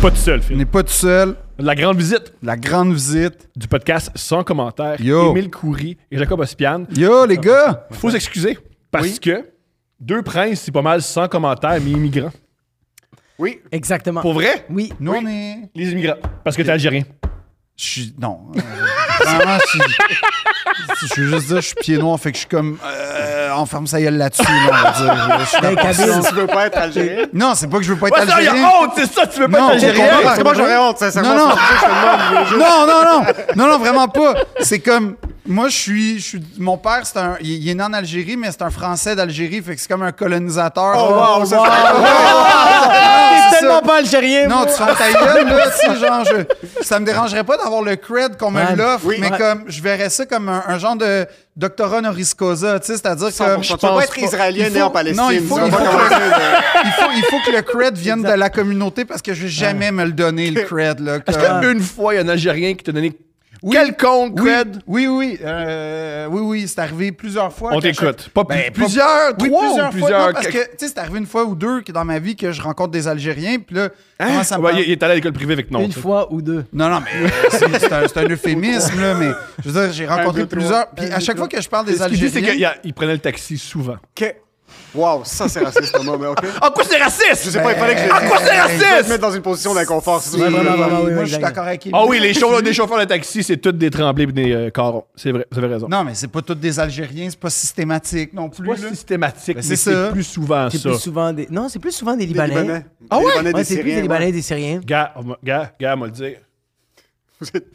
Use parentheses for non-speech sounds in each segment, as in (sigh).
pas tout seul, On Phil. n'est pas tout seul. La grande visite La grande visite. du podcast sans commentaire, Yo. Émile Coury et Jacob Ospian. Yo, les gars! Faut s'excuser parce Oui. que deux princes, c'est pas mal sans commentaire, mais immigrants. Oui. Exactement. Pour vrai? Oui. Nous, on est. Les immigrants. Parce que t'es algérien. Je suis. Non. Euh, Vraiment, je suis. Je veux juste dire, je suis pied noir, fait que je suis comme. Euh, on ferme sa gueule là-dessus, là, on va dire. Je suis dans- Hey, Kabyle, Si tu veux pas être algérien. Non, c'est pas que je veux pas être Ouais, ça, il y a algérien. honte, c'est ça, tu veux pas Non, être algérien? on comprend. Parce que moi, j'aurais honte, sincèrement. Non, non. C'est pour ça que je fais le même. Non, non, non. Non, non, vraiment pas. C'est comme. Moi, je suis, je suis. Mon père, c'est un. Il il est né en Algérie, mais c'est un Français d'Algérie, fait que c'est comme un colonisateur. Oh, wow, ça, c'est- Ah, T'es c'est tellement ça. pas algérien. Non, tu fermes ta gueule, là, tu sais, genre, je- ça me dérangerait pas d'avoir le cred qu'on me Ouais. l'offre, Oui. mais Ouais. comme, je verrais ça comme un, un genre de doctorat honoris causa, tu sais, c'est-à-dire que... 100%. Tu peux pas être israélien Il né faut- en Palestine. Non, il faut, Dis-moi il pas faut comment que, c'est, mais- il faut- il faut que le cred vienne de la communauté parce que je vais jamais me le donner, le cred, là. Est-ce comme- qu'une fois, il y a un Algérien qui t'a donné Oui. quelconque Oui, cred? oui, oui, euh, oui, oui, c'est arrivé plusieurs fois. On qu'à chaque- t'écoute. Pas plus- Ben, pas- plusieurs, Oui, trois plusieurs, ou fois. plusieurs. Non, parce que, tu sais, c'est arrivé une fois ou deux que dans ma vie que je rencontre des Algériens, puis là, comment ça me Ouais, parle- il, il est allé à l'école privée avec non. Une ça. fois ou deux. Non, non, mais euh, c'est c'est un, c'est un euphémisme, là, mais je veux dire, j'ai rencontré deux, trois. plusieurs. Puis Un, à deux, chaque fois trois. que je parle des Ce qu'il dit, c'est qu'il Algériens. y a- il prenait le taxi souvent. Ok. Wow, ça, c'est raciste, Thomas, mais ok. En Ah, quoi c'est raciste? Je sais pas, il (laughs) fallait que je En quoi c'est Je vais te raciste? mettre dans une position d'inconfort. si tu Ouais, veux. vraiment, vraiment, oui, Moi, je oui, suis exactement. d'accord avec lui. Ah oui, les chauffeurs, des chauffeurs de taxi, c'est tous des tremblés et des euh, carons. C'est vrai, vous avez raison. Non, mais c'est pas tous des Algériens, c'est pas systématique non plus. pas là. systématique, mais c'est c'est ça. plus souvent C'est ça. plus souvent des. Non, c'est plus souvent des Des Libanais. Libanais. Ah ouais? Des Libanais, Ouais, des c'est plus Syriens. des Libanais ouais. et des Syriens. Gars, on m'a- gars, gars, moi le dire.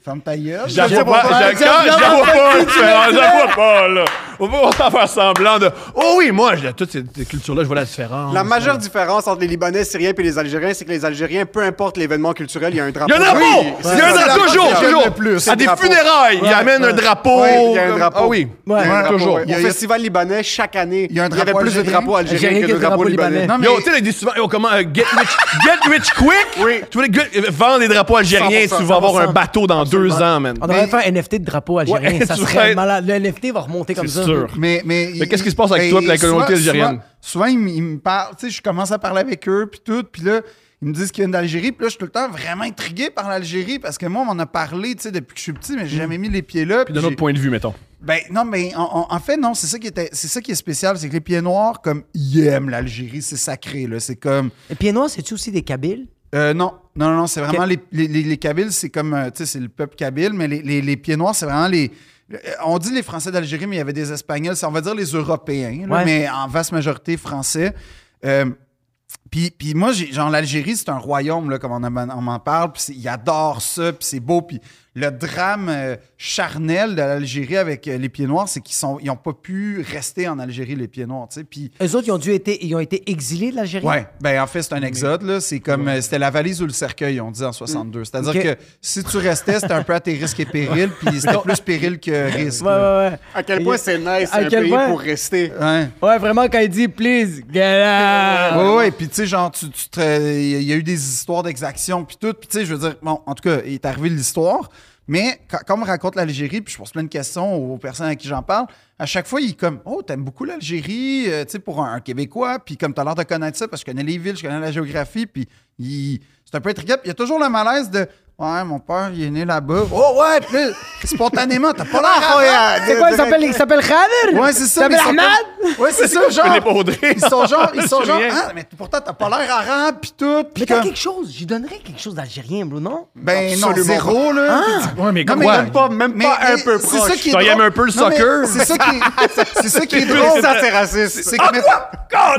Ferme ta gueule. Je la vois pas, je la- gars, je la vois pas, tu vois, je la vois pas, là. On va on va s'en faire semblant de. Oh oui, moi, je- toutes ces ces cultures-là, je vois la différence. La majeure différence entre les Libanais, Syriens et les Algériens, c'est que les Algériens, peu importe l'événement culturel, il y a un drapeau. Il y en a Oui, bon! c'est Il y en ça, a c'est la toujours, première. toujours! le plus, c'est À le des drapeau. funérailles, il amène un drapeau. Oui, il y a un drapeau. Ah oui. Ouais. Il y a un drapeau, Toujours. ouais. Il y a- Au festival libanais, chaque année, Il y a un avait drapeau plus de algérien. drapeaux algériens Algérien que de drapeaux libanais. Non, mais. Yo, tu sais, il dit souvent, yo, comment, euh, get rich, get rich quick? Oui. Tu veux les euh, vendre des drapeaux algériens, 100%, tu vas avoir un 100%. bateau dans deux ans, man. On devrait Mais- faire un NFT de drapeau algérien. Ouais, ça tu serait vois. malade. Le NFT va remonter comme C'est ça. sûr. Mais, mais, Mais qu'est-ce qui se passe avec ben, toi pis la souvent- communauté algérienne? Souvent, souvent, ils, me- ils me parlent, tu sais, je commence à parler avec eux, puis tout, puis là, ils me disent qu'ils viennent d'Algérie, puis là, je suis tout le temps vraiment intrigué par l'Algérie, parce que moi, on m'en a parlé, tu sais, depuis que je suis petit, mais j'ai jamais mis les pieds là. Mm. Puis puis d'un j'ai- autre point de vue, mettons. Ben non, mais en, en- en fait, non, c'est ça qui était, c'est ça qui est spécial, c'est que les pieds noirs, comme ils aiment l'Algérie, c'est sacré, là, c'est comme... Et Pieds noirs, c'est-tu aussi des Kabyles? Euh, non, non, non, non, c'est vraiment les, les, les, les Kabyles, c'est comme, euh, tu sais, c'est le peuple kabyle, mais les, les, les pieds noirs, c'est vraiment les... euh, On dit les Français d'Algérie, mais il y avait des Espagnols, c'est- on va dire les Européens, là, Ouais. mais en vaste majorité Français. Euh, puis, puis moi, j'ai- genre, l'Algérie, c'est un royaume, là, comme on, en- on m'en parle, puis c'est- ils adorent ça, puis c'est beau. Puis le drame euh, charnel de l'Algérie avec euh, les pieds noirs, c'est qu'ils n'ont ils ont pas pu rester en Algérie, les pieds noirs, tu sais. Puis Eux autres, ils ont, dû été, ils ont été exilés de l'Algérie. Ouais, ben en fait, c'est un exode, là. C'est comme. euh, C'était la valise ou le cercueil, on dit en 62. C'est-à-dire Ok. que si tu restais, c'était un peu à tes risques et périls, puis c'était plus péril que risque. Ouais, ouais, ouais. À quel point c'est nice, À un quel pays point- pour rester. Ouais. Ouais, vraiment, quand il dit please, get out. Ouais, ouais, puis tu sais, genre, tu, tu te- il y a- il y a eu des histoires d'exactions, puis tout, puis tu sais, je veux dire, bon, en tout cas, il est arrivé l'histoire, mais quand, quand on me raconte l'Algérie, puis je pose plein de questions aux personnes à qui j'en parle, à chaque fois, il est comme, oh, t'aimes beaucoup l'Algérie, euh, tu sais, pour un, un Québécois, puis comme t'as l'air de connaître ça, parce que je connais les villes, je connais la géographie, puis il- c'est un peu intriguant, puis il y a toujours le malaise de, ouais, mon père, il est né là-bas, oh, ouais, puis là, spontanément, t'as pas l'air Incroyable. C'est quoi, il s'appelle, il s'appelle Khader? Ouais, c'est ça. Il mais ils sont s'appelle Ahmad? comme- Ouais, c'est ça, genre. Philippe Audrey. Ah! Ils sont genre, ils sont genre, Julien. ah, mais pourtant, t'as pas l'air arabe, pis tout. Pis Mais t'as comme, quelque chose, j'y donnerais quelque chose d'algérien, bro, non? ben non, Absolument zéro, Ah! là. Ouais, mais Non, comme mais quoi? même pas, même pas un peu C'est ça proche. qui est Toi, il aime drôle. un peu le Non, mais soccer. C'est ça qui est, (laughs) c'est Oh, ça qui est drôle. Ça, c'est raciste. C'est que-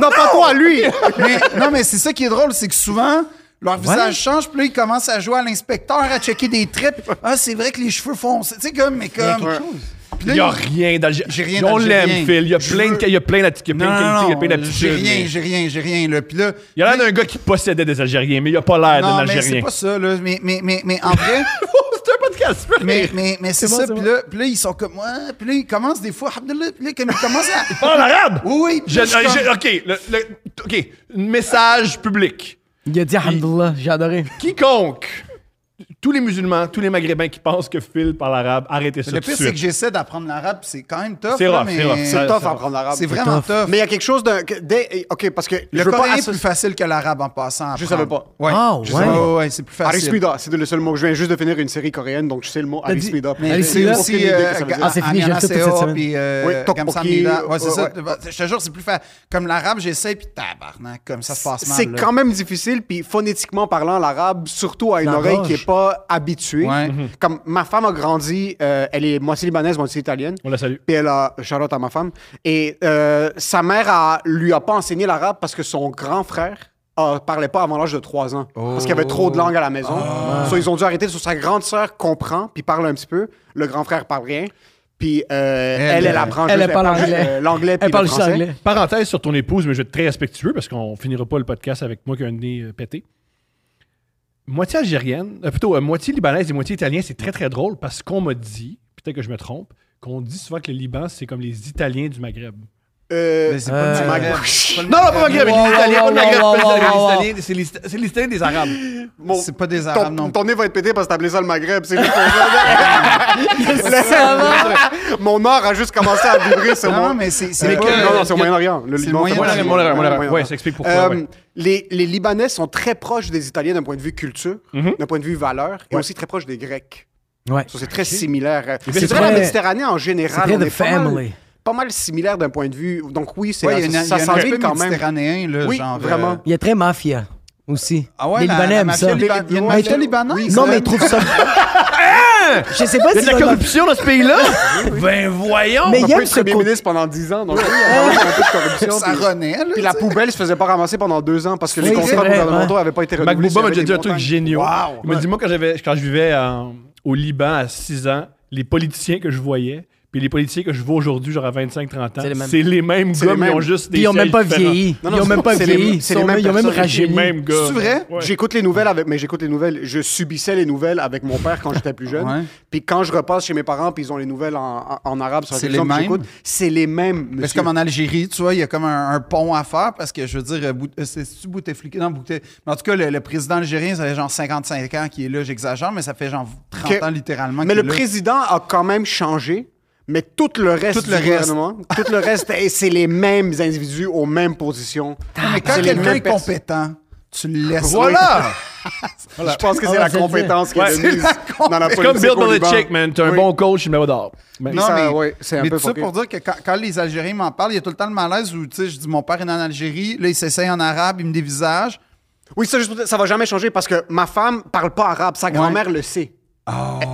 Non, pas toi, lui! mais, non, mais c'est ça qui est drôle, c'est que souvent, leur visage change, puis là, ils commencent à jouer à l'inspecteur, à checker des tripes. Ah, c'est vrai que les cheveux font. Tu sais, comme, mais comme. euh, Puis (laughs) Il là, n'y a ils- rien J'ai d'Algérie. rien On d'Algérien. l'aime, Phil. Il y a Je plein de veux- qualités, il y a plein d'attitudes, il y a plein de qualités, il y a plein j'ai d'attitudes. rien, mais- j'ai rien, j'ai rien, là. Puis là, Il y a l'air d'un gars qui possédait des Algériens, mais il n'a pas l'air non, d'un mais c'est Algérien. pas ça, (laughs) là. Mais, mais, mais, mais en vrai, C'est un podcast. Phil. mais, mais, mais c'est C'est bon, ça. c'est Puis bon. là, puis là, ils sont comme, ouais. Puis là, ils commencent des fois, Abdullah, puis là, comme ils commencent à. Parle arabe! Oui, oui. puis Je- là, je suis comme- je- OK. le- le- OK. Message public. Il a dit Alhamdulillah, j'ai adoré. Quiconque tous les musulmans, tous les maghrébins qui pensent que Phil parle arabe, arrêtez ça Le tout de pire, c'est que suite. j'essaie d'apprendre l'arabe, puis c'est quand même tough. C'est là, rough, mais c'est rough. C'est Ouais, tough c'est à apprendre l'arabe. C'est vraiment tough. Mais il y a quelque chose d'un. que- dès- OK, parce que. Le je veux pas coréen est asso- plus facile que l'arabe en passant. à Je apprendre. savais pas. Ouais. Ah, Je ouais. savais pas, ouais, c'est plus facile. Arismida, ah, c'est le seul mot. Je viens juste de finir une série coréenne, donc je sais le mot T'as dit- Arismida. Mais Mais J'ai c'est Arismida, aucune aussi idée euh, que ça veut Ga- dire. Ah, c'est fini, j'ai Anana tout pour cette Seo, semaine. puis euh, Oui, Tteokbokki, Gamsamnida. Ouais, c'est ouais, ça. ouais. Bah, Je te jure, c'est plus facile. Comme l'arabe, j'essaie, puis tabarnak, comme ça se passe Ah, mal. C'est là. quand même difficile, puis phonétiquement parlant, l'arabe, surtout à une La oreille qui roche. n'est pas habituée. Ouais. Comme ma femme a grandi, euh, elle est moitié libanaise, moitié italienne. On la salue. Puis elle a, Charlotte à ma femme. Et euh, sa mère a, lui a pas enseigné l'arabe parce que son grand frère ne parlait pas avant l'âge de 3 ans. Parce qu'il y avait trop de langues à la maison. Ah. So, ils ont dû arrêter. So, sa grande sœur comprend, puis parle un petit peu. Le grand frère parle rien. Puis euh, elle, elle, euh, apprend elle, juste- elle parle juste, anglais. euh, l'anglais. puis Elle le parle juste français. anglais. Parenthèse sur ton épouse, mais je vais être très respectueux parce qu'on finira pas le podcast avec moi qui a un nez euh, pété. Moitié algérienne, euh, plutôt euh, moitié libanaise et moitié italienne, c'est très très drôle parce qu'on m'a dit, peut-être que je me trompe, qu'on dit souvent que le Liban c'est comme les Italiens du Maghreb. Euh, Mais c'est pas Euh, du Maghreb. Maghreb. C'est pas le Non, non, pas Maghreb, Maghreb. les Wow, Italiens, pas wow, le Maghreb, wow, pas les wow, Italiens, wow, les wow. Italiens, c'est les c'est les Italiens des Arabes. mon- C'est pas des ton, arabes non ton nez va être pété parce que t'as blessé le Maghreb. C'est juste- (laughs) Ça va. Mon or a juste commencé à vibrer sur plus. Non, moi. non, mais c'est c'est Mais pas. que- non, non, c'est au il y a- Moyen-Orient. Le c'est Liban, le c'est Moyen-Orient. pas- Mon erreur, mon erreur. Moyen-Orient. Ouais, ça explique pourquoi. Euh, ouais. les, les Libanais sont très proches des Italiens d'un point de vue culture, Mhm. d'un point de vue valeur, et Ouais. aussi très proches des Grecs. Ouais. Ça, c'est très similaire. c'est C'est vrai, la très- Méditerranée en C'est général, très Ah, on de est pas mal, family. pas mal similaire d'un point de vue. Donc oui, c'est Ouais, il y a une- ça, il y a un ça s'ensuit aspect quand même. méditerranéen, là, Oui, genre. vraiment. euh, Il y a très mafia aussi. Ah ouais, les la- Libanais la aiment mafia ça. liba- il y a une Ouais. mafia libanaise, Non, ça. mais ils trouvent ça. Je sais pas Il y a de si la ça va- corruption dans ce (laughs) pays-là? Ben voyons! Mais il y Pas a eu de ce premier côté. ministre pendant 10 ans, donc oui, il y a vraiment un peu de corruption. Ça puis- renaît, là. Puis la poubelle se faisait pas ramasser pendant deux ans parce que les Oui, contrats c'est vrai, gouvernementaux n'avaient pas été renouvelés. Macbouba il y m'a avait déjà dit des un truc montagnes. génial. Wow. Il m'a dit, moi, quand, j'avais- quand je vivais en- au Liban à 6 ans, les politiciens que je voyais, puis les politiciens que je vois aujourd'hui, genre à 25-30 ans, C'est les mêmes. c'est les mêmes C'est gars, les mais ils ont mêmes. juste des Puis ils ont même sièges pas différents. vieilli. Non, non, ils ont c'est- même pas c'est les- vieilli. c'est Ils les ont mêmes ils ont même personnes, c'est les C'est les rajeuni. mêmes gars. C'est vrai? Ouais. J'écoute les nouvelles avec, mais j'écoute les nouvelles. Je subissais les nouvelles avec mon père quand j'étais plus jeune. Ouais. Puis quand je repasse chez mes parents, puis ils ont les nouvelles en, en- en arabe sur la C'est télévision, les puis mêmes? j'écoute. C'est les mêmes. Mais c'est monsieur. comme en Algérie, tu vois, il y a comme un, un pont à faire parce que, je veux dire, euh, Bout- euh, c'est-tu Bouteflika? Non, Bouteflika. Mais en tout cas, le, le président algérien, ça fait genre 55 ans qu'il est là, j'exagère, mais ça fait genre 30 Que- ans littéralement Mais qu'il le est là. président a quand même changé. Mais tout le reste Tout du le reste. gouvernement, tout le reste, et c'est les mêmes individus aux mêmes positions. Ah, Mais C'est quand les quelqu'un mêmes est personnes. compétent, tu le laisses. Voilà! Je pense que On c'est Ah, va la se le dire. compétence qui est Ouais. de C'est mise la dans la compétence. C'est comme politique Bill au Liban. Belichick, man. T'es un Oui. bon coach, mais va dehors. Mais- Non, ça, mais, ouais, c'est un mais peu tout ça fucké. pour dire que quand, quand les Algériens m'en parlent, il y a tout le temps le malaise où, tu sais, je dis mon père est né en Algérie, là, il s'essaye en arabe, il me dévisage. Oui, ça, juste pour dire, ça va jamais changer parce que ma femme parle pas arabe. Sa grand-mère le sait. Et-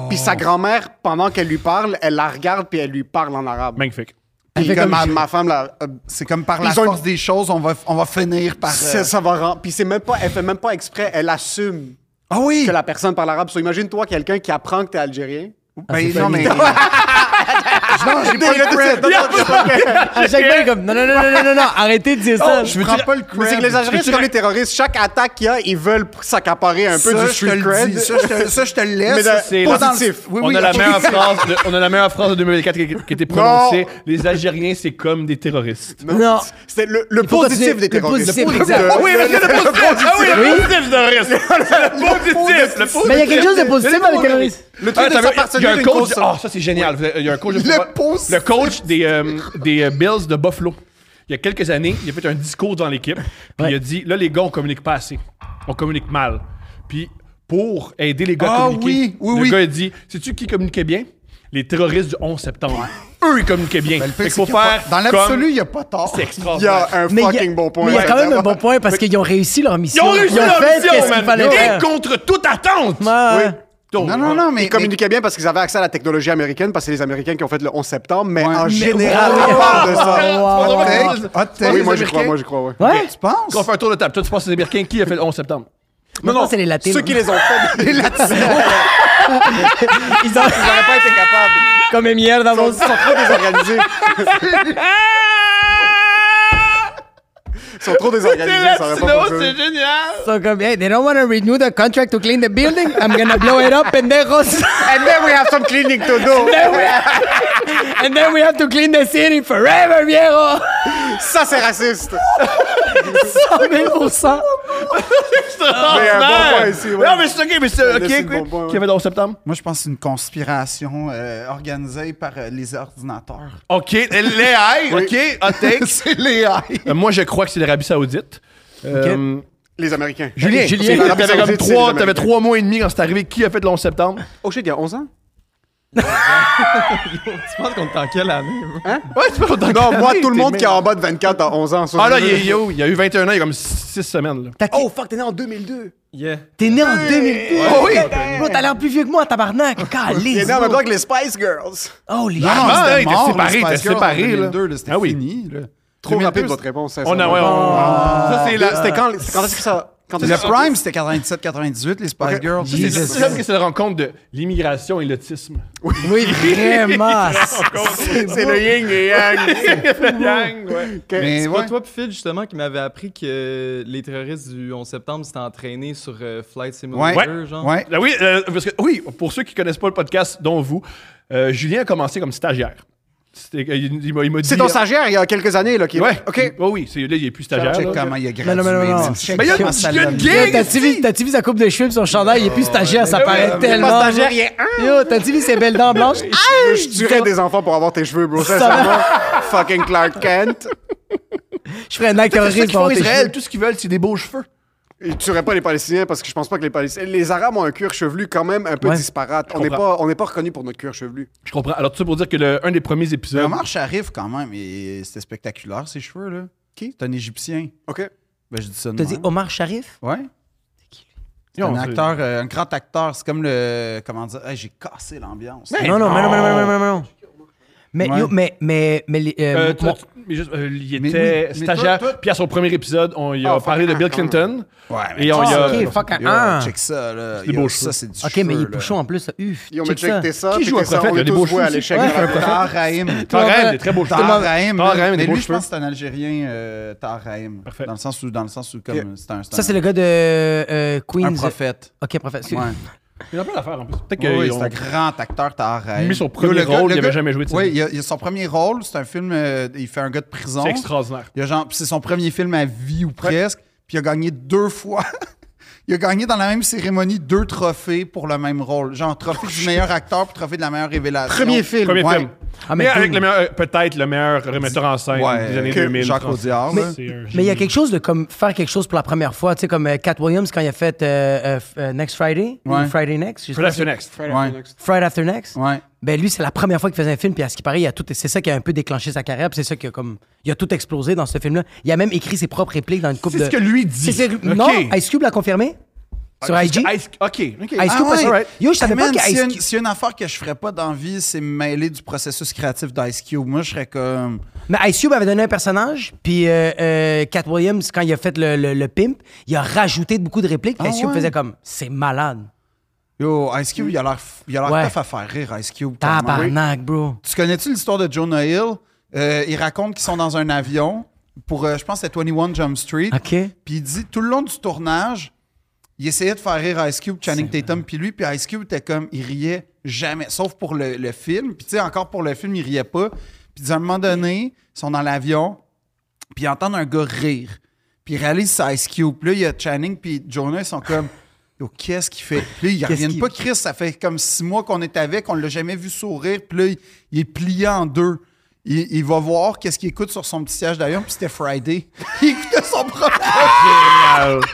Puis sa grand-mère, pendant qu'elle lui parle, elle la regarde puis elle lui parle en arabe. Magnifique. Elle Puis fait que comme ma, je- ma femme, la, euh, C'est comme par Ils la ont une- force des choses, on va, on va finir par. ça, euh, ça va rendre. Puis c'est même pas, elle fait même pas exprès, elle assume Ah oui! que la personne parle arabe. So, imagine-toi quelqu'un qui apprend que t'es algérien. Ben, non, mais. (laughs) non, funny. j'ai pas Il a le tout cred. ça. Non, non, c'est pas vrai. À chaque fois, il est comme non, non, non, non, non, non, non, arrêtez de dire ça. Oh, Je prends pas le Mais c'est que cred. les Algériens, c'est comme les terroristes. Chaque attaque qu'il y a, ils veulent s'accaparer un Ça, peu du je te street le cred. dis. Ça, je te- ça, je te le laisse. Mais de- C'est pas pas dans le- positif. Oui, on, oui, (laughs) a la ok. meilleure phrase de, on a la meilleure phrase de 2004 qui, qui a été prononcée. Les Algériens, c'est comme des terroristes. Non. C'était le, le Il faut continuer. positif des Le terroristes. positif, exact. Le- Ah oui, parce que le positif! Ah oui, le Oui. positif, terroriste! Le positif! le Mais il y a quelque chose de positif. positif avec les terroristes. Le truc Ah, de t'as vu, il y s'appartenir a à un une coach. cause. Ah, ça c'est génial. Il y a un coach. de Le football- pouce. le coach des, euh, des euh, Bills de Buffalo. Il y a quelques années, il a fait un discours devant l'équipe. Puis Ouais. il a dit là les gars on communique pas assez, on communique mal. Puis pour aider les gars à Ah communiquer, oui, oui, le oui. gars a dit sais-tu qui communiquait bien Les terroristes du 11 septembre. Eux ils communiquaient bien. Ben, le Fait fait, qu'il c'est faut qu'il y a pas- faire Dans l'absolu, comme- il n'y a pas tort. c'est Il y extraordinaire. a un Mais il y a- fucking bon point. Mais il y a quand même un bon vraiment. point parce qu'ils ont réussi leur Ils mission. ont réussi leur fait mission, qu'est-ce qu'il man. fallait Et faire. contre toute attente. Ouais. Non, non, non, mais. Ah. Ils communiquaient bien parce qu'ils avaient accès à la technologie américaine, parce que c'est les Américains qui ont fait le 11 septembre, mais Ouais. en Mais- général, Ouais. on parle de ça. Wow, wow, mais- wow. Hot take, hot take. Oui, moi j'y crois, moi j'y crois, ouais. Ouais. Tu Qu'on penses? fait un tour de table. Toi tu penses que c'est les Américains qui a fait le 11 septembre Non, non, c'est les latinos. Ceux qui les ont fait, Les latinos. Ils ont ils n'auraient pas été capables. comme hier dans Ils mon sont trop désorganisés. (laughs) Ils sont trop désorganisés, ça aurait pas fonctionné. génial. So comme, hey, they don't want to renew the contract to clean the building. I'm gonna blow it up, pendejos. (laughs) And then Eh ben, we have some cleaning (laughs) to do. And then we have to clean the city (laughs) forever, viejo. Ah, Ça, c'est raciste. 100 000 Mais Ah, un bon point ici, ouais. Non, mais c'est ok, mais c'est Là, ok. c'est le quoi. bon point, ouais. Qui avait dans septembre? Moi, je pense que c'est une conspiration euh, organisée par euh, les ordinateurs. Ok, l'AI, ok, hot take. (laughs) c'est les AI. Euh, Moi, je crois que c'est l'Arabie Saoudite. Euh, Les Américains. Julien, Julien, c'est- l'Arabie t'avais comme Saoudite, c'est trois, les t'avais Américains. trois mois et demi quand c'est arrivé. Qui a fait le 11 septembre? Oh shit, il y a 11 ans? Tu penses qu'on est en quelle année? moi? Ouais, c'est pas autant Hein? Non, que- moi, tout le monde qui est en bas de 24 à 11 ans. ça, Ah je là, veux il y a- dire. il y, a- il y a eu 21 ans, il y a comme 6 semaines. Là. Oh fuck, t'es né en 2002. Yeah. T'es né en 2002. Oh oui! Bro, t'as l'air plus vieux que moi, (laughs) tabarnak. T'es Calisse. né en même temps que les Spice Girls. Oh, les Non, non, Ah, c'était hey, t'es mort, séparé, les Spice t'es Girls, séparé, en là. 2002, là, c'était Ah oui. fini. là. Trop 2002, rapide c'est- votre réponse. On a, ouais, on- Ah. Ça, c'est la. C'était quand, c'est quand est-ce que ça. Quand est-ce Le que ça- Prime, c'était 97-98, les Spice Girls. C'est Jesus. ça que c'est la rencontre de l'immigration et l'autisme. Oui, vraiment. C'est le yin et yang. Yang, ouais. Mais C'est ouais. pas toi pis Phil justement qui m'avait appris que les terroristes du 11 septembre s'étaient entraînés sur euh, Flight Simulator, Ouais. genre. Ouais. Ah oui, euh, parce que, oui, pour ceux qui connaissent pas le podcast, dont vous, euh, Julien a commencé comme stagiaire. C'était- euh, Il, il m'a il m'a dit. C'est ton stagiaire il y a quelques années, là. Qui... Ouais. OK. Oh oui, c'est- là, il est plus stagiaire. Check là. comment il a non, gradué. non, non, non. man. Check Mais il y a, comment il ça y a l'a une mis. gang! T'as-tu vu, t'as-tu vu sa coupe de cheveux pis son chandail? Il est plus stagiaire, ça paraît ouais. tellement. Pas stagiaire, il y a un. Yo, t'as-tu vu ses belles dents blanches? Ah, Je tuerais des enfants pour avoir tes cheveux, bro. Ça Sincèrement. (laughs) Fucking Clark Kent. Je ferais un acte C'est ça terroriste qu'ils font en pour tes Israël, cheveux. tout ce qu'ils veulent, c'est des beaux cheveux. Et tu tuerais pas les Palestiniens parce que je pense pas que les Palestiniens. Les Arabes ont un cuir chevelu quand même un peu Ouais. disparate. On n'est comprends. pas, on n'est pas reconnu pour notre cuir chevelu. Je comprends. Alors, tout ça pour dire que le, un des premiers épisodes. Omar Sharif, quand même, et c'était spectaculaire, ses cheveux, là. Qui? C'est un Égyptien. OK. Ben, je dis ça de T'as même. dit Omar Sharif? Ouais. C'est Non, un c'est- acteur, euh, un grand acteur. C'est comme le... Comment dire? Hey, J'ai cassé l'ambiance. Non, non, mais non, mais non, mais non, mais non, mais non. Mais, Ouais. yo, mais, mais, mais, les- euh, Euh, mon- toi, tu- mais juste, euh, il Mais était oui, mais stagiaire. toi- toi- Puis à son premier épisode, on y a Ah, parlé de fuck, Bill ah, Clinton. Ouais, Et on y Ah, a. ok, fuck, Yo, ah. check ça, là. des Yo, beaux cheveux. ça, c'est du Ok, mais il est cheveu, là. bouchon en plus, uff. Ils ont check ça. check ça. Qui check joue un ça, prophète? on Il y a est des tous beaux voués à cheveux l'échec. Ah, aussi. dans la Ouais, vie. Tahraim. (laughs) Tarem, des très beaux cheveux. Tahraim. là. Tahraim, des Mais beaux lui, je cheveux. pense que c'est un Algérien, euh, Tahraim. Parfait. Dans le sens où, dans le sens où comme, c'est un, Ça, c'est le gars de euh, un Queens. prophète. Ok, prophète. excuse. Ouais. Il a plein d'affaires en plus. Peut-être Oui, que. oui, on- c'est un grand acteur Tahraim. Lui, son premier le rôle, le il avait jamais joué de sa Oui, vie. il a, il a son premier rôle, c'est un film, euh, il fait un gars de prison. C'est extraordinaire. Il a genre- puis c'est son premier film à vie ou presque. Puis il a gagné deux fois. (laughs) il a gagné dans la même cérémonie deux trophées pour le même rôle. Genre trophée du meilleur acteur puis trophée de la meilleure révélation. Oh, Premier film. Premier Ouais. film. Ah, mais mais avec cool. le meilleur, euh, peut-être le meilleur remetteur en scène Ouais, des années que 2000. Jacques français. Audiard, hein. C'est là. un Mais il y a génie. quelque chose de comme faire quelque chose pour la première fois, tu sais, comme euh, Cat Williams quand il a fait euh, euh, f- euh, Next Friday, ou Ouais. Friday Next, je sais pas si- Production Next. Ouais. Friday After Next. Ouais. Ben lui, c'est la première fois qu'il faisait un film, puis à ce qui paraît, il a tout, c'est ça qui a un peu déclenché sa carrière, puis c'est ça qui a comme, il a tout explosé dans ce film-là. Il a même écrit ses propres répliques dans une coupe C'est de. ce que lui dit. C'est ce que- Ok. Non, Ice Cube l'a confirmé sur IG. Ah, Ice- OK. ok. Ice Cube, parce que- alright. yo, je savais Ah Hey, pas man, que s'il y a Ice une- Cube- s'il y a une affaire que je ferais pas dans la vie, c'est me mêler du processus créatif d'Ice Cube. Moi, je serais comme. Mais Ice Cube avait donné un personnage, puis euh, euh, Cat Williams, quand il a fait le, le- le pimp, il a rajouté beaucoup de répliques. puis Ah Ice Cube ouais? faisait comme, c'est malade. Yo, Ice Cube, il a l'air f- il a l'air Ouais. tough à faire rire, Ice Cube. quand même. Tabarnak, bro. Tu connais-tu l'histoire de Jonah Hill? Euh, il raconte qu'ils sont dans un avion pour, euh, je pense, c'est 21 Jump Street. OK. Puis il dit, tout le long du tournage, il essayait de faire rire Ice Cube, Channing Tatum, puis lui. Puis Ice Cube était comme, il riait jamais, sauf pour le, le film. Puis tu sais, encore pour le film, il riait pas. Puis à un moment donné, ils sont dans l'avion, puis ils entendent un gars rire. Puis ils réalisent que c'est Ice Cube. Puis là, il y a Channing, puis Jonah, ils sont comme... Yo, qu'est-ce qu'il fait? Puis là, ils Qu'est-ce reviennent qu'il- pas. Chris, ça fait comme six mois qu'on est avec, on l'a jamais vu sourire. Puis là, il, il est plié en deux. Il, il va voir qu'est-ce qu'il écoute sur son petit siège d'avion, puis c'était Friday. (laughs) Il écoutait son propre Génial. (laughs)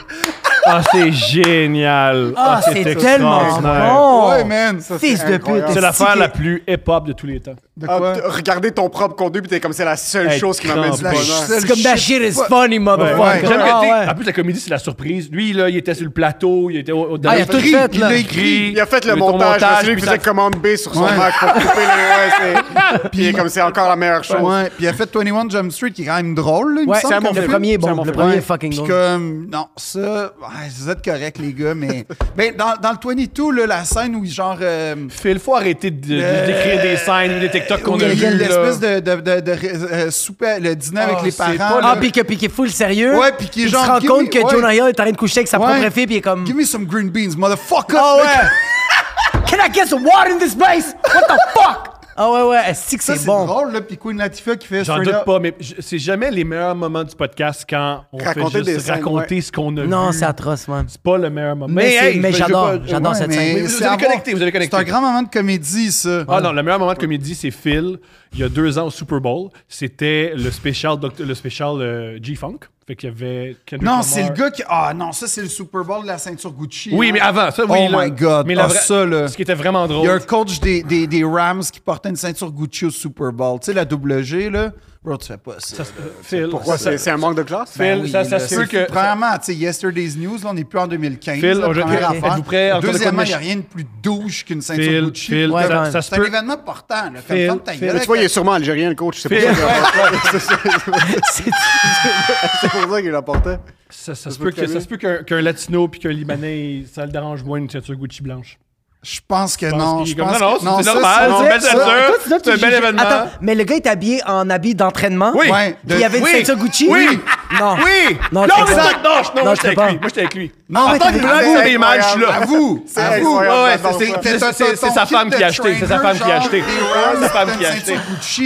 Ah, c'est génial. oh. Ah, c'est c'est tellement extraordinaire. bon. Ouais, man. Ça, c'est Fils de pute. incroyable. C'est t'es l'affaire stické. la plus hip-hop de tous les temps. De Ah, quoi? t- regarder ton propre contenu, puis t'es comme c'est la seule Hey, chose qui m'amène du crampe. bonheur. La C'est comme that shit is funny, motherfucker. Ouais. J'aime que, Ah, tu sais, ouais. En plus, la comédie, c'est la surprise. Lui, là, il était sur le plateau, il était au, au- dans Ah, il le- a tout fait, il là. l'a écrit. Il a fait le Mais ton montage, montage, c'est lui puis qui ça- faisait commande B sur son Ouais. Mac pour couper les. Ouais, (laughs) c'est- Puis il est comme c'est encore la meilleure chose. Ouais, puis il a fait 21 Jump Street, qui est quand même drôle, là, il me Ouais, semble, comme le film. premier est C'est un bon. bon le film. premier Ouais, est fucking puis bon. comme, non, ça, ouais, vous êtes corrects, les gars, (laughs) mais... ben, dans, dans le 22, là, la scène où, il, genre... euh, Phil, faut arrêter de, de- Euh, d'écrire des scènes ou des TikTok qu'on oui, a il y a vus. l'espèce là. de, de, de, de- euh, souper, le dîner avec les c'est pas parents. là. Ah, puis que- puis qu'il est full sérieux. Ouais, puis qu'il est il genre, se rend give me- compte que ouais. Jonah Hill est en train de coucher avec sa Ouais. propre fille, puis il est comme. Give me some green beans, motherfucker! (laughs) Ah ouais! Can I get some water in this place? What the fuck? Ah ouais, ouais, esti (laughs) que Ça, c'est c'est bon. drôle, là. Puis Queen Latifah qui fait J'en straight doute up. pas, mais j- c'est jamais les meilleurs moments du podcast quand on Raconter fait des juste scènes, raconter ce qu'on a vu. Non, c'est atroce, man. C'est pas le meilleur moment. Mais c'est- mais je- je j'adore, veux pas- j'adore. Ouais, cette mais scène. Vous- vous c'est avez avoir- connecté, vous avez connecté. C'est un grand moment de comédie, ça. Ah non, le meilleur moment de comédie, c'est Phil, il y a deux ans au Super Bowl. C'était le spécial, doct- le spécial euh, G-Funk. Fait qu'il y avait Kendrick non, Lamar. c'est le gars qui. Ah non, ça, c'est le Super Bowl de la ceinture Gucci. Oui, hein. mais avant, ça, oui. Oh là. my God. Mais la Ah, vraie- ça, là. Ce qui était vraiment Il y a un drôle. coach des, des, des Rams qui portait une ceinture Gucci au Super Bowl. Tu sais, la WG, là. Bro, tu fais pas ça. là. Phil, Pourquoi ça- c'est c'est un manque de classe? Phil, ça, ça Ben là, se c'est- peut que. Premièrement, tu sais, Yesterday's News, là, on n'est plus en 2015. Phil, là, on- je- première ok. affaire. Êtes-vous prêt, encore de quoi de Deuxièmement, il n'y a mach- rien de plus douche qu'une ceinture Phil, Gucci. Phil, Ouais, ça, ouais. ça se C'est un peut. événement important. Là. Fais Phil, ferme ta Phil. gueule Mais tu vois, il est avec- sûrement algérien, le coach. C'est pour Phil. ça qu'il- C'est- c'est pour ça qu'il l'apportait. Ça, ça se peut peut que- calmer. ça se peut qu'un qu'un latino puis qu'un libanais, ça le dérange moins une ceinture Gucci blanche. Je pense que pense non. qu'il Je est comme, pense non, non, que- c'est non, ça, Ah, normal, non, c'est une belle ça, ceinture. ça, Toi, tu dois C'est un te bel juger. événement. Attends, mais le gars est habillé en habit d'entraînement. Oui. Ouais, Puis il y avait une Oui. ceinture Gucci. Oui. Non. Oui! Ah! Non, là, on c'est est ça. avec- Non, je- non, moi, Non, je j'étais sais avec pas. lui. Moi, j'étais avec lui. Non, en mais tant t'es que incroyable. blague des matchs, je suis là. À vous! C'est À vous! Ouais, incroyable, ouais, j'adore c'est- ça. c'est- c'est- c'est sa femme qui a acheté. C'est sa femme qui a acheté. C'est sa femme qui a acheté.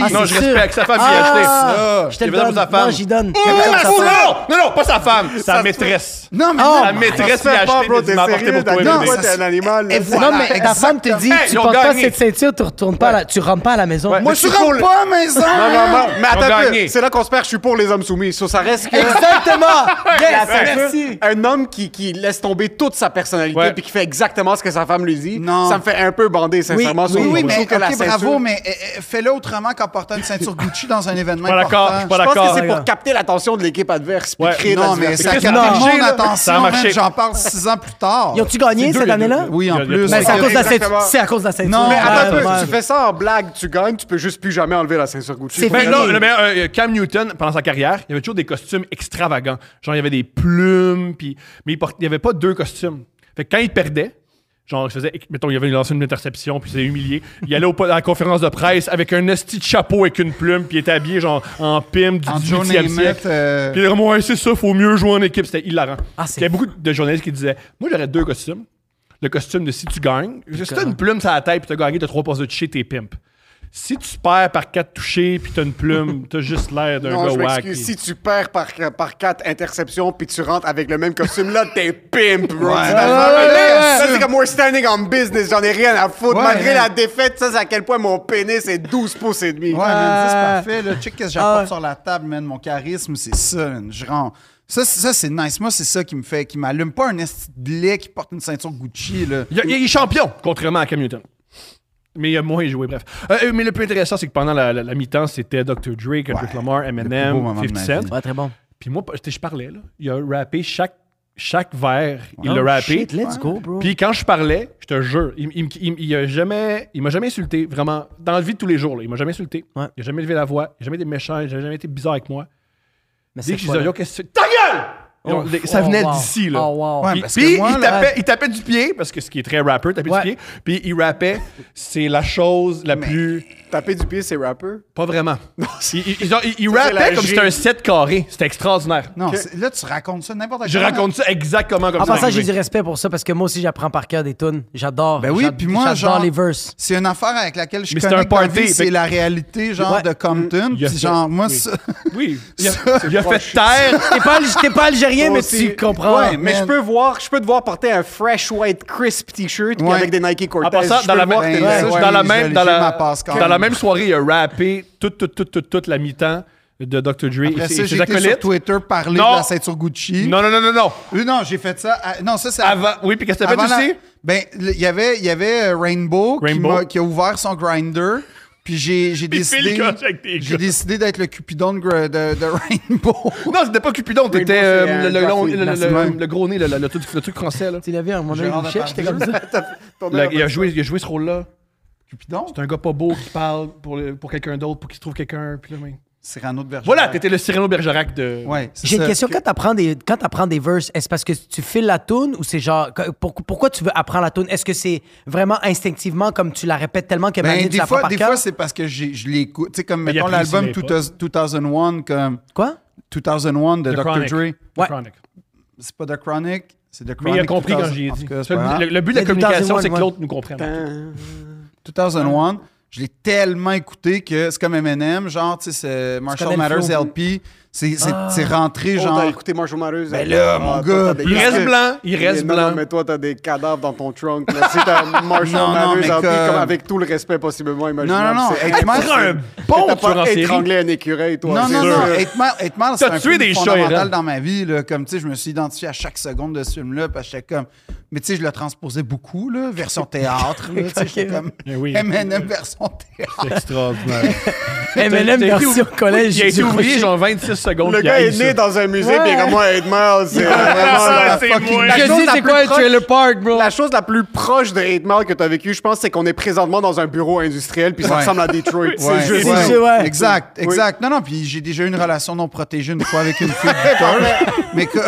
Ah, Non, c'est je sûr. respecte sa femme qui a acheté. Ah, Je te le Évidemment, donne. sa femme. Non, j'y donne. Non, Évidemment, sa femme. non, non, pas sa femme, sa maîtresse. Non, mais Oh Ah, La non, maîtresse Ça lui se a fait pas, acheté bro, des t'es m'apporter sérieux, pour toi et Daniel. bébé. Non, Toi, t'es un animal. là. Et Non, voilà, mais ta femme te dit, Hey, tu ils ont portes pas gagné. cette ceinture, tu retournes pas là, tu rentres pas à la maison. Ouais. Moi, je suis rentre pas à la maison! Non, non, non. Mais Ils ont attends, un peu. gagné. c'est là qu'on se perd. Je suis pour les hommes soumis. Ça, ça reste que. (laughs) Exactement! Yes, merci! Un homme qui, qui laisse tomber toute sa personnalité Ouais. puis qui fait exactement ce que sa femme lui dit, Non. ça me fait un peu bander, sincèrement. Oui, sur- Oui, oui, je mais trouve que la ok, ceinture- bravo, mais eh, eh, fais-le autrement qu'en portant une ceinture Gucci dans un événement Je suis pas d'accord, important. je suis pas Je pense d'accord. que c'est pour capter l'attention de l'équipe adverse puis Ouais. créer de la Non, mais diversité. ça a Qu'est-ce qui a capté mon marché, là? Ça a attention, marché. man, j'en parle six ans plus tard. Ils ont-tu gagné C'est deux, cette les année-là? deux. Oui, en Il y a- il y a plus. pas Mais c'est à Ouais, cause de la exactement. ceinture. C'est à cause de la ceinture. Non, Mais Ouais, attends un peu, ouais. tu fais ça en blague, tu gagnes, tu peux juste plus jamais enlever la ceinture Gucci. C'est Faut Mais fini. que- là, le meilleur, euh, Cam Newton, pendant sa carrière, il avait toujours des costumes extravagants. Genre, il avait des plumes, puis mais il portait- il n'y avait pas deux costumes. Fait que quand il perdait, genre, il faisait, mettons, il avait lancé une interception, puis il s'est humilié. Il allait au, à la conférence de presse avec un esti de chapeau avec une plume, puis il était habillé, genre, en pime du En Joe 18e Namath, siècle. euh, Puis il dit, ouais, c'est ça, faut mieux jouer en équipe. C'était hilarant. Ah, c'est il y a beaucoup de journalistes qui disaient, moi, j'aurais deux costumes. Le costume de si tu gagnes, si t'as une plume sur la tête puis t'as gagné, t'as trois passes de toucher, t'es pimp. Si tu perds par quatre touchés puis t'as une plume, (laughs) t'as juste l'air d'un Non, gars je wack. m'excuse. Si tu perds par, par quatre interceptions puis tu rentres avec le même costume, là, t'es pimp, bro. Tu vas- ouais, Là, ouais. c'est comme we're standing on business. J'en ai rien à foutre. Ouais, Malgré ouais. la défaite, ça, c'est à quel point mon pénis est 12 pouces et demi. Ouais, man, ça, Ah. c'est parfait. Là. Check qu'est-ce que Ah j'apporte ouais. sur la table, man. Mon charisme, c'est ça, man. Je rends. Ça, c'est- ça c'est nice. Moi, c'est ça qui me fait, qui m'allume. Pas un esti de lait qui porte une ceinture Gucci, là. Il, y a- il est champion, contrairement à Cam Newton. Mais il a moins joué, bref. Euh, mais le plus intéressant, c'est que pendant la, la- la mi-temps, c'était Dr. Dre, Kendrick Ouais, Lamar, le plus beau Eminem, moment de 50 ma Cent. vie. Ouais, très bon. Puis moi, je je parlais, là. Il a rappé chaque, chaque verre, il Oh, l'a rappé. Shit, let's go, bro. Puis quand je parlais, je te jure, il, il, il- il a jamais, il m'a jamais insulté, vraiment. Dans la vie de tous les jours, là, il m'a jamais insulté. Ouais. Il a jamais levé la voix, il a jamais été méchant, il a jamais été bizarre avec moi. Mais Dès c'est que je quoi, disais, là? yo, qu'est-ce que tu Ta gueule! Oh, Ils ont- ça oh, venait wow. d'ici, là. Oh, wow. Ouais, Puis, parce puis que moi, il, là- tapait, il tapait du pied, parce que ce qui est très rapper, tapait Ouais. du pied. Puis il rappait, c'est la chose la plus. Taper du pied, c'est rapper. Pas vraiment. il il- il- il- il c'est la rappait comme si c'était G. un set carré. C'était extraordinaire. Non, c'est- là, tu racontes ça n'importe quoi. Je raconte ça exactement comme En ça. passant, j'ai arrivé. du respect pour Ah. ça parce que moi aussi, j'apprends par cœur des tunes. J'adore. Ben oui, J'ad- puis moi, genre- J'adore les verses. C'est une affaire avec laquelle je Mais suis c'est connecté. un party, fait C'est que- la réalité, genre, Ouais. de Compton. Il y a Puis ça. genre, moi, ça... Oui. Il a, il a fait taire. T'es pas, t'es pas algérien, Moi mais aussi. tu comprends. Ouais, (laughs) Mais Man. je peux voir, je peux te voir porter un fresh white crisp t-shirt puis Ouais. avec des Nike Cortez. En passant, Je dans peux la, voir que même- t'es- Ouais, dans ouais, la j'ai- même, j'ai dans la, ma passe quand dans même. la même soirée, il a rappé toute, toute, toute, toute, toute la mi-temps de Dr. Dre Après et ça, ses- j'ai ses été sur acolytes. Twitter parler Non. de la ceinture Gucci. Non, non, non, non, non. Euh, non, j'ai fait ça. à- Non, ça, c'est Avant, oui, puis qu'est-ce que t'as fait Avant la- aussi? Ben, le- il y avait, il y avait euh, Rainbow, qui Rainbow. m'a- Qui, a ouvert son grinder. Puis j'ai, j'ai Puis Phil décidé, Koch avec des j'ai gars. décidé d'être le Cupidon de, gr- de- de (laughs) Rainbow. Non, c'était pas Cupidon, t'étais c'est, euh, le- euh, le long- Garfield, le- le- Maximum. le- le gros nez, le- le le truc le truc français. là. Tu l'as vu à un moment donné, Genre, Michel, j'étais comme ça. Ton Le- œuvre. Il a joué il a joué ce rôle-là. Cupidon? C'est un gars pas beau qui parle pour le- pour quelqu'un d'autre, pour qu'il trouve quelqu'un. puis là, mais- Cyrano de Bergerac. Voilà, t'étais le Cyrano Bergerac de. Ouais, c'est J'ai une ça. question. Quand t'apprends des, quand t'apprends des verses, est-ce parce que tu files la tune ou c'est genre que- pour- pourquoi tu veux apprendre la tune Est-ce que c'est vraiment instinctivement comme tu la répètes tellement que Ben, maintenant tu des la prends fois, par des cœur fois, c'est parce que j'ai- je l'écoute. Tu sais, comme, Mais il mettons, apprécie l'album les pas. 2000- 2001, comme Quoi 2001 de The Dr. Chronic. Dre. The Ouais. Chronic. C'est pas The Chronic, c'est The Mais Chronic. il a compris quand 2000, j'y ai en tout dit. cas, c'est Ça, pas grave. Le le but de la Mais 2001, communication, c'est que ouais. l'autre nous comprenne. 2001, je Je l'ai tellement écouté que c'est comme Eminem, genre, tu sais, c'est Marshall connais le Matters flow. Ah. LP. C'est c'est- c'est rentré, Oh, genre. t'as écouté Marshall Mathers. Ben là, mon Ah, gars, toi, t'as des Il reste cadavres. blanc, il reste Non, blanc. non, mais toi, t'as des cadavres dans ton trunk. là. Si (laughs) t'as un Marshall Non, non, Mathers mais en pied, que- comme avec tout le respect possiblement non, imaginable. non, non. c'est Eight Mile- Prends un Bon, bon t'as tueur en pas série. étranglé un écureuil, toi. Non, c'est non, sûr. non. Eight Mile, Eight Mile, c'est T'as un tué film des chats errants. fondamental dans ma vie. Là, comme, tu sais, je me suis identifié à chaque seconde de ce film-là. Parce que j'étais comme. Mais tu sais, je le transposais beaucoup, là, version théâtre. là, tu sais, (laughs) j'étais comme. Eh oui. M&M version théâtre. C'est extraordinaire. M&M T'as été merci au collège. Il a été du oublié rocher. genre 26 secondes. Le puis gars il a est eu né ça. dans un musée, puis il est comme moi, Eight Mile, (laughs) c'est vraiment la- Ah, c'est moi. la Je chose sais la c'est plus quoi un proche- trailer park, bro. La chose la plus proche de Eight Mile que t'as vécu, je pense, c'est qu'on est présentement dans un bureau industriel, puis ça Ouais. ressemble à Detroit. Ouais, C'est juste ouais. ça, ouais. Exact, exact. Non, non, puis j'ai déjà eu une relation non protégée une fois avec une (laughs) fille buteur. mais que.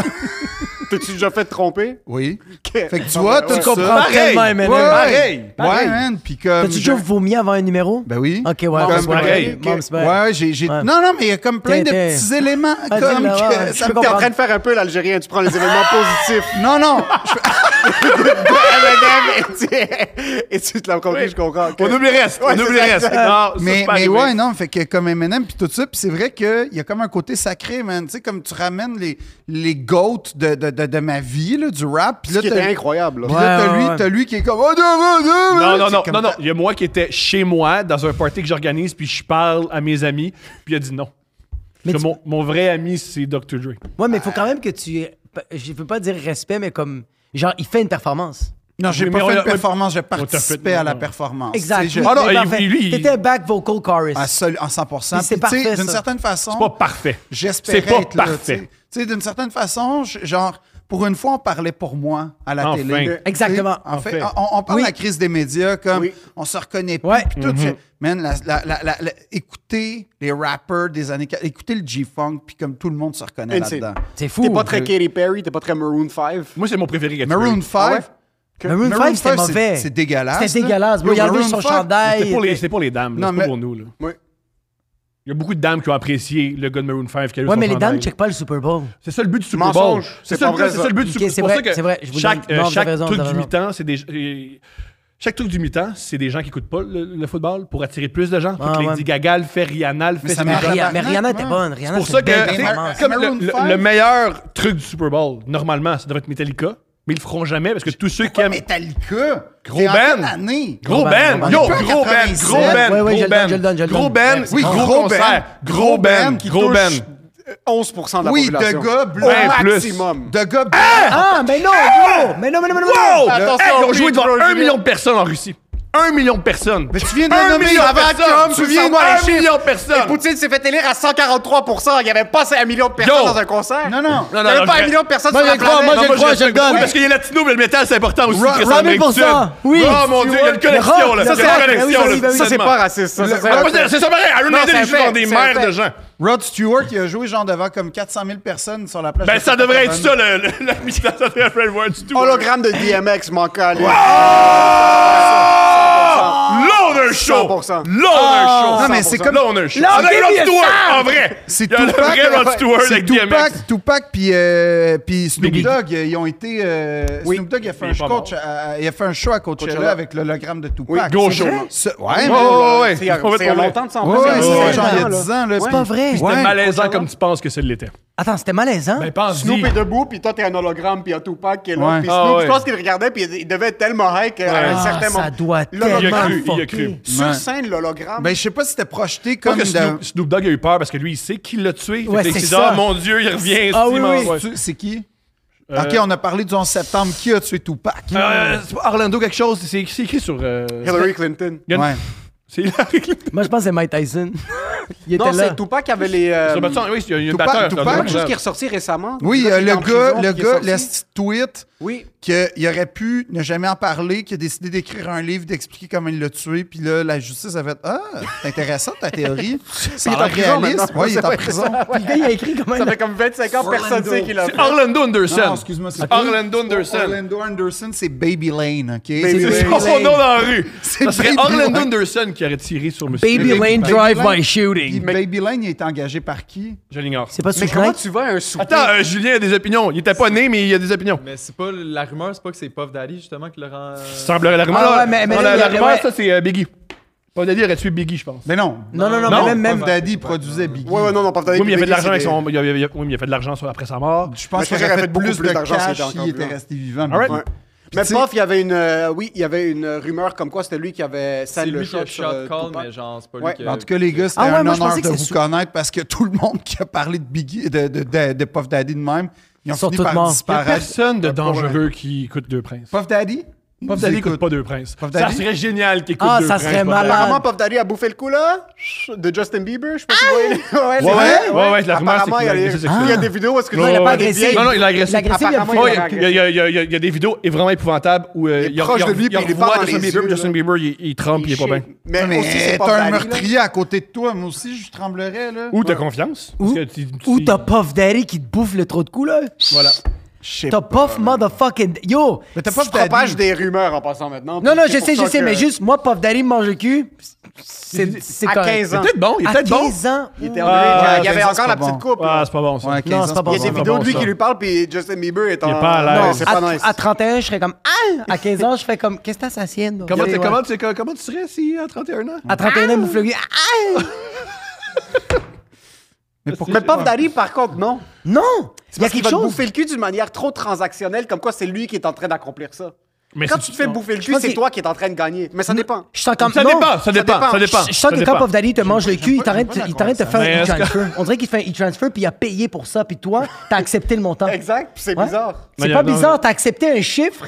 T'es-tu déjà fait tromper? Oui. Ok. Fait que tu vois, tout ça. Tu comprends tellement Ouais, M&M. ouais, ouais, man. Puis comme. T'as-tu toujours vomi avant un numéro? Ben oui. Ok, ouais. Mom's ouais, pareil. ouais, Mom's Ouais, pareil. ouais, j'ai. j'ai- Ouais. Non, non, mais il y a comme plein de T'es- t'es- petits éléments. Ah, comme dis-le, que ouais, ça me je T'es en comprends. train de faire un peu l'Algérien, tu prends (laughs) les événements positifs (laughs) (laughs) Non, non. je- de M&M et tu, et tu te l'appropries, je comprends. On oublie le reste. On c'est oublie le ça, reste. Non, ça, c'est mais pas mais arrivé. ouais, non, fait que comme Eminem, puis tout ça, puis c'est vrai qu'il y a comme un côté sacré, man. Tu sais, comme tu ramènes les, les goats de, de, de, de ma vie, là, du rap. Puis Ce là, qui t'as- était incroyable. là. Puis là, Ouais, t'as ouais, lui, ouais. t'as lui qui est comme. Oh, non, non, Non, non, non, non, C'est non, comme non, non. ça. Il y a moi qui était chez moi dans un party que j'organise, puis je parle à mes amis, puis il a dit non. Mais Parce que tu- mon, mon vrai ami, c'est Dr. Dre. Ouais, mais il faut quand même que tu... Je veux pas dire respect, mais comme... Genre, il fait une performance. Non, j'ai Oui, mais pas on fait l'a- une performance, j'ai t'a fait- participé à la non. performance. Exact. Tu sais, je- Ah non, Mais il- parfait. lui, il- T'étais un back vocal chorus. à seul- en 100%. Mais c'est Puis, tu sais, parfait, D'une ça. certaine façon, C'est pas parfait. j'espérais c'est pas être là, tu parfait. sais. Tu sais, d'une certaine façon, je- genre, pour une fois, on parlait pour moi à la Enfin. télé. Tu sais, Exactement. En fait, Enfin. on, on parle Oui. de la crise des médias comme Oui. on se reconnaît plus. Ouais. puis tout, Mm-hmm. je- man, la- la- la- la- la- écoutez les rappers des années... quat- Écoutez le G-Funk, puis comme tout le monde se reconnaît Insane. là-dedans. Ah, C'est fou. T'es pas très Katy Perry, t'es pas très Maroon 5. Moi, c'est mon préféré. Katy Perry. Maroon 5... Ah ouais? Maroon Maroon 5, c'était five, c'est- mauvais. c'est dégueulasse, C'était là. dégueulasse. bro. Yo, Il a enlevé Maroon son five, chandail. C'était pour, les- c'était pour les dames, là, Non, c'est pas mais- pour nous. Là. Ouais. Il y a beaucoup de dames qui ont apprécié le gars de Maroon 5 qui a eu Ouais, son mais les chandail. dames ne checkent pas le Super Bowl. C'est ça le but du Super Bowl. Mensonge. C'est C'est ça, pas le- vrai, c'est ça. ça le but du Ok, Super Bowl. c'est pour vrai, ça que c'est vrai, je vous Chaque, donne- euh, non, vous chaque avez raison, truc vous du avez 8 ans, c'est des. euh, Chaque truc du 8 ans, c'est des gens qui écoutent pas le, le football pour attirer plus de gens. Fait Ah, que ouais. Lady Gaga le fait, Rihanna le fait. Mais ça c'est des marche gens- Ria- Mais tabarnak, Rihanna était ouais. bonne. Rihanna, C'est pour c'est ça une belle que tu sais, performance. comme Maroon le, le- five. le meilleur truc du Super Bowl, normalement, ça devrait être Metallica, mais ils le feront jamais parce que tous ceux qui aiment. Metallica. Gros t'es en band. quelle année? Gros Gros Ben, Ben, yo, Ben, gros Ben, 97. gros Ben, Ouais, ouais, je gros le Ben, donne, je le donne, je le gros donne. Ben, Oui, gros, gros concert, Ben. gros Ben, Qui gros Ben. 11% de Ben, la Oui, de population. gars blancs. Ouais, plus. maximum. De gars blancs. Ah, mais non, bro! Mais non, mais non, mais non! mais Wow! non. Attention, Hey, ils ont oui, joué devant Roger. un million de personnes en Russie. Un million de personnes. Mais tu viens de le Un nommer million de avant personnes. Trump, Tu tu viens viens de un voir les chiffres. million de personnes. Poutine s'est fait élire à 143%. Il n'y avait pas 1 million de personnes Yo. dans un concert. Non, non. Non, Il n'y non, avait je- pas 1 million de personnes Moi, sur la je crois, planète. moi, Non, je moi, crois, je- je le donne. Oui, Parce qu'il y a latino, mais le métal, c'est important aussi. Ra- Chris, ra- en Amérique 1000%, du Sud. oui. Oh mon dieu, il y a une connexion, là. ça, Il y a c'est- une connexion, oui, oui, là. oui, oui, Ça, c'est pas raciste. Ça, ça, c'est Ah, un- moi, c'est- C'est ça pareil. À Non, Ronaldinho, c'est il un joue devant fait, des c'est un mères de fait. gens. Rod Stewart, il a joué genre devant comme 400 000 personnes sur la plage. Ben, de ça devrait être Copacabana. ça, le- le- la mission de Fred Ward Stewart. Hologramme de DMX, mon cas. Loner Show! 100%. Loner Show! Non, mais c'est comme- Loner Show. Là, Ah, give Rod me a Stewart, sign. en vrai! C'est Il y a le Tupac, vrai Rod ouais, Stewart c'est avec Tupac, DMX. Tupac puis euh, puis Snoop Biggie. Dogg, ils ont été. euh, Oui. Snoop Dogg il a fait Il un est pas coach, mort. à- à- il a fait un show à Coachella Coachella. avec l'hologramme de Tupac. Oui, Gros C'est show. vrai? Ce- ouais, Ouais, mais- ouais, ouais. C'est il y a- Complètement c'est il y a vrai. longtemps de ça. Ouais, en ouais, fait. c'est ouais. genre il y a 10 ans. là. C'est pas vrai. C'était Ouais. malaisant comme tu penses que ça l'était. Attends, c'était malaisant. Ben, pense Snoop est debout, puis toi, t'es un hologramme, puis il y a Tupac qui est là. Ouais. Puis Ah, Snoop, ouais. je pense qu'il regardait, puis il devait être tellement high qu'à Ouais. un Ah, certain moment. ça doit Il a tellement cru, il a fucké. cru. Ouais. Sur scène, l'hologramme. Ben, je sais pas si c'était projeté Pas comme. que dans- Snoop, Snoop Dogg a eu peur parce que lui, il sait qui l'a tué. Ouais, fait que c'est il s'est dit, ah ça. mon Dieu, il revient. Ah, si, oui, mon- oui. ouais. Tu- C'est qui? Ok, on a parlé du 11 septembre. Qui a tué Tupac? Euh, c'est pas Orlando quelque chose, c'est c'est écrit sur... euh, Ben, Hillary Clinton. il y a une- Ouais. C'est (laughs) Hillary Clinton. Moi, je pense que c'est Mike Tyson. Il était Non, là. c'est Tupac qui avait les. euh, Sur Batson, oui, il y a une Tupac- batteur. c'est Tupac, Quelque Orlando. chose qui est ressorti récemment. Oui, Le euh, gars qui est le en prison, gars, le qui est gars, sorti. laisse tweet Oui. qu'il aurait pu ne jamais en parler, qu'il a décidé d'écrire un livre, d'expliquer comment il l'a tué, puis là, la justice a fait Ah, c'est intéressant ta (laughs) théorie. C'est est en prison maintenant. Oui, il est en Ouais, prison. Puis le gars, il a écrit comment Ça il a- fait comme 25 ans, personne ne sait qu'il a fait. C'est Orlando Anderson. Non, non, excuse-moi, c'est pas- Orlando c'est pas Anderson. Orlando Anderson, c'est Baby Lane, OK? Baby C'est- C'est Lane. son nom dans la rue. C'est Ça serait Baby Orlando Lane. Anderson qui aurait tiré sur Monsieur. Baby Lane. Lane Baby drive-by Lane. Puis shooting. Baby Lane, il est engagé par qui? Je l'ignore. C'est pas Mais sous comment tu vas à un souper? Attends, euh, Julien a des opinions. Il était pas né, mais il a des opinions. Mais c'est pas la rumeur, c'est pas que c'est Puff Daddy justement qui le rend. euh, Semblerait la rumeur. Ah ouais, là. mais- mais Non, là, la, il y la avait- rumeur, ouais. ça, c'est euh, Biggie. Pop Daddy aurait tué Biggie, je pense. Mais Ben non. Non, non, non, Non, mais même, même, Puff Daddy produisait Biggie. Ouais, ouais, non, non, pas Oui, mais il a fait de l'argent avec son. il a- il a- oui, mais il a fait de l'argent sur- après sa mort. Je pense Mais qu'il Ferrer aurait fait, beaucoup plus, de d'argent s'il cash était encore s'il était vivant. resté vivant. Alright. Ouais. Puis Mais tu sais- Puff, il y avait une. euh, oui, il y avait une rumeur comme quoi c'était lui qui avait C'est sale le lui qui a shot sur shot euh, call, Tupac. mais genre, c'est pas Ouais. lui qui a... En tout cas, les gars, c'était Ah ouais, un moi, je honneur pensais que de c'était vous sou- connaître parce que tout le monde qui a parlé de Biggie, de, de, de, de Puff Daddy de même, ils ont Sont fini tous par morts. Il n'y a disparaître. personne de dangereux qui écoute Deux Princes. Puff Daddy? Puff Daddy n'écoute pas Deux Princes. Puff Ça Daddy? serait génial qu'il écoute Ah, Deux ça Princes. serait Puff Daddy. malade. Apparemment, Puff Daddy a bouffé le coup, là, de Justin Bieber, je sais pas si vous voyez. (laughs) Ouais, c'est Ouais, vrai, ouais, ouais, la rumeur, Apparemment, c'est il y qu'il a a agressé des- il y a sexuellement. des vidéos, est-ce que Non, tu il a pas des agressé. vieilles- Non, non, il a Il agressé. a agressé, il a Apparemment, Oh, foutu- il, y a, il y a- il y a- il y a- il y a des vidéos vraiment épouvantables où euh, Il est proche de lui, puis il est pas revoit dans Justin les Bieber, yeux, Justin là. Bieber, il, il trempe, il est pas bien. Mais, Mais aussi, c'est t'es Puff un Daddy, là. meurtrier à côté de toi. Moi aussi, je tremblerais, là. Ou t'as confiance. Ou- parce que tu- tu- Ou tu- t'as Puff Daddy qui te bouffe le trop de coups, là. Voilà. Je sais T'as pas. Puff motherfucking... Yo! Mais t'as Tu Puff Daddy. propages des rumeurs en passant maintenant. Non, puis non, c'est je pour sais, je ça sais, que- mais juste, moi, Puff Daddy me mange le cul, c'est c'est À correct. 15 ans. Peut-être bon, il est À peut-être bon. 15 ans, Il ouh. était en- Ah, il y avait ouais, encore c'est la pas petite bon. coupe. Ah, là. c'est pas bon ça. Ouais, 15 Non, ans, c'est pas Il y a bon, des pas vidéos bon, de lui ça. qui lui parle, puis Justin Bieber est en. Il est pas à l'aise. Non, Ouais, Non, c'est à, pas nice. à 31, je serais comme Ah! À 15 ans, je serais comme Qu'est-ce que t'as, ça sienne? donc? Comment, Tu sais, t'es- ouais. comment, tu, comment tu serais si à 31 ans? À 31 ans, il bouffe le cul. Ah! Mais pourquoi Mais Puff Daddy, par contre, non. Non! Il y a Parce qu'il va quelque te chose. bouffer le cul d'une manière trop transactionnelle, comme quoi c'est lui qui est en train d'accomplir ça. Mais Quand c'est- tu te fais bouffer le Je cul, pense c'est qu'il- toi qui es en train de gagner. Mais ça dépend. Je sens comme. Ça non. dépend, ça dépend, dépend. ça dépend. Je sens ça que dépend. quand Puff Daddy te mange le cul, il t'arrête j'aime pas la il t'arrête de faire conversation. un Mais est-ce que- e-transfer. On dirait qu'il fait un e-transfer puis il a payé pour ça, puis toi, t'as accepté le montant. Exact, puis c'est Ouais. bizarre. Mais C'est pas non, bizarre, t'as accepté un chiffre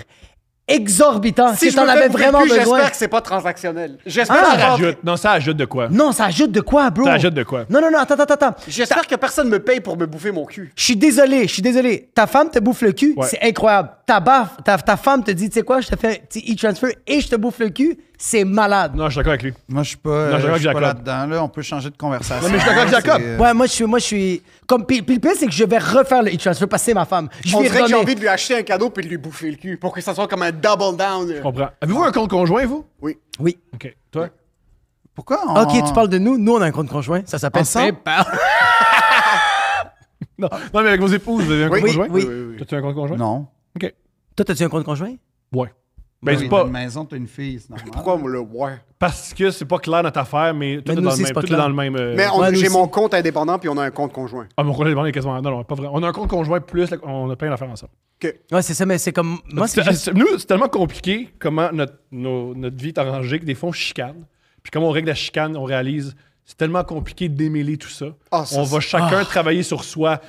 exorbitant. Si Si je t'en me fais avais bouffer le vraiment cul, besoin. J'espère que c'est pas transactionnel. J'espère Ah, Ça que ça rentre- rajoute. Non, ça ajoute de quoi? Non, ça ajoute de quoi, bro? Ça ajoute de quoi? Non, non, non, attends, attends, attends. J'espère que personne me paye pour me bouffer mon cul. Je suis désolé, je suis désolé. Ta femme te bouffe le cul, Ouais. c'est incroyable. Ta, baffe- ta, ta femme te dit, tu sais quoi, je te fais un petit e-transfer et je te bouffe le cul, c'est malade. Non, je suis d'accord avec lui. Moi, je suis pas, euh, je suis je suis d'accord pas avec Jacob. là-dedans. Là, on peut changer de conversation. Non, mais je suis d'accord avec C'est, Jacob. euh, Ouais, moi je suis, moi je suis. Comme puis, puis le pire c'est que je vais refaire le e-transfer parce que c'est ma femme. Je On vais dirait que j'ai envie redonner. de lui acheter un cadeau puis de lui bouffer le cul pour que ça soit comme un double down. là. Je comprends. Avez-vous un compte conjoint, vous? Oui. Oui. OK. Toi? Pourquoi on... Ok, tu parles de nous. Nous on a un compte conjoint. Ça s'appelle Ensemble? PayPal. Non. non, mais avec vos épouses, vous avez un compte Oui, conjoint? oui. T'as-tu un compte conjoint? Non. OK. Toi t'as-tu un compte conjoint Ouais. Ben, Oui, c'est t'as pas... une maison, t'as une fille, c'est normal. Pourquoi me le ouais? Parce que c'est pas clair notre affaire, mais tout Mais est dans nous le aussi, même- c'est pas tout est clair. dans le même... euh, Mais on- Ouais, nous j'ai aussi. mon compte indépendant puis on a un compte conjoint. Ah, mon conjoint dépendant est quasiment... Non, non, pas vrai. On a un compte conjoint plus... la- On a plein d'affaires ensemble. Ouais, c'est ça, mais c'est comme moi Ah, c'est C'est- juste. c'est- Nous, c'est tellement compliqué comment notre, nos- notre vie est arrangée que des fois, on chicane. Puis comme on règle la chicane, on réalise... C'est tellement compliqué de démêler tout ça. Ah, ça, on va chacun travailler sur soi.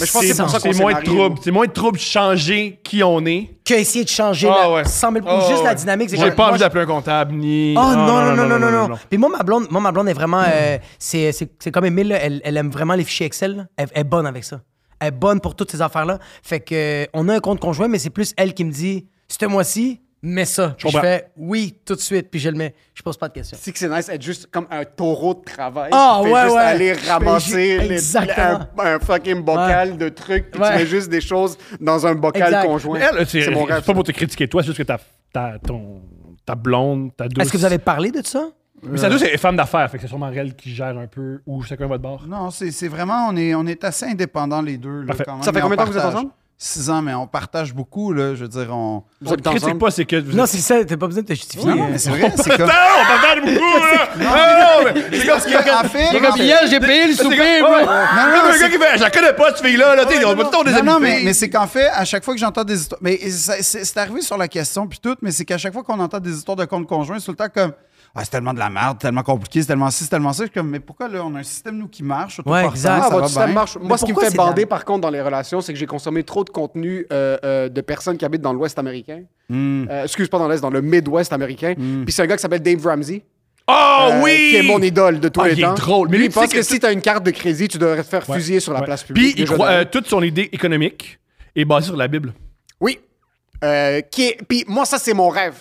Mais je pense que c'est pour ça qu'on c'est s'est moins de mariés, troubles. nous. C'est moins de troubles de changer qui on est. Qui a essayé de changer Ah la- ouais. 100 000 Ah ou juste ouais. la dynamique. c'est J'ai comme- pas moi, envie je- d'appeler un comptable ni. Ah, Oh non, non, non, non, non, non. Puis moi, ma blonde, moi, ma blonde est vraiment. euh, c'est, c'est, c'est comme Emile, là, elle, elle aime vraiment les fichiers Excel. là. Elle, elle est bonne avec ça. Elle est bonne pour toutes ces affaires-là. Fait que euh, on a un compte conjoint, mais c'est plus elle qui me dit ce mois-ci, mets ça. Puis je comprends. fais oui tout de suite, puis je le mets. Je pose pas de questions. Si que c'est nice être juste comme un taureau de travail. Ah, tu fais ouais, juste ouais. aller Je fais ramasser ju- les- Exactement. un, un fucking bocal de trucs puis Ouais. tu mets juste des choses dans un bocal Exact. conjoint. Elle, c'est C'est mon rêve. c'est pas pour te critiquer, toi, c'est juste que ta, ta, ton, ta blonde, ta douce. Est-ce que vous avez parlé de ça? Mais sa douce est femme d'affaires, fait que c'est sûrement elle qui gère un peu où chacun va de bord. Non, c'est c'est vraiment, on est, on est assez indépendants les deux. Là, Parfait. quand même, Ça fait mais combien de on temps que vous êtes partage- ensemble? Six ans, mais on partage beaucoup, là. Je veux dire, on. Vous On êtes te critique ensemble? pas, c'est que. vous Non, êtes- c'est ça, t'as pas besoin de te justifier. Non, non, mais c'est vrai, c'est comme. Non, on partage (laughs) beaucoup, là! Non, non, mais. C'est comme ce En fait, en fait- j'ai payé le C'est comme ouais. Comme un c'est- gars qui fait, je la connais pas, cette fille-là, là, t'sais, on va tout le temps des Non, non, mais, amis. mais c'est qu'en fait, à chaque fois que j'entends des histoires. Mais ça- c'est c'est arrivé sur la question, puis tout, mais c'est qu'à chaque fois qu'on entend des histoires de comptes conjoints, c'est tout le temps comme. Ah, c'est tellement de la merde, tellement compliqué, c'est tellement ci, c'est tellement ça. Je suis comme, mais pourquoi là, on a un système, nous, qui marche, autoportant, Ouais, exact. ça Ah, va votre système bien. marche. Moi, ce qui me pourquoi fait c'est de la bander, merde? par contre, dans les relations, c'est que j'ai consommé trop de contenu euh, euh, de personnes qui habitent dans l'Ouest américain. Euh, excuse pas dans l'Est, dans le Midwest américain. Puis c'est un gars qui s'appelle Dave Ramsey. Oh euh, oui! Qui est mon idole de tous Ah, les il est temps. drôle. Mais Lui, lui, il tu sais pense que, que si t'as une carte de crédit, tu devrais te faire fusiller sur la Ouais. place publique. Puis, il Déjà, croit- de- euh, toute son idée économique est basée sur la Bible. Oui. Euh, qui est- Puis moi, ça, c'est mon rêve.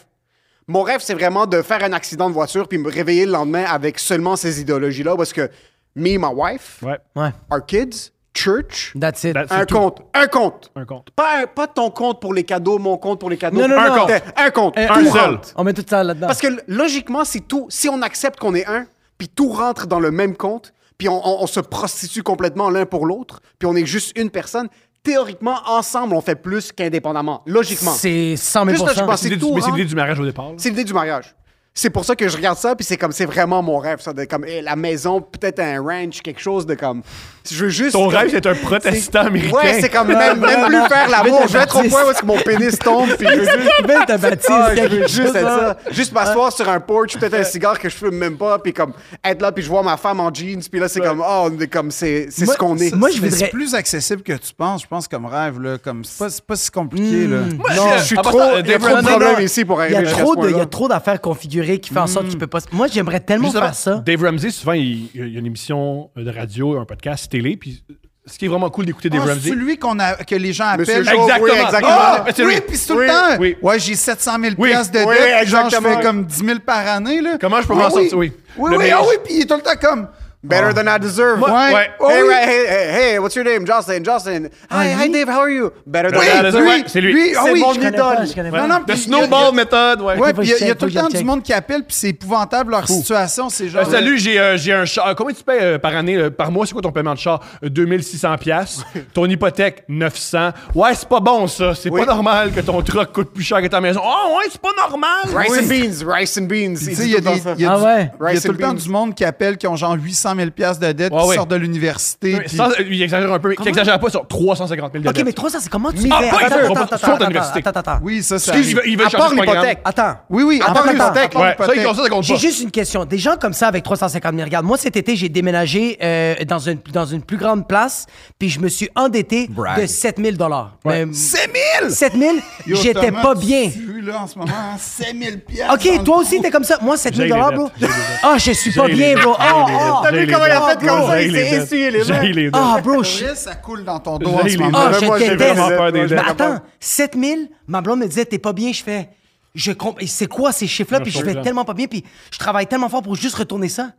Mon rêve, c'est vraiment de faire un accident de voiture puis me réveiller le lendemain avec seulement ces idéologies-là parce que me, my wife, Ouais. Ouais, our kids, church, that's it. That's- c'est un tout. compte, un compte. Un compte. Pas, un- pas ton compte pour les cadeaux, mon compte pour les cadeaux. Non, non, un non. compte. Un compte. Euh, un tout seul. rentre. On met tout ça Ah. là-dedans. Parce que l- logiquement, si, tout, si on accepte qu'on est un, puis tout rentre dans le même compte, puis on, on- on se prostitue complètement l'un pour l'autre, puis on est juste une personne, théoriquement, ensemble, on fait plus qu'indépendamment. Logiquement. c'est 100 000 Juste là, je pense- C'est l'idée Ah, (laughs) tout, du- mais c'est hein. l'idée du mariage au départ. là. C'est l'idée du mariage. C'est pour ça que je regarde ça, puis c'est comme, c'est vraiment mon rêve, ça, de comme, eh, la maison, peut-être un ranch, quelque chose de comme. Je veux juste. Ton comme- rêve, c'est un protestant américain. Ouais, c'est comme même, (laughs) même plus faire l'amour. Je vais être au point où est-ce que mon pénis tombe, puis je veux juste. Belle ta bâtisse, Ah, je quelque veux juste chose, être hein. ça. Juste m'asseoir sur un porch, peut-être un cigare que je fume même pas, puis comme être là, puis je vois ma femme en jeans, puis là c'est comme oh, on est comme c'est c'est Moi, ce qu'on est. ça- moi, je Mais voudrais- C'est plus accessible que tu penses, je pense, comme rêve. Là, comme c'est pas, c'est pas si compliqué. Là. Moi, Non, je suis en trop- passant, il y a Devon- trop de Non, non, problèmes non. ici pour Il y arriver a jusqu'à trop ce de- il y point-là. a trop d'affaires configurées qui font en sorte que tu peux pas. Moi, j'aimerais tellement Justement, faire ça. Dave Ramsey, souvent, il, il y a une émission de radio, un podcast télé, puis ce qui est vraiment cool d'écouter Dave Ah, Ramsey. celui qu'on a, que les gens Monsieur appellent. Joe, oui, Exactement. exactement. Ah! oui, c'est lui. puis c'est tout Oui, le temps. oui. Ouais, j'ai 700 000 Oui, piastres de oui, dette. puis genre, je exactement. fais comme 10 000 par année. Là. Comment je peux Oui, m'en sortir? Oui. Oui, oui, Le oui, meilleur- ah oui, puis il est tout le temps comme. Better than I deserve. Ouais. Ouais. Oh, hey, oui. right, hey, hey, hey, what's your name? Jocelyn, Jocelyn. Hi, hi Dave, how are you? Better than Oui, I Better deserve. than- ouais, c'est lui. ah C'est oui, mon je Je connais- connais pas, je connais Ouais. pas. Non, non, The puis il y a- snowball method, ouais. Ouais, Faut que puis il je y a- il y a check, tout le faut que temps je du check. monde qui appelle, puis c'est épouvantable leur situation. C'est Euh, genre. salut, j'ai euh, j'ai un char. Combien tu payes euh, par année? euh, par mois, c'est quoi ton paiement de char? Euh, 2600 pièces. Ton hypothèque, 900. Ouais, c'est pas bon, ça. C'est Oui. pas normal que ton truck coûte plus cher que ta maison. Oh, ouais, c'est pas normal! Rice Oui. and beans, rice and beans. Puis, tu sais, il y a, dit tout des- le temps ça. il y a Ah du- ouais. il y a Rice tout le and temps beans. du monde qui appelle, qui ont genre 800 000 piastres de dette, Ouais, qui ouais. sortent de l'université. puis- Sans- euh, il exagère un peu, mais qui exagère pas sur 350 000 Ok, mais trop ça, c'est comment tu fais? Ah, ouais, Attends, faut- attends, faut- attends, faut- attends, faut- attends, attends, attends. Oui, ça, ça. Excuse, arrive. ils veulent À changer part le programme. l'hypothèque. Attends. Oui, oui, À en part même temps, l'hypothèque. en Ouais, même ça, ils temps. font ça, ça compte J'ai pas. juste une question. Des gens comme ça avec 350 000, regarde, moi cet été, j'ai déménagé euh, dans, une, dans une plus grande place, puis je me suis endetté Brag. de 7 000 Ouais. Mais- 7 000! 7 000, Yo, j'étais Thomas, pas bien. Tu là en ce moment, hein, 5000 pièces. Ok, toi aussi, t'es comme ça. Moi, 7 000 J'ai les bro. dettes, j'ai les Ah, je suis pas J'ai bien, les bro. dettes, Ah, j'ai les ah. dettes, T'as j'ai vu les comment il a dettes, fait comme ça? j'ai Il les s'est dettes, essuyé les mains. j'ai les dettes. Ah, bro, je suis- Chris, ça coule dans ton dos en J'ai ce les moment. Ah, dettes. je Moi, j'ai déteste. vraiment peur des Mais dettes. attends, 7000, ma blonde me disait, t'es pas bien, je fais, je comp- et c'est quoi ces chiffres-là, Non, puis je je vais comprends. tellement pas bien, puis je travaille tellement fort pour juste retourner ça.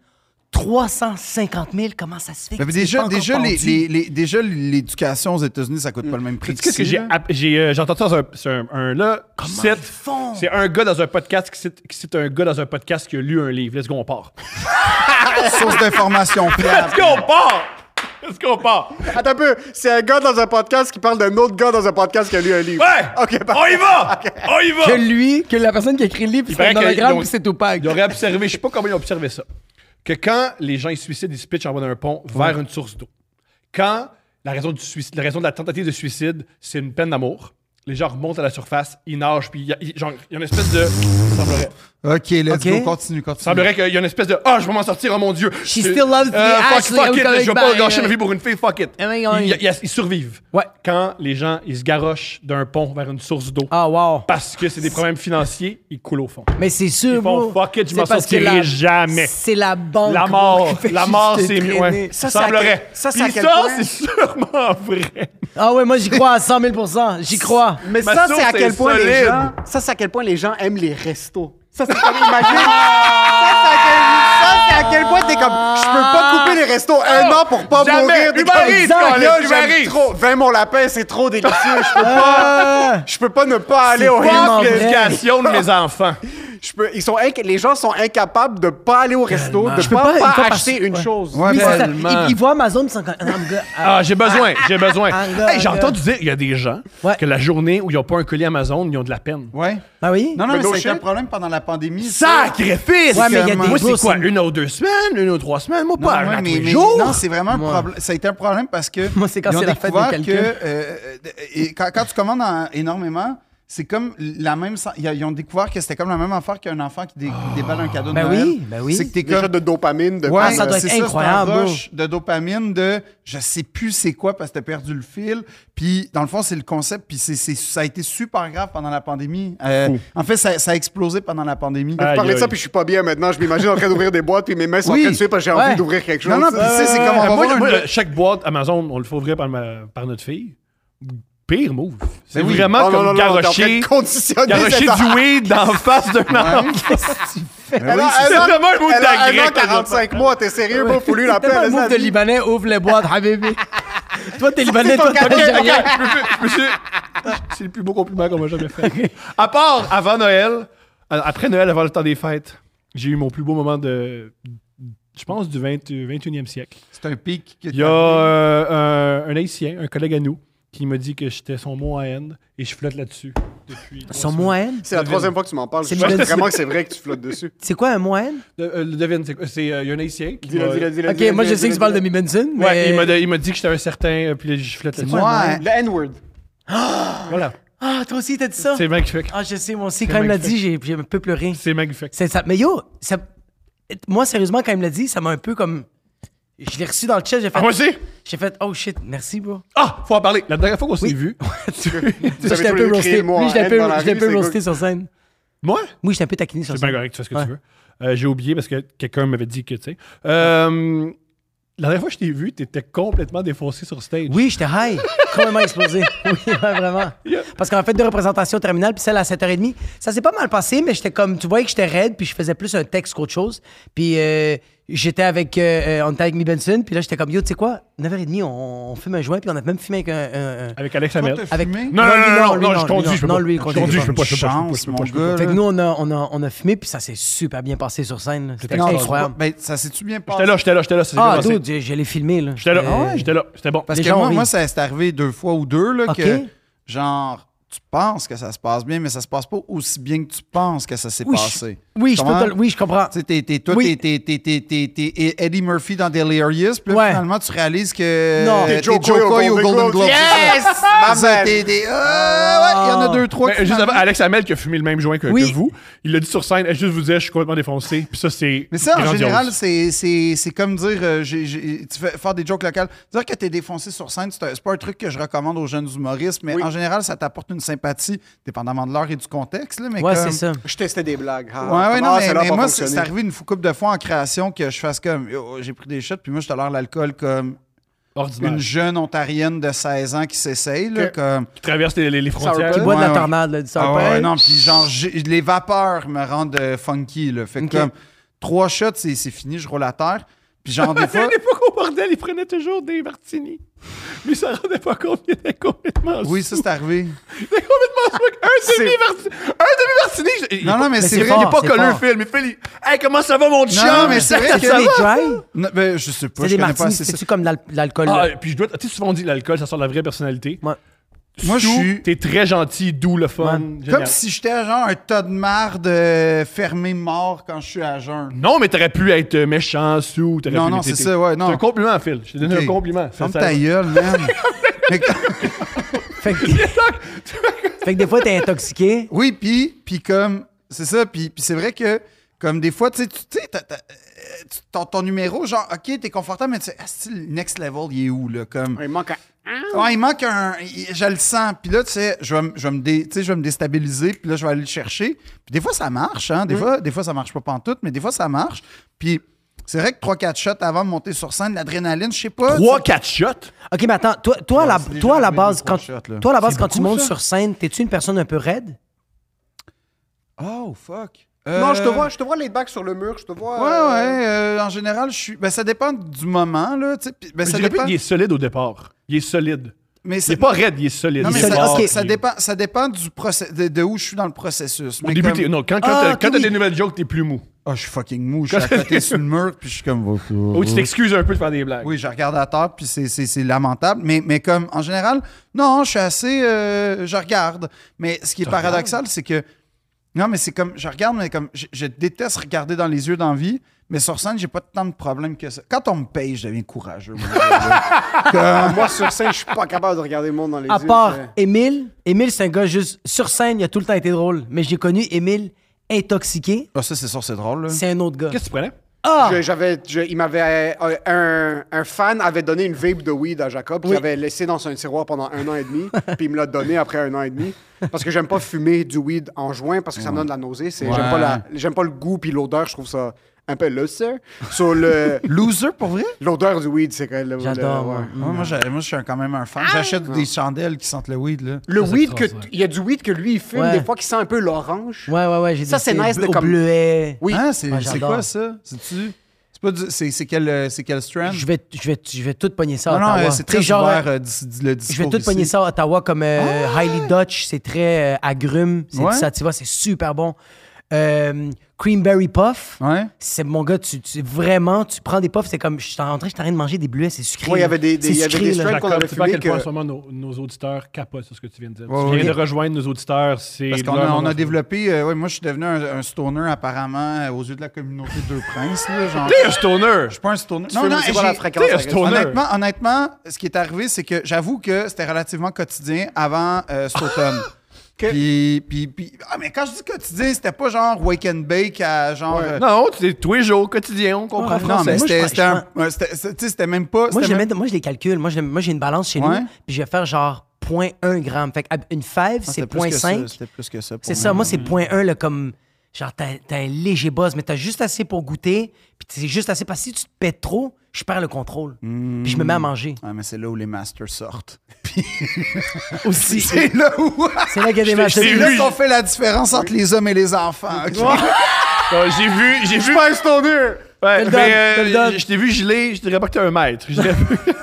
350 000, comment ça se fait? Ah, Mais que déjà, c'est pas déjà, encore les, pendu? les- les- déjà, l'éducation aux États-Unis, ça coûte pas le même prix. Sais-tu Qu'est-ce que qu'ici, j'ai là? app- j'ai euh, j'ai entendu ça sur un, sur un- un là qui Comment cite- ils font? c'est un gars dans un podcast qui cite, qui cite un gars dans un podcast qui a lu un livre let's go on part (laughs) Source (laughs) d'information fiable. let's go on part let's go on part Attends un peu, c'est un gars dans un podcast qui parle d'un autre gars dans un podcast qui a lu un livre. ouais Ok, parfait. on y va on y va que lui, que la personne qui a écrit le livre, puis Il paraît c'est qu'ils hologramme, ont- puis c'est Tupac. Ils auraient observé, je sais pas comment ils ont observé ça, que quand les gens ils se suicident, ils se pitchent en bas d'un pont vers une source d'eau. Quand la raison, du suicide, la raison de la tentative de suicide, c'est une peine d'amour, les gens remontent à la surface, ils nagent, puis il y, a- il- genre, il y a une espèce de. Il semblerait, OK, let's Ok. go, continue, il continue. semblerait qu'il y a une espèce de Ah, je vais m'en sortir, oh mon Dieu. She Euh, still loves me, fuck, Ashley, fuck I'm it, coming je vais pas back. gâcher ma vie pour une fille, fuck it. Am I Ils, going- ils- ils survivent. Ouais. Quand les gens, ils se garochent d'un pont vers une source d'eau. Ah, wow. Parce que c'est des problèmes financiers, ils coulent au fond. Mais c'est sûr, Ils font bro. fuck it, je C'est m'en parce que sortirai la- jamais. C'est la Oh, banque. La bro, mort, qui fait la juste mort, te c'est mieux. traîner. Ouais. Ça, Ça, c'est à semblerait. quel- ça, c'est à Puis quel ça, point- c'est sûrement vrai. Ah ouais, moi j'y crois à 100 000 j'y crois. Mais Ma ça, source c'est à quel est point les solide. gens. Ça, c'est à quel point les gens aiment les restos. Ça, c'est comme imagine. ça, c'est à quel- ça, c'est à quel point t'es comme. Je peux pas couper les restos un an pour pas jamais. mourir. T'es Uber comme, Eats, Exact, Colin, là, Uber j'aime Eats. trop. Vin mon lapin, c'est trop délicieux. Je peux pas. Je peux pas ne pas aller au tellement resto. vrai. L'éducation de mes enfants. Je peux- ils sont inc- Les gens sont incapables de pas aller au resto, de Je peux pas, pas, une pas fois par- acheter une ouais. chose. Ouais, Oui, ben, mais- c'est ça. Tellement. Il, il voit Amazon, puis c'est encore. Non, gars, Ah, j'ai besoin, j'ai besoin. Ah, Un gars, Hey, j'ai un gars. entendu dire, il y a des gens Ouais. que la journée où ils n'ont pas un colis Amazon, ils ont de la peine. Ouais. Ben oui. Non, non, Mais mais, no c'était un shit. problème pendant la pandémie. ça. Sacrifice! Ouais, mais il y a des Moi, gros, c'est quoi? c'est- Une ou deux semaines? Une ou trois semaines? Moi, Non, pas ouais, un à tous mais- les mais- jours. non, c'est vraiment un problème. Ça a été un problème parce que. Moi, c'est quand ils ont c'est la fête de découvert quelqu'un. que, euh, euh, et quand, quand tu commandes en- énormément, c'est comme la même. sen- Ils ils ont découvert que c'était comme la même affaire qu'un enfant qui dé- déballe un cadeau de Ben Noël. oui, ben oui. C'est que t'es Des comme. shots de Ah, dopamine, de Ouais, ça doit c'est être c'est un incroyable, rush de dopamine, de je sais plus c'est quoi parce que t'as perdu le fil. Puis dans le fond, c'est le concept. Puis c'est c'est- ça a été super grave pendant la pandémie. Euh, en fait, ça, ça a explosé pendant la pandémie. Ah, parler de Aïe, ça, aïe. puis je suis pas bien maintenant. Je m'imagine en train d'ouvrir des boîtes, puis mes mains sont Oui. en train de suer parce que j'ai Ouais. envie d'ouvrir quelque chose. non, non, puis tu sais, c'est comme on va Euh, moi, voir (laughs) un- moi, chaque boîte Amazon, on le fait ouvrir par, ma- par notre fille. Pire move. C'est oui. vraiment Oh, non, comme non, non, t'es en train garrocher, de conditionner garrocher cette- du weed dans la face d'un enfant. Ben Elle oui, a- c'est elle ça. a- C'est vraiment un mot elle a d'agré, un an, quoi, 45 mois, t'es sérieux, bro? Faut lui C'est l'appeler. tellement le elle move a de dit- Libanais, ouvre les (laughs) boîtes, habibi. Toi, t'es Libanais, toi, t'es Algérien. Monsieur, Ah, c'est le plus beau compliment qu'on m'a jamais fait. À part avant Noël, euh, après Noël, avant le temps des fêtes, j'ai eu mon plus beau moment de. Je pense du 20 21e siècle. C'est un pic. que Il y a t'as- euh, un, un Haïtien, un collègue à nous, qui me dit que j'étais son mot à end et je flotte là-dessus depuis. trois Son semaines. moyen? C'est la Devine. troisième fois que tu m'en parles. C'est Je le pense même- vraiment que c'est vrai que tu flottes dessus. C'est quoi un moyen? De- euh, le devine, c'est quoi? C'est, euh, il y a un haïtien qui. m'a- dis-le. Ok, moi je sais que tu parles de Mi Benson, mais. Ouais, il m'a de- il m'a dit que j'étais un certain, euh, puis là, je flotte là-dessus. Moi, hein, Le N-word. Voilà. Ah, toi aussi, t'as dit ça? C'est magnifique. Ah, je sais, moi aussi, C'est quand il me l'a dit, magnifique. j'ai j'ai un peu pleuré. C'est magnifique. C'est ça. Mais yo, ça... moi, sérieusement, quand il me l'a dit, ça m'a un peu comme. Je l'ai reçu dans le chat, j'ai fait. Ah, moi aussi! J'ai fait, oh shit, (laughs) merci, bro. Ah! Faut en parler. La dernière fois qu'on s'est Oui. vu. avez J'étais un tous les deux peu crié roasté. le mot Lui, j'étais un arrête peu- dans la j'étais un rue, peu c'est roasté sur scène. Moi? Moi, j'étais un peu taquiné sur C'est bien scène. correct, tu fais ce que Ouais. tu veux. Euh, J'ai oublié parce que quelqu'un m'avait dit que, tu sais. Euh, la dernière fois que je t'ai vu, t'étais complètement défoncé sur stage. Oui, j'étais high, complètement explosé. (laughs) Oui, ouais, vraiment. Parce qu'en fait, de représentation terminale, puis celle à 7h30, ça s'est pas mal passé, mais j'étais comme, tu voyais que j'étais raide, puis je faisais plus un texte qu'autre chose. Puis euh, j'étais avec, euh, euh, on était avec Mi Benson, puis là, j'étais comme, yo, tu sais quoi, 9h30, on, on fume un joint, puis on a même fumé avec un. un- un- Avec Alex toi, Hamel. t'as Avec- fumé? Non, non, lui, non, non, lui, non, je lui, conduis, je peux non, pas. lui, il Je conduit, conduis, il je peux pas, je peux pas, je peux pas, Chance, je peux mon pas, je peux pas. gars. Fait que là. nous, on a, on, a, on a fumé, puis ça s'est super bien passé sur scène. là. C'était Non, incroyable. c'est pas- Ben, ça s'est-tu bien passé? J'étais là, j'étais là, j'étais là. ça s'est bien Ah, passé. dude, j'ai- je l'ai filmé, là. J'étais là, Ah Euh, j'étais là, c'était bon. Parce Les que gens moi, rient. moi, ça s'est arrivé deux fois ou deux, là, Ok. que, genre, tu penses que ça se passe bien, mais ça se passe pas aussi bien que tu penses que ça s'est Oui, passé. je, oui, je Comment- peux te- oui, je comprends. Tu sais, t'es- t'es- toi, Oui. t'es- t'es- t'es- t'es- t'es- t'es Eddie Murphy dans Delirious, puis là, Ouais. finalement, tu réalises que Non. t'es T'es Joe Coy au Golden Globe. Yes! man! T'es des... Ah, ouais, il y en a deux, trois. Mais qui juste finalement- avant, Alex Hamel qui a fumé le même joint que, Oui. que vous, il l'a dit sur scène, je juste vous dire, je suis complètement défoncé. Puis ça, c'est. Mais ça, en grandiose. général, c'est- c'est c'est comme dire, euh, j'ai- j'ai- tu fais- faire des jokes locales. Dire que t'es défoncé sur scène, c'est un- c'est pas un truc que je recommande aux jeunes humoristes, mais en général, ça t'apporte une sympathie, dépendamment de l'heure et du contexte. Là, mais Ouais, comme- c'est ça. Je testais des blagues. Ah, Ouais, ouais, comment non, ça mais, l'a mais pas moi, c'est fonctionné? c'est arrivé une fois- couple de fois en création que je fasse comme, Yo, j'ai pris des shots, puis moi, je tolère l'alcool comme Ordinaire. une jeune ontarienne de 16 ans qui s'essaye, là, Ok. comme... Qui traverse les, les- les frontières. Tu bois de Ouais, la ouais. tornade, là, du Ah ouais, Sarpin. non, puis genre, j'ai- les vapeurs me rendent euh, funky, là. Fait que Ok. comme, trois shots, c'est c'est fini, je roule à terre. Puis genre, (laughs) (laughs) des À fois... l'époque au bordel, il prenait toujours des martinis. Mais ça rendait pas compte, il était complètement Oui, ça, c'est arrivé. Il était complètement sous. (laughs) Un demi-martini. Un demi-martini. je- Non, non, mais mais c'est c'est vrai... fort. Il a pas c'est connu le fort. film. Il fait les- Hey, comment ça va, mon chum? non, mais c'est Ça- vrai Est-ce que... que c'est des dry? Non, ben, je sais pas, C'est je connais des pas martinis, assez ça. c'est-tu comme l'al- l'alcool? (laughs) Ah, là? et puis je dois. Tu sais, souvent on dit l'alcool, ça sort de la vraie personnalité. Ouais. Moi, je Sous, suis- T'es très gentil, d'où le fun. génial. Comme si j'étais genre un tas de marde euh, fermé mort quand je suis à jeun. Non, mais t'aurais pu être méchant, sous. t'aurais Non, pu- non, t'es- c'est t'es- ça, ouais, C'est non. un compliment, Phil. Je t'ai donné Ok. un compliment. Ça- Ferme ça- ta gueule, man. (laughs) Mais que- Ah, (laughs) Fait que, fait que des fois, t'es intoxiqué. oui, puis puis comme c'est ça, puis puis c'est vrai que comme des fois, tu sais, tu tu sais, t'as- t'as- euh, tu- ton, ton numéro, genre, ok, t'es confortable, mais tu sais, asti, le next level, il est où là, comme. Il manque un. Ouais, Ah, il manque un. il- Je le sens. Puis là, tu sais, je vais, me- je vais me dé- tu sais, je vais me déstabiliser. Puis là, je vais aller le chercher. Puis des fois, ça marche. Hein? Des, Mm. fois, des fois, ça marche pas pantoute, mais des fois, ça marche. Puis c'est vrai que 3-4 shots avant de monter sur scène, l'adrénaline, je sais pas. Trois, tu- quatre shots. OK, mais attends, toi, toi, à la, c'est déjà toi à la arrivé base, deux, quand, trois shots, là. toi, à la base, C'est quand tu beaucoup, montes ça. sur scène, t'es-tu une personne un peu raide? Oh, fuck. Non, je te Euh, vois, je te vois laid back sur le mur, je te vois. Ouais, euh, ouais. euh, en général, je suis. Ben, ça dépend du moment, là. tu sais, puis- ben, Mais ça j'ai l'impression dépend. qu'il est solide au départ. Il est solide. Mais Il est c'est. pas raide, il est solide. Non, Il mais est ça, fort, ok, il- ça dépend, ça dépend du procé- de, de où je suis dans le processus. Au mais début, comme- t'es- non, quand, quand Ah, t'as- ok, quand t'as oui. des nouvelles jokes, t'es plus mou. Ah, je suis fucking mou. Je (laughs) suis à côté sur le mur, puis je suis comme. Oh, tu t'excuses un peu de faire des blagues. Oui, je regarde à terre, puis c'est- c'est c'est lamentable. Mais, mais comme, en général, non, je suis assez... euh, je regarde. Mais ce qui est paradoxal, c'est que... Non, mais c'est comme... Je regarde, mais comme... Je, je déteste regarder dans les yeux d'envie, mais sur scène, j'ai pas tant de problèmes que ça. Quand on me paye, je deviens courageux. moi, je- Comme- Moi, sur scène, je suis pas capable de regarder le monde dans les À yeux. part c'est- Émile, Émile, c'est un gars juste sur scène, il a tout le temps été drôle. Mais j'ai connu Émile intoxiqué, Ah, ça, c'est sûr, c'est drôle, là. c'est un autre gars. Qu'est-ce que tu prenais? Ah! Je- J'avais, je- il m'avait euh, un, un fan avait donné une vape de weed à Jacob qu'il avait laissé dans un tiroir pendant un an et demi, puis il me l'a donné après un an et demi parce que j'aime pas fumer du weed en juin parce que ça me donne de la nausée. C'est, j'aime pas la- j'aime pas le goût puis l'odeur, je trouve ça un peu loser. Sur le Loser, pour vrai? l'odeur du weed, c'est quand même le, J'adore, le- ouais. moi. Ouais, moi, j'ai- moi, je suis un- quand même un fan. J'achète des chandelles qui sentent le weed, là. Le weed que extraordinaire. t- il y a du weed que lui il fume Ouais. des fois qui sent un peu l'orange. Ouais, ouais, ouais, j'ai Ça, dit, c'est nice de au comme- bleuet. Oui. Hein, c'est Ouais, c'est j'adore. quoi, ça? C'est-tu... C'est pas du- C'est c'est quel, euh, c'est quel strand? Je vais, je, vais, je vais tout pogner ça. à Non, non, Ottawa. euh, c'est Tu sais, très genre, ouvert, euh, dis- dis- le Je vais discours tout ici. pogner ça Ah! à Ottawa comme euh, Highly Dutch, c'est très euh, agrume, c'est Ouais. ça, tu vois, c'est super bon. euh, Creamberry Puff. Ouais. C'est mon gars, tu, tu- vraiment, tu prends des puffs, c'est comme je suis en train, je suis en train de manger des bleuets, c'est sucré. Ouais, il y là. avait des- des- C'est il y avait sucré, des là. strikes. Jacob, qu'on avait tu sais pas à quel filmé point que- sûrement nos, nos auditeurs capotent sur ce que tu viens de dire. Ouais, tu viens ouais. de rejoindre nos auditeurs, c'est... Parce qu'on leur a, on moment. a développé. euh, ouais, moi, je suis devenu un, un stoner apparemment euh, aux yeux de la communauté de Deux Princes. là, genre, T'es un stoner! je suis pas un stoner. Tu fais- c'est et quoi la j'ai- fréquence T'sais, agressive? c'est Stoner. Honnêtement, honnêtement, ce qui est arrivé, c'est que j'avoue que c'était relativement quotidien avant euh, cet (laughs) automne. Puis, puis, puis- ah, mais quand je dis quotidien, c'était pas genre wake and bake à genre. euh, Non, c'est tous les jours, quotidien, on comprend Ouais, français. non, mais Moi, je c'était prends- c'était je un- un- c'était- c'était- tu sais, c'était même pas. Moi c'était je, les même- mets- moi, je les calcule. Moi, je les- moi, j'ai une balance chez Ouais. nous, puis je vais faire genre 0.1 gramme. Fait que, une Ah, fève, c'est c'était plus que ça, 0.5. C'était plus que ça. pour C'est ça, moi, là. c'est point 1, là, comme. Genre, t'as t'as un léger buzz, mais t'as juste assez pour goûter, puis c'est juste assez. Parce que si tu te pètes trop, je perds le contrôle. Hmm. Puis je me mets à manger. Ah, mais c'est là où les masters sortent. Aussi. (laughs) C'est là où. C'est là qu'il y a des matchs. C'est là lui. qu'on fait la différence entre les hommes et les enfants. ok? Euh, j'ai vu, j'ai vu. un stoner! Ouais, mais le donne, euh, te le donne. je t'ai vu geler, je dirais pas que t'es un maître. Je (laughs) dirais-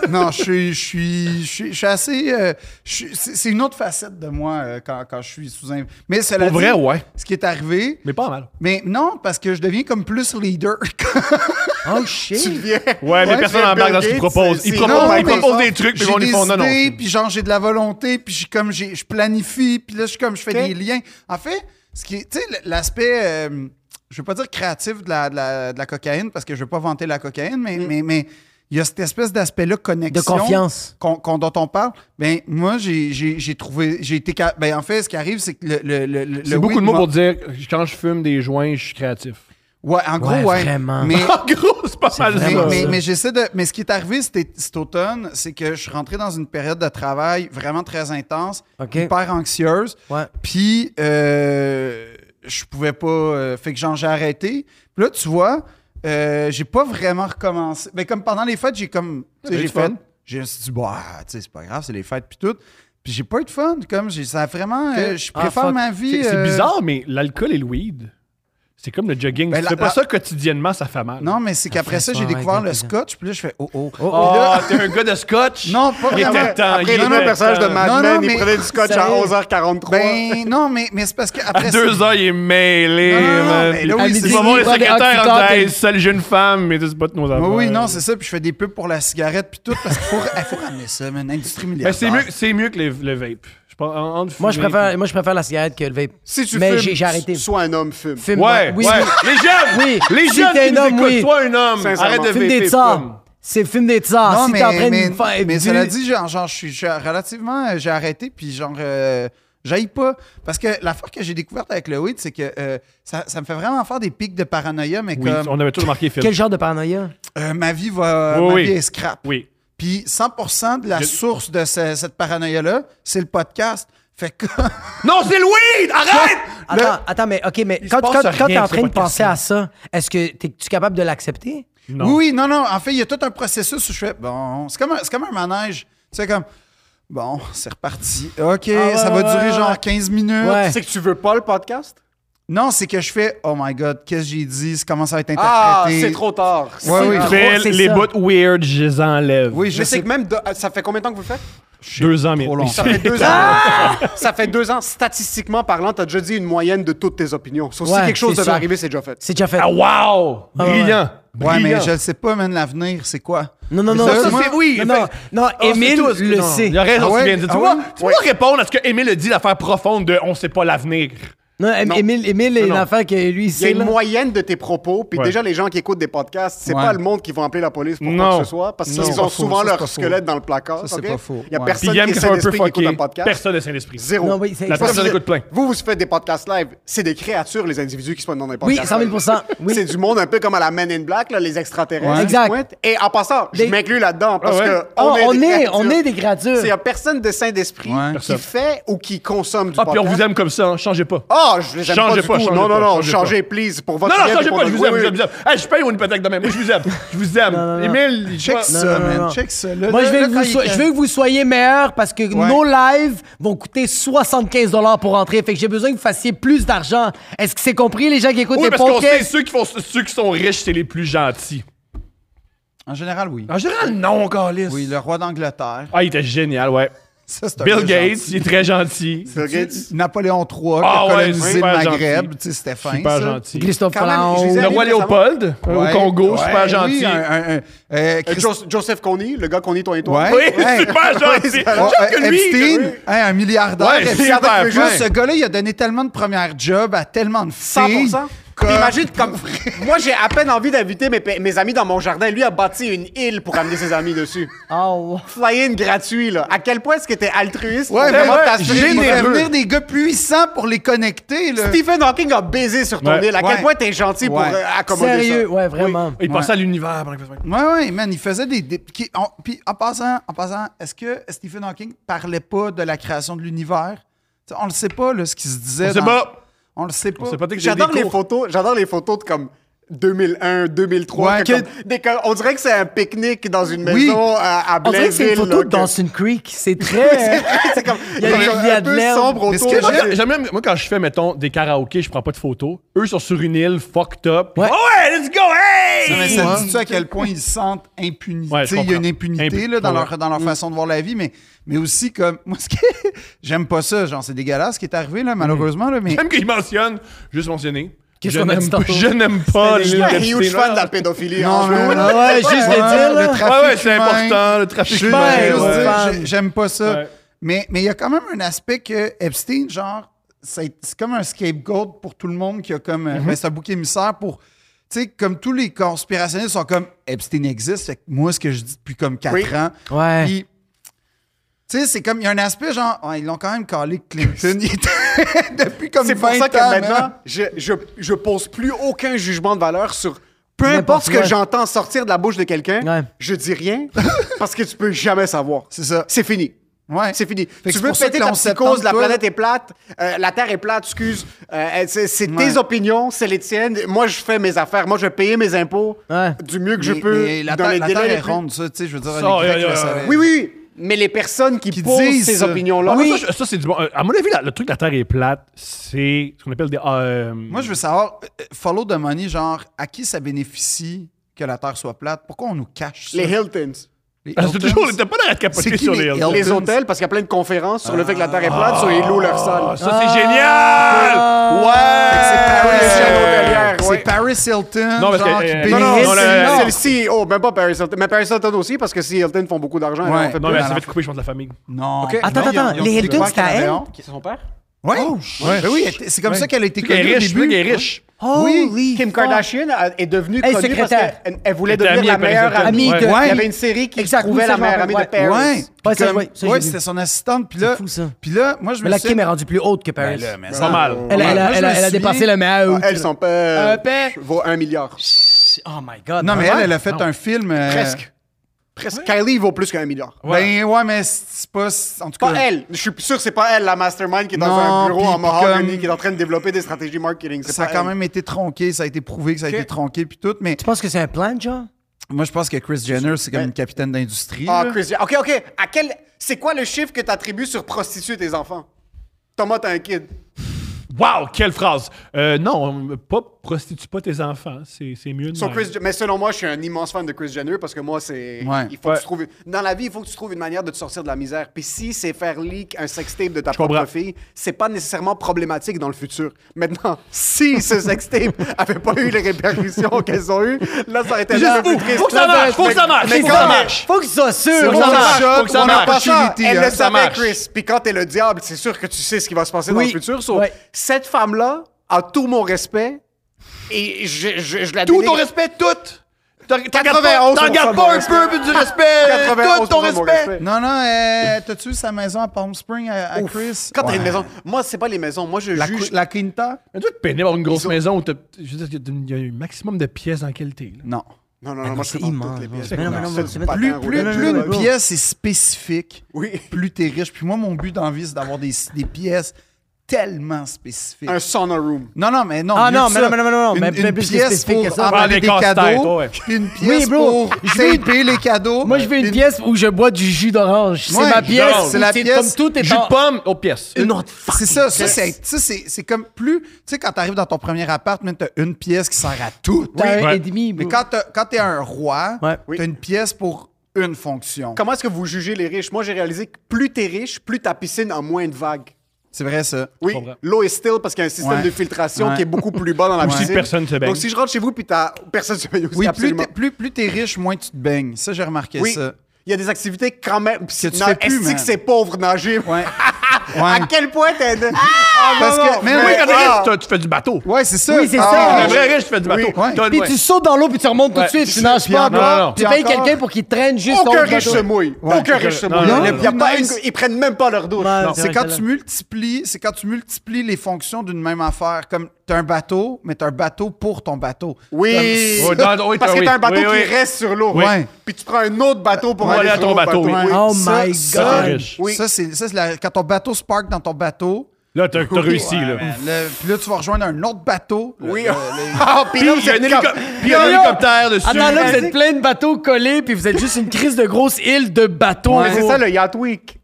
non, je suis, je suis, je suis, je suis assez. euh, je suis- c'est c'est une autre facette de moi euh, quand, quand je suis sous un. Mais cela Pour vrai, dit, ouais. Ce qui est arrivé. Mais pas mal. Mais non, parce que je deviens comme plus leader. (laughs) Oh shit. Ouais, mais Ouais, personne c'est n'embarque dans ce qu'ils Bill Gates, proposent. c'est- Ils c'est- proposent, Non, ils mais- proposent des trucs, puis j'ai on les des font. Non, non. idées, puis genre j'ai de la volonté, puis j'ai comme j'ai- je planifie, puis là je suis comme je fais des liens. En fait, ce qui est- tu sais l- l'aspect euh, je veux pas dire créatif de la, de la, de la cocaïne parce que je veux pas vanter la cocaïne, mais Mm. mais mais il y a cette espèce d'aspect là connexion confiance. qu'on- qu'on- dont on parle. Ben moi j'ai- j'ai j'ai trouvé j'ai été ca- ben en fait ce qui arrive c'est que le le le, le- C'est le beaucoup weed de mots m'a- pour dire quand je fume des joints, je suis créatif. Ouais, en gros Ouais, ouais. vraiment. (laughs) Mais (laughs) En gros, c'est pas mal vrai. ça. mais, vraiment mais- ça. mais j'essaie de. Mais ce qui est arrivé cet, cet automne, c'est que je suis rentré dans une période de travail vraiment très intense, OK. hyper anxieuse. Ouais. Puis euh, je pouvais pas. euh, fait que genre, j'ai arrêté. Puis là, tu vois, euh, j'ai pas vraiment recommencé. Mais comme pendant les fêtes, j'ai comme. tu sais, eu J'ai du fun. fait. J'ai je me suis dit, bah, tu sais, c'est pas grave, c'est les fêtes, puis tout. Puis j'ai pas eu de fun. Comme, j'ai- ça a vraiment. euh, je Ah, préfère fuck. ma vie. C'est c'est euh, bizarre, mais l'alcool et le weed, c'est comme le jogging. Ben, Si tu la- fais pas la- ça quotidiennement, ça fait mal. Non, mais c'est qu'après ça, fait j'ai ça, découvert ouais, le exactement. scotch, puis là, je fais, oh, oh. Oh, t'es un gars de scotch? (laughs) Non, pas Il vraiment. était temps. Après, il il était un personnage de temps. Non, Mad non, Men, il mais- prenait du scotch à Sérieux? 11h43. Ben non, mais, mais c'est parce que après À deux heures, il est mêlé, Non, non, non, man. mais là, oui, Puis c'est- il va voir les il prend des secrétaires en oxytocines. disant Hey, seule jeune femme, mais c'est pas de nos Oui, affaires. oui, non, c'est ça. Puis je fais des pubs pour la cigarette puis tout parce qu'il faut, (laughs) il faut ramener ça, man. Industrie Ben, milliardaire. c'est mieux, c'est mieux que les- le vape. Je pense, en- entre Moi, je fumer- préfère, moi, je préfère la cigarette que le vape. si tu Mais fumes, j'ai j'ai arrêté. sois un homme, fume. Fume, Ouais, oui, ouais. oui. Les jeunes, Oui. les Si jeunes qui t'es un nous homme, écoutent, oui. sois un homme. Sincèrement. Arrête de Fume vaper, des fume. tsars. C'est fume des tsars. Non, Ah, si mais, t'es en train de mais, me faire. mais du- cela dit, genre, genre, je suis, je suis relativement. euh, J'ai arrêté puis genre. Euh, J'aille pas. Parce que l'affaire que j'ai découverte avec le weed, c'est que euh, ça, ça me fait vraiment faire des pics de paranoïa, mais Oui, comme on avait tous remarqué Phil. Quel genre de paranoïa? euh, ma vie va. Oui, ma oui. vie est scrap. Oui. Puis 100 de la Je- source de ce- cette paranoïa-là, c'est le podcast. Fait que. (laughs) Non, c'est le weed! Arrête! Attends, attends, mais OK, mais Il quand, se passe quand, rien quand t'es en avec ce train de penser podcast-là. à ça, est-ce que t'es- tu es capable de l'accepter? Non. Oui, oui, non, non. En fait, il y a tout un processus où je fais bon, c'est comme un, c'est comme un manège. Tu sais, comme bon, c'est reparti. OK, Ah, ouais, ça va ouais, durer ouais, genre ouais. 15 minutes. Ouais. Tu sais que tu veux pas le podcast? Non, c'est que je fais oh my God, qu'est-ce que j'ai dit? Ça commence à être interprété. Ah, c'est trop tard. Ah, Ouais, C'est oui. trop- Phil, c'est les ça. bouts weird, je les enlève. Oui, je Mais c'est sais. que même, de- euh, ça fait combien de temps que vous le faites? Ah! Deux ans, mais. trop long. Ça fait (laughs) deux ans. ça fait deux ans, statistiquement parlant, t'as déjà dit une moyenne de toutes tes opinions. Sauf Ouais, si quelque chose c'est devait sûr. arriver, c'est déjà fait. C'est déjà fait. Ah, wow! Ah, ouais. Brillant! Ouais, mais Brillant. je ne sais pas, man, l'avenir, c'est quoi? Non, non, non. Ça, c'est- ça, c'est oui. Non, non, non, Ah, c'est Émile tout, ce que- le non. sait. Il a raison, Ah ce ouais? qu'il vient de dire. Tu Ah vois, ouais? tu vois répondre à ce que Émile a dit, l'affaire profonde de on sait pas l'avenir. Non, Em- Non. Émile, Émile est non. une affaire que Il lui, il y a sait. une là. moyenne de tes propos, puis Ouais. déjà les gens qui écoutent des podcasts, c'est Ouais. pas le monde qui vont appeler la police pour Non. quoi que ce soit, parce Non. C'est qu'ils pas faux, ont souvent ça, c'est pas leur faux. squelette dans le placard. Ça, c'est ok? pas faux. Il y Puis Ouais. a personne il aime qui qu'ils est soient un peu Saint-Esprit qui écoute fuckés. un podcast. Personne de Saint-Esprit. Zéro. Non, oui, c'est La exact. personne écoute plein. Vous, vous faites des podcasts live, c'est des créatures, les individus qui se pointent dans des Oui, podcasts. 100 000 live. oui. C'est du monde un peu comme à la Men in Black, là, les extraterrestres. Ouais. qui Exact. pointent. Et en passant, je Des- m'inclus là-dedans parce Ah ouais. que Ah, on, des est, créatures. on est des créatures. Il n'y a personne de saint d'esprit Ouais. Personne. qui fait ou qui consomme du Ah, puis podcast. on vous aime comme ça, hein, changez pas. Ah, je les aime Changez pas, pas, du tout. changez Non, pas, non, non, changez changez, please, pour Non, votre non, bien, changez pour pas, je notre- vous aime, oui, je vous aime, oui. je vous aime. Hey, je paye une hypothèque demain, moi je vous aime. Je vous aime. Émile, il- Check Ouais. ça, non, man. non. Check ça. Là, Moi, là, je veux, là, que quand vous il- soyez- je veux que vous soyez meilleurs parce que nos lives vont coûter 75 pour entrer. Fait que j'ai besoin que vous fassiez plus d'argent. Est-ce que c'est compris, les gens qui écoutent Oui, les parce qu'on sait podcasts? ceux qui, font, ceux qui sont riches, c'est les plus gentils. En général, oui. Ah, En général, non, Carlis. Oui, le roi d'Angleterre. Ah, il était génial, ouais. Ça, c'est un Bill gars Gates, gentil. il est très gentil. Bill Gates. Napoléon III, qui Ah a ouais, colonisé super le gentil. Maghreb. Tu sais, C'était fin, Super ça. gentil. Christophe Quand même, Colomb. je les ai- Le roi Léopold, Ouais. au Congo, super Ouais, gentil. Oui, (laughs) un- un- un- euh, Euh, Christ- Jo- Joseph Kony, le gars qu'on est, toi et toi. Ouais. Oui, Hey. super gentil. Oh, Genre que euh, lui, Epstein, oui. hein, un milliardaire. Ouais, Epstein, super avec- fin. juste, ce gars-là, il a donné tellement de premières jobs à tellement de filles. 100%. que- Imagine comme. Moi, j'ai à peine envie d'inviter mes, pa- mes amis dans mon jardin. Lui a bâti une île pour amener ses amis dessus. Oh, Fly-in gratuit, là. À quel point est-ce que t'es altruiste? Ouais, mais Vraiment, moi, t'as- généreux. venir des gars puissants pour les connecter. Là. Stephen Hawking a baisé sur ton Euh, Ouais. île. À quel Ouais. point t'es gentil pour Ouais. euh, accommoder ça? Sérieux, ouais, vraiment. Il passait à l'univers. pendant que- Ouais, ouais, man, il faisait des. des- qui- on- puis en passant, en passant, est-ce que Stephen Hawking parlait pas de la création de l'univers? T'sais, on le sait pas, là, ce qui se disait. On sait dans- pas. On le sait pas. On sait pas t'es que j'ai J'adore des les cours. photos. J'adore les photos de comme 2001, 2003. Ouais, que que- comme- des- que- on dirait que c'est un pique-nique dans une Oui. maison euh, à, à On dirait que c'est une Blainville, photo là, que- de Dawson Creek. C'est très. c'est comme Il y a- comme il y a un de peu l'herbe. sombre Mais ce autour. que Moi, Moi, j'ai- quand- j'aime bien- moi, quand je fais, mettons, des karaokés, je prends pas de photos. Eux sont sur une île, fucked up. Ouais. Oh ouais, let's go, hey! Non, mais Ouais. ça dit-tu à quel point ils se sentent impunis? Ouais, je Tu sais, il y a une comprends. impunité Impu- là, dans, Ouais. Mm. leur, dans leur façon de voir la vie, mais, mais aussi comme. (laughs) Moi, ce que. J'aime pas ça, genre, c'est dégueulasse ce qui est arrivé, là, (laughs) malheureusement, là, mais. J'aime qu'ils mentionnent, juste mentionner. Qu'est-ce je qu'on a n'aime dit pas- tantôt? Je n'aime pas Oh, je les suis un libertés, huge fan non. de la pédophilie. Non, hein, je- mais- Ah ouais, juste de dire, là. le Ouais, Ouais, trafic ouais, c'est humain. important, le trafic Je- humain. je- ouais. je- je- J'aime pas ça. Ouais. Mais mais il y a quand même un aspect que Epstein, genre, c'est c'est comme un scapegoat pour tout le monde qui a comme. euh, ben, c'est un bouc émissaire pour. Tu sais, comme tous les conspirationnistes sont comme Epstein existe, fait que moi, ce que je dis depuis comme quatre Oui. ans. Ouais. Puis, tu sais, c'est comme. Il y a un aspect genre. ouais, ils l'ont quand même calé Clinton. il était- (laughs) depuis comme 20 C'est ans. pour ça que maintenant, man. je, je, je pose plus aucun jugement de valeur sur peu importe N'importe ce que quoi. j'entends sortir de la bouche de quelqu'un, Ouais. je dis rien parce que tu peux jamais savoir. C'est ça. C'est fini. Ouais. C'est fini. que tu c'est veux pour ça péter que ta l'on petite cause, la s'attend, toi. planète est plate, euh, la Terre est plate, excuse. euh, c'est c'est tes Ouais. opinions, c'est les tiennes. Moi, je fais mes affaires. Moi, je vais payer mes impôts Ouais. du mieux que je Mais- peux. mais la, dans terre, les la délais Terre les est plus- ronde, ça, tu sais, je veux dire, Ça, les ouais, Grecs le ouais, savaient. ouais. Oui, oui, oui. Mais les personnes qui, Qui posent disent ces ça. opinions-là. Ah, ça, je- ça, c'est du bon. Euh, À mon avis, la- le truc de la Terre est plate, c'est ce qu'on appelle des. euh, Moi, je veux savoir, euh, follow the money, genre, à qui ça bénéficie que la Terre soit plate? Pourquoi on nous cache ça? Les Hiltons. Les Ah, c'est Hiltons? toujours, t'as pas l'air de C'est capoter qui sur les les Hiltons? les hôtels parce qu'il y a plein de conférences sur le fait que la Terre est plate, sur ils louent leur Ah, salle. ça, c'est génial! Ah, Paris, C'est Ouais! Paris hôtelière, C'est ouais. Paris Hilton, Non, parce que, genre, qui euh, bénéficie. Non, non, Non, non, c'est c'est le CEO, même pas Paris Hilton. Mais Paris Hilton aussi, parce que si Hilton font beaucoup d'argent, Ouais. on fait Non, plus. mais Non, ça non. va être coupé, je pense, de la famille. Non. Non, ils Attends, ont- attends, ils ont les fait Hiltons, des banques c'était à elle? canadiennes. C'est son père? Ouais. Oh, Ben oui, elle- c'est comme ça qu'elle a été Elle connue est au riche, le début. gars est riche. Holy Kim fuck. Kardashian a- est devenue Elle est connue parce secrétaire. qu'elle elle voulait était devenir amie la avec Paris meilleure Hilton. amie. Amie de- Il Ouais. y avait une série qui Exact, trouvait oui, la ça, meilleure j'en- amie de ouais. Paris. Ouais. Ouais, ça, Comme- ouais, ça, j'ai ouais, vu. c'était son assistante. Puis là, C'est fou, ça. puis là, moi, je me Mais la suis- Kim est rendue plus haute que Paris. Ben là, mais Pas ça- mal. Elle, Ouais, elle, moi, a- je elle, me a- elle a suis dépassé mis- le meilleur. Ah, Elle, son père Euh, Un père. euh, vaut un milliard. Oh my God. Ah Non, mais vraiment? elle, elle a fait un film. euh, Presque. Presque. Kylie vaut plus qu'un milliard. Ben ouais, mais c'est pas. En tout Pas cas. elle. Je suis sûr que c'est pas elle, la mastermind qui est dans Non, un bureau puis- en puis Mahogany, comme- qui est en train de développer des stratégies marketing. C'est Ça a pas quand elle. même été tronqué, ça a été prouvé que ça a été tronqué puis tout, mais Tu penses que c'est un plan, genre? moi je pense que Chris Jenner c'est comme une capitaine d'industrie. Ben, Ah, là. Chris. OK, OK. À quel... C'est quoi le chiffre que t'attribues sur prostituer tes enfants? Thomas, t'as un kid. Wow, quelle phrase! Euh, non, pas prostitue pas tes enfants, c'est c'est mieux de Sur même. Chris... Mais selon moi, je suis un immense fan de Chris Jenner parce que moi, c'est... Ouais. Il faut que tu trouves... Dans la vie, il faut que tu trouves une manière de te sortir de la misère. Puis si c'est faire leak un sextape de ta propre comprends. fille, c'est pas nécessairement problématique dans le futur. Maintenant, (laughs) si ce sextape avait pas eu les répercussions (laughs) qu'elles ont eues, là, ça aurait été Juste un peu fou. triste. Faut que ça marche, faut que ça marche, Mais faut quand que ça même- marche. Faut que ce soit sûr. Faut que One ça marche, shot, faut que ça one marche. opportunity, Elle hein. le savait, marche. Chris. Puis quand t'es le diable, c'est sûr que tu sais ce qui va se passer dans Oui. le futur. So, Ouais. Cette femme-là a tout mon respect et je, je, je la Tout ton dénigre. respect, tout! T'en t'en gardes pas, 91% t'en gardes de pas mon un peu, peu du (laughs) respect! Tout ton 91% de mon respect! respect. Non, non, euh, t'as-tu vu sa maison à Palm Springs à, à Ouf. Chris? Quand t'as Ouais. une maison, moi c'est pas les maisons, moi je La, juge. cou- la Quinta? Mais doit être pénible d'avoir une grosse Ils ont- maison où t'as- je veux dire, il y a un maximum de pièces en qualité. là. Non. Non non Mais non, non, moi c'est je prends immense, toutes les ouais. pièces. Mais non, mais non, C'est mais du tu mets- patin Plus, roulant. plus, non, plus non, une non. pièce est spécifique, Oui. plus t'es riche. Puis moi, mon but dans la vie, c'est d'avoir des, des pièces tellement spécifiques. Un sauna room. Non, non, mais non. Ah, mieux non, que mais ça. non, mais non, mais non, Une, mais une plus pièce spécifique que pour ça. Ah, les emballer des casse-têtes, cadeaux, ouais. puis une pièce bro, pour je veux une- taper les cadeaux. Moi, je veux une pièce où je bois du jus d'orange. Ouais, C'est ma jus pièce. d'orange. C'est la pièce- Comme tout est Jus en... de pomme aux pièces. Une autre C'est ça, ça c'est, ça, c'est, c'est comme plus. Tu sais, quand t'arrives dans ton premier appart, tu t'as une pièce qui sert à tout. T'as un Ouais. et demi, Mais bro. quand, t'as- quand t'es un roi, Ouais. t'as une pièce pour une fonction. Comment est-ce que vous jugez les riches? Moi, j'ai réalisé que plus t'es riche, plus ta piscine a moins de vagues. C'est vrai, ça. Oui, comprends. l'eau est still parce qu'il y a un système Ouais. de filtration Ouais. qui est beaucoup plus bas dans la (laughs) Ou si piscine. personne se baigne. Donc, si je rentre chez vous, puis t'as... personne se baigne aussi, Oui, plus absolument. t'es, plus, plus t'es riche, moins tu te baignes. Ça, j'ai remarqué Oui, ça. il y a des activités quand même... Que tu fais plus, Est-ce man. que c'est pauvre nager? Ouais. ouais. À quel point t'es... Parce que, man, Oui, ouais, quand t'es Ah. riche, t'as- tu fais du bateau. ouais, c'est ça. Oui, c'est Ah, ça. Quand ouais. t'es vrai riche, tu fais du bateau. Ouais. T'as- Puis tu sautes dans l'eau, puis tu remontes Ouais. tout de suite. Tu nages pas. Non, non, non. Tu payes Puis encore- quelqu'un pour qu'il te traîne juste en haut Aucun du riche se bateau. mouille. Ouais. Aucun riche se Non, mouille. non, Il y a non. pas Nice. une- Ils prennent même pas leur douche. Ouais, Non, c'est vrai, quand t'as tu là. multiplies, c'est quand tu multiplies les fonctions d'une même affaire. Comme t'as un bateau, mais t'as un bateau pour ton bateau. Oui. Comme ça. Oh, non, oui, Parce t'as- que oui, t'as un bateau oui, qui oui. reste sur l'eau. Oui. Ouais. Puis tu prends un autre bateau pour Pour aller aller à sur ton l'autre bateau, oui. oui. Oh Ça, my ça, Quand t'es god. riche. Oui. Ça, c'est, ça, c'est la- quand ton bateau se parque dans ton bateau. Là, t'as t'as réussi, ouais, là. man, le- Puis là, tu vas rejoindre un autre bateau. Le- Oui. le- (laughs) Ah, puis Puis là, il y a un vous êtes hélico- comme- puis il y a un Yo, yo. hélicoptère dessus. Attends, là, vous êtes plein de bateaux collés, puis vous êtes juste une crise de grosse île de bateaux. Mais c'est ça le Yacht Week.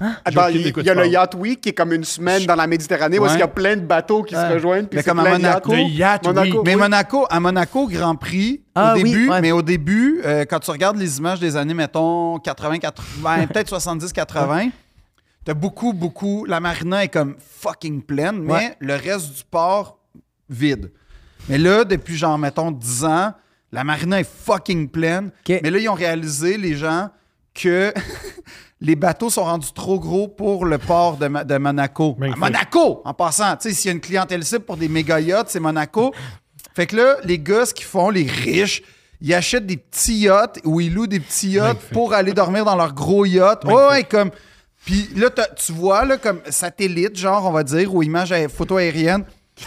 Attends, J'ai aucune il idée de il quoi y tu a le parles. Yacht Week qui est comme une semaine dans la Méditerranée où Ouais. il y a plein de bateaux qui se rejoignent. Puis Mais c'est comme à plein de Monaco. yachts. Le Yacht Monaco, Week. Mais oui. Monaco, à Monaco, Grand Prix, Ah au oui, début, ouais. mais au début, euh, quand tu regardes les images des années, mettons, 80, 80, peut-être 70, 80, t'as beaucoup, beaucoup. La marina est comme fucking pleine, mais Ouais. le reste du port, vide. Mais là, depuis genre, mettons, 10 ans, la marina est fucking pleine. OK. Mais là, ils ont réalisé, les gens, que (laughs) les bateaux sont rendus trop gros pour le port de, Ma- de Monaco. Magnifique. À Monaco, en passant. Tu sais, s'il y a une clientèle cible pour des méga yachts, c'est Monaco. Fait que là, les gars, ce qu'ils font, les riches, ils achètent des petits yachts ou ils louent des petits yachts Magnifique. pour aller dormir dans leur gros yacht. Ouais, ouais, comme. Puis là, t'as- tu vois, là, comme satellite, genre, on va dire, ou image à- photo aérienne,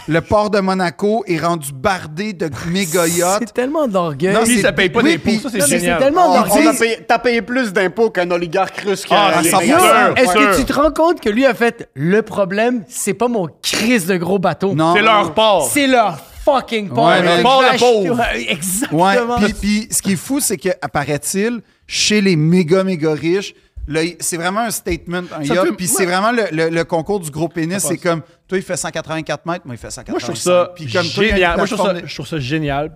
le port de Monaco est rendu bardé de (laughs) méga Oh, C'est yachts. tellement d'orgueil. Non, Puis c'est- ça paye pas oui, d'impôts. puis- Ça, Non, c'est mais c'est génial. tellement Ah, On- d'orgueil. on a payé- T'as payé plus d'impôts qu'un oligarque russe qui Ah, c'est a- les sûr. gars. sûr. Est-ce sûr. que tu te rends compte que lui a fait le problème, c'est pas mon crise de gros bateau. Non. C'est leur Oh. port. C'est leur fucking port. Ouais, mais- Je Port vais de acheter- pauvre. Ouais, Ouais, Exactement. puis, puis ce qui est fou, c'est que, apparaît-il, chez les méga, méga riches, là, il- c'est vraiment un statement, un Ça yacht, fait- puis ouais. c'est vraiment le, le- le concours du gros pénis. C'est comme, toi, il fait 184 mètres, moi, il fait 185. Moi, je trouve ça Puis comme toi, il y a une génial. Moi, je trouve ça, plateforme- je trouve ça génial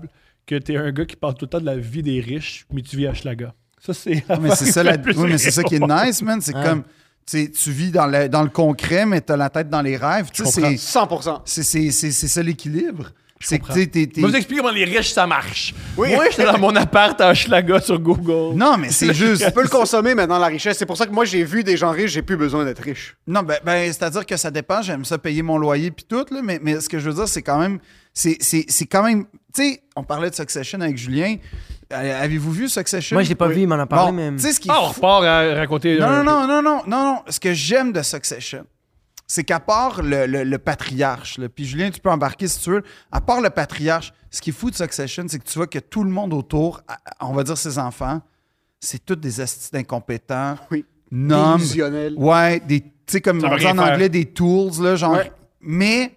que t'es un gars qui parle tout le temps de la vie des riches, mais tu vis à Schlaga. Ça, c'est. Ah, Mais c'est ça, la- Le (laughs) plus oui, mais c'est ça qui est rire. nice, man. C'est comme, tu sais, tu vis dans le, dans le concret, mais t'as la tête dans les rêves. Tu sais, comprends. c'est- 100 c'est c'est- c'est- c'est ça l'équilibre. C'est que, comprends. tu sais, t'es- Je vais vous t'es- expliquer comment les riches, ça marche. Oui. Moi, j'étais dans mon appart à Schlaga sur Google. Non, (laughs) mais c'est juste. Tu peux le consommer maintenant, la richesse. C'est pour ça que moi, j'ai vu des gens riches, j'ai plus besoin d'être riche. Non, ben, ben, c'est-à-dire que ça dépend. J'aime ça payer mon loyer puis tout, là, mais, mais ce que je veux dire, c'est quand même. C'est c'est- c'est quand même. Tu sais, on parlait de Succession avec Julien. Euh, Avez-vous vu Succession? Moi, je l'ai pas vu, il m'en a parlé, Bon, mais- Tu sais, ce qui est Ah, euh, on fou- repart à raconter. non, un- non, non, non, non, non, non. Ce que j'aime de Succession, c'est qu'à part le, le- le patriarche, là, puis Julien, tu peux embarquer si tu veux, à part le patriarche, ce qui est fou de Succession, c'est que tu vois que tout le monde autour, à- à- on va dire ses enfants, c'est tous des astis incompétents, Oui. noms, Illusionnel. ouais, des, tu sais, comme Ça on veut dit en rien faire. anglais, des tools, là, genre, Ouais. mais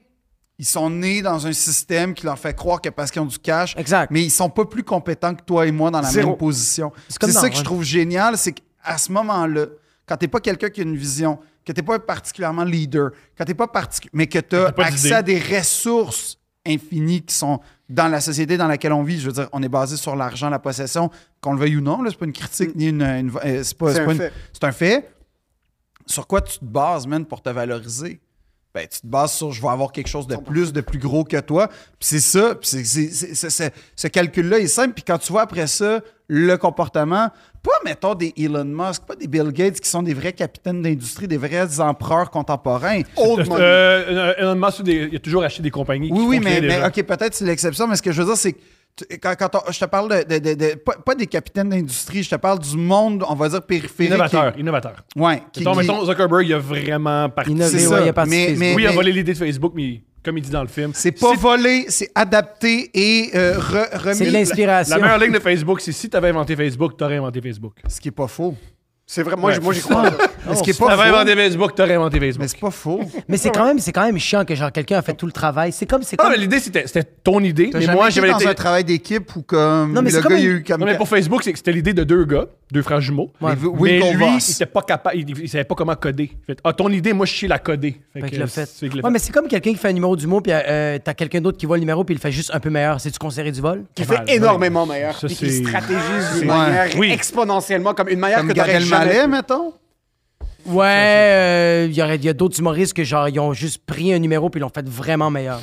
ils sont nés dans un système qui leur fait croire que parce qu'ils ont du cash, Exact. mais ils sont pas plus compétents que toi et moi dans la Zéro. même position. C'est comme C'est dans- ça que ouais. je trouve génial, c'est qu'à ce moment-là, quand t'es pas quelqu'un qui a une vision, que t'es pas particulièrement leader, quand t'es pas particu- mais que t'as T'as pas accès d'idée. à des ressources infinies qui sont dans la société dans laquelle on vit, je veux dire, on est basé sur l'argent, la possession, qu'on le veuille ou non, là, c'est pas une critique ni une, une- euh, c'est pas- C'est c'est un pas une- fait. c'est un fait. Sur quoi tu te bases, man, pour te valoriser? Ben, tu te bases sur je vais avoir quelque chose de plus, de plus gros que toi. Puis c'est ça. Puis c'est- c'est- c'est- c'est- c'est- ce calcul-là est simple. Puis quand tu vois après ça le comportement, pas mettons des Elon Musk, pas des Bill Gates qui sont des vrais capitaines d'industrie, des vrais empereurs contemporains. Old money. Euh, Elon Musk, c'est des- il a toujours acheté des compagnies. qui Oui, oui, font mais, créer des mais gens. OK, peut-être c'est l'exception, mais ce que je veux dire, c'est que tu- quand, quand on- je te parle de, de- de- de- pas, pas des capitaines d'industrie, je te parle du monde, on va dire, périphérique. Innovateur, innovateur. Qui, ouais, qui- Mettons, qui- mettons, Zuckerberg, il a vraiment Innové, parti. C'est ouais, ça. il a parti Mais- Facebook. mais- Oui, il a volé l'idée de Facebook, mais comme il dit dans le film, Eh ben, C'est pas volé, c'est adapté et euh, re- C'est de remis. la l'inspiration. meilleure ligne de Facebook, c'est si t'avais inventé Facebook, t'aurais inventé Facebook. Ce qui est pas faux. C'est vrai, moi, Ouais. j- moi j'y crois. là. Mais ce qui est T'avais pas faux- inventé Facebook, t'aurais inventé Facebook. Mais c'est pas faux. Mais c'est quand même, c'est quand même chiant que genre quelqu'un a fait tout le travail. C'est comme, c'est Non, comme. mais l'idée, c'était c'était ton idée, T'as mais jamais moi, été j'avais dans été... un travail d'équipe où comme Non, le mais c'est gars, comme il y a une- eu comme... Non, mais pour Facebook, c'est que c'était l'idée de deux gars, deux frères jumeaux. Ouais. Les Mais Winklevoss. lui, il était pas capable, il, il savait pas comment coder. Fait, ah, ton idée, moi, je sais la coder. Fait Fait que, qu'il l'a euh, fait. c'est lui qui l'a Ouais, fait. mais c'est comme quelqu'un qui fait un numéro du mot, puis euh, t'as quelqu'un d'autre qui voit le numéro, puis il le fait juste un peu meilleur. C'est-tu considéré du vol? Qui Mal, fait énormément ouais. meilleur. Ça, Puis qui c'est- stratégise c'est- d'une manière Oui. exponentiellement, comme une manière Comme que t'aurais Gad jamais... Elmaleh, mettons. Ouais, euh, il y aurait- y a d'autres humoristes que genre, ils ont juste pris un numéro, puis ils l'ont fait vraiment meilleur.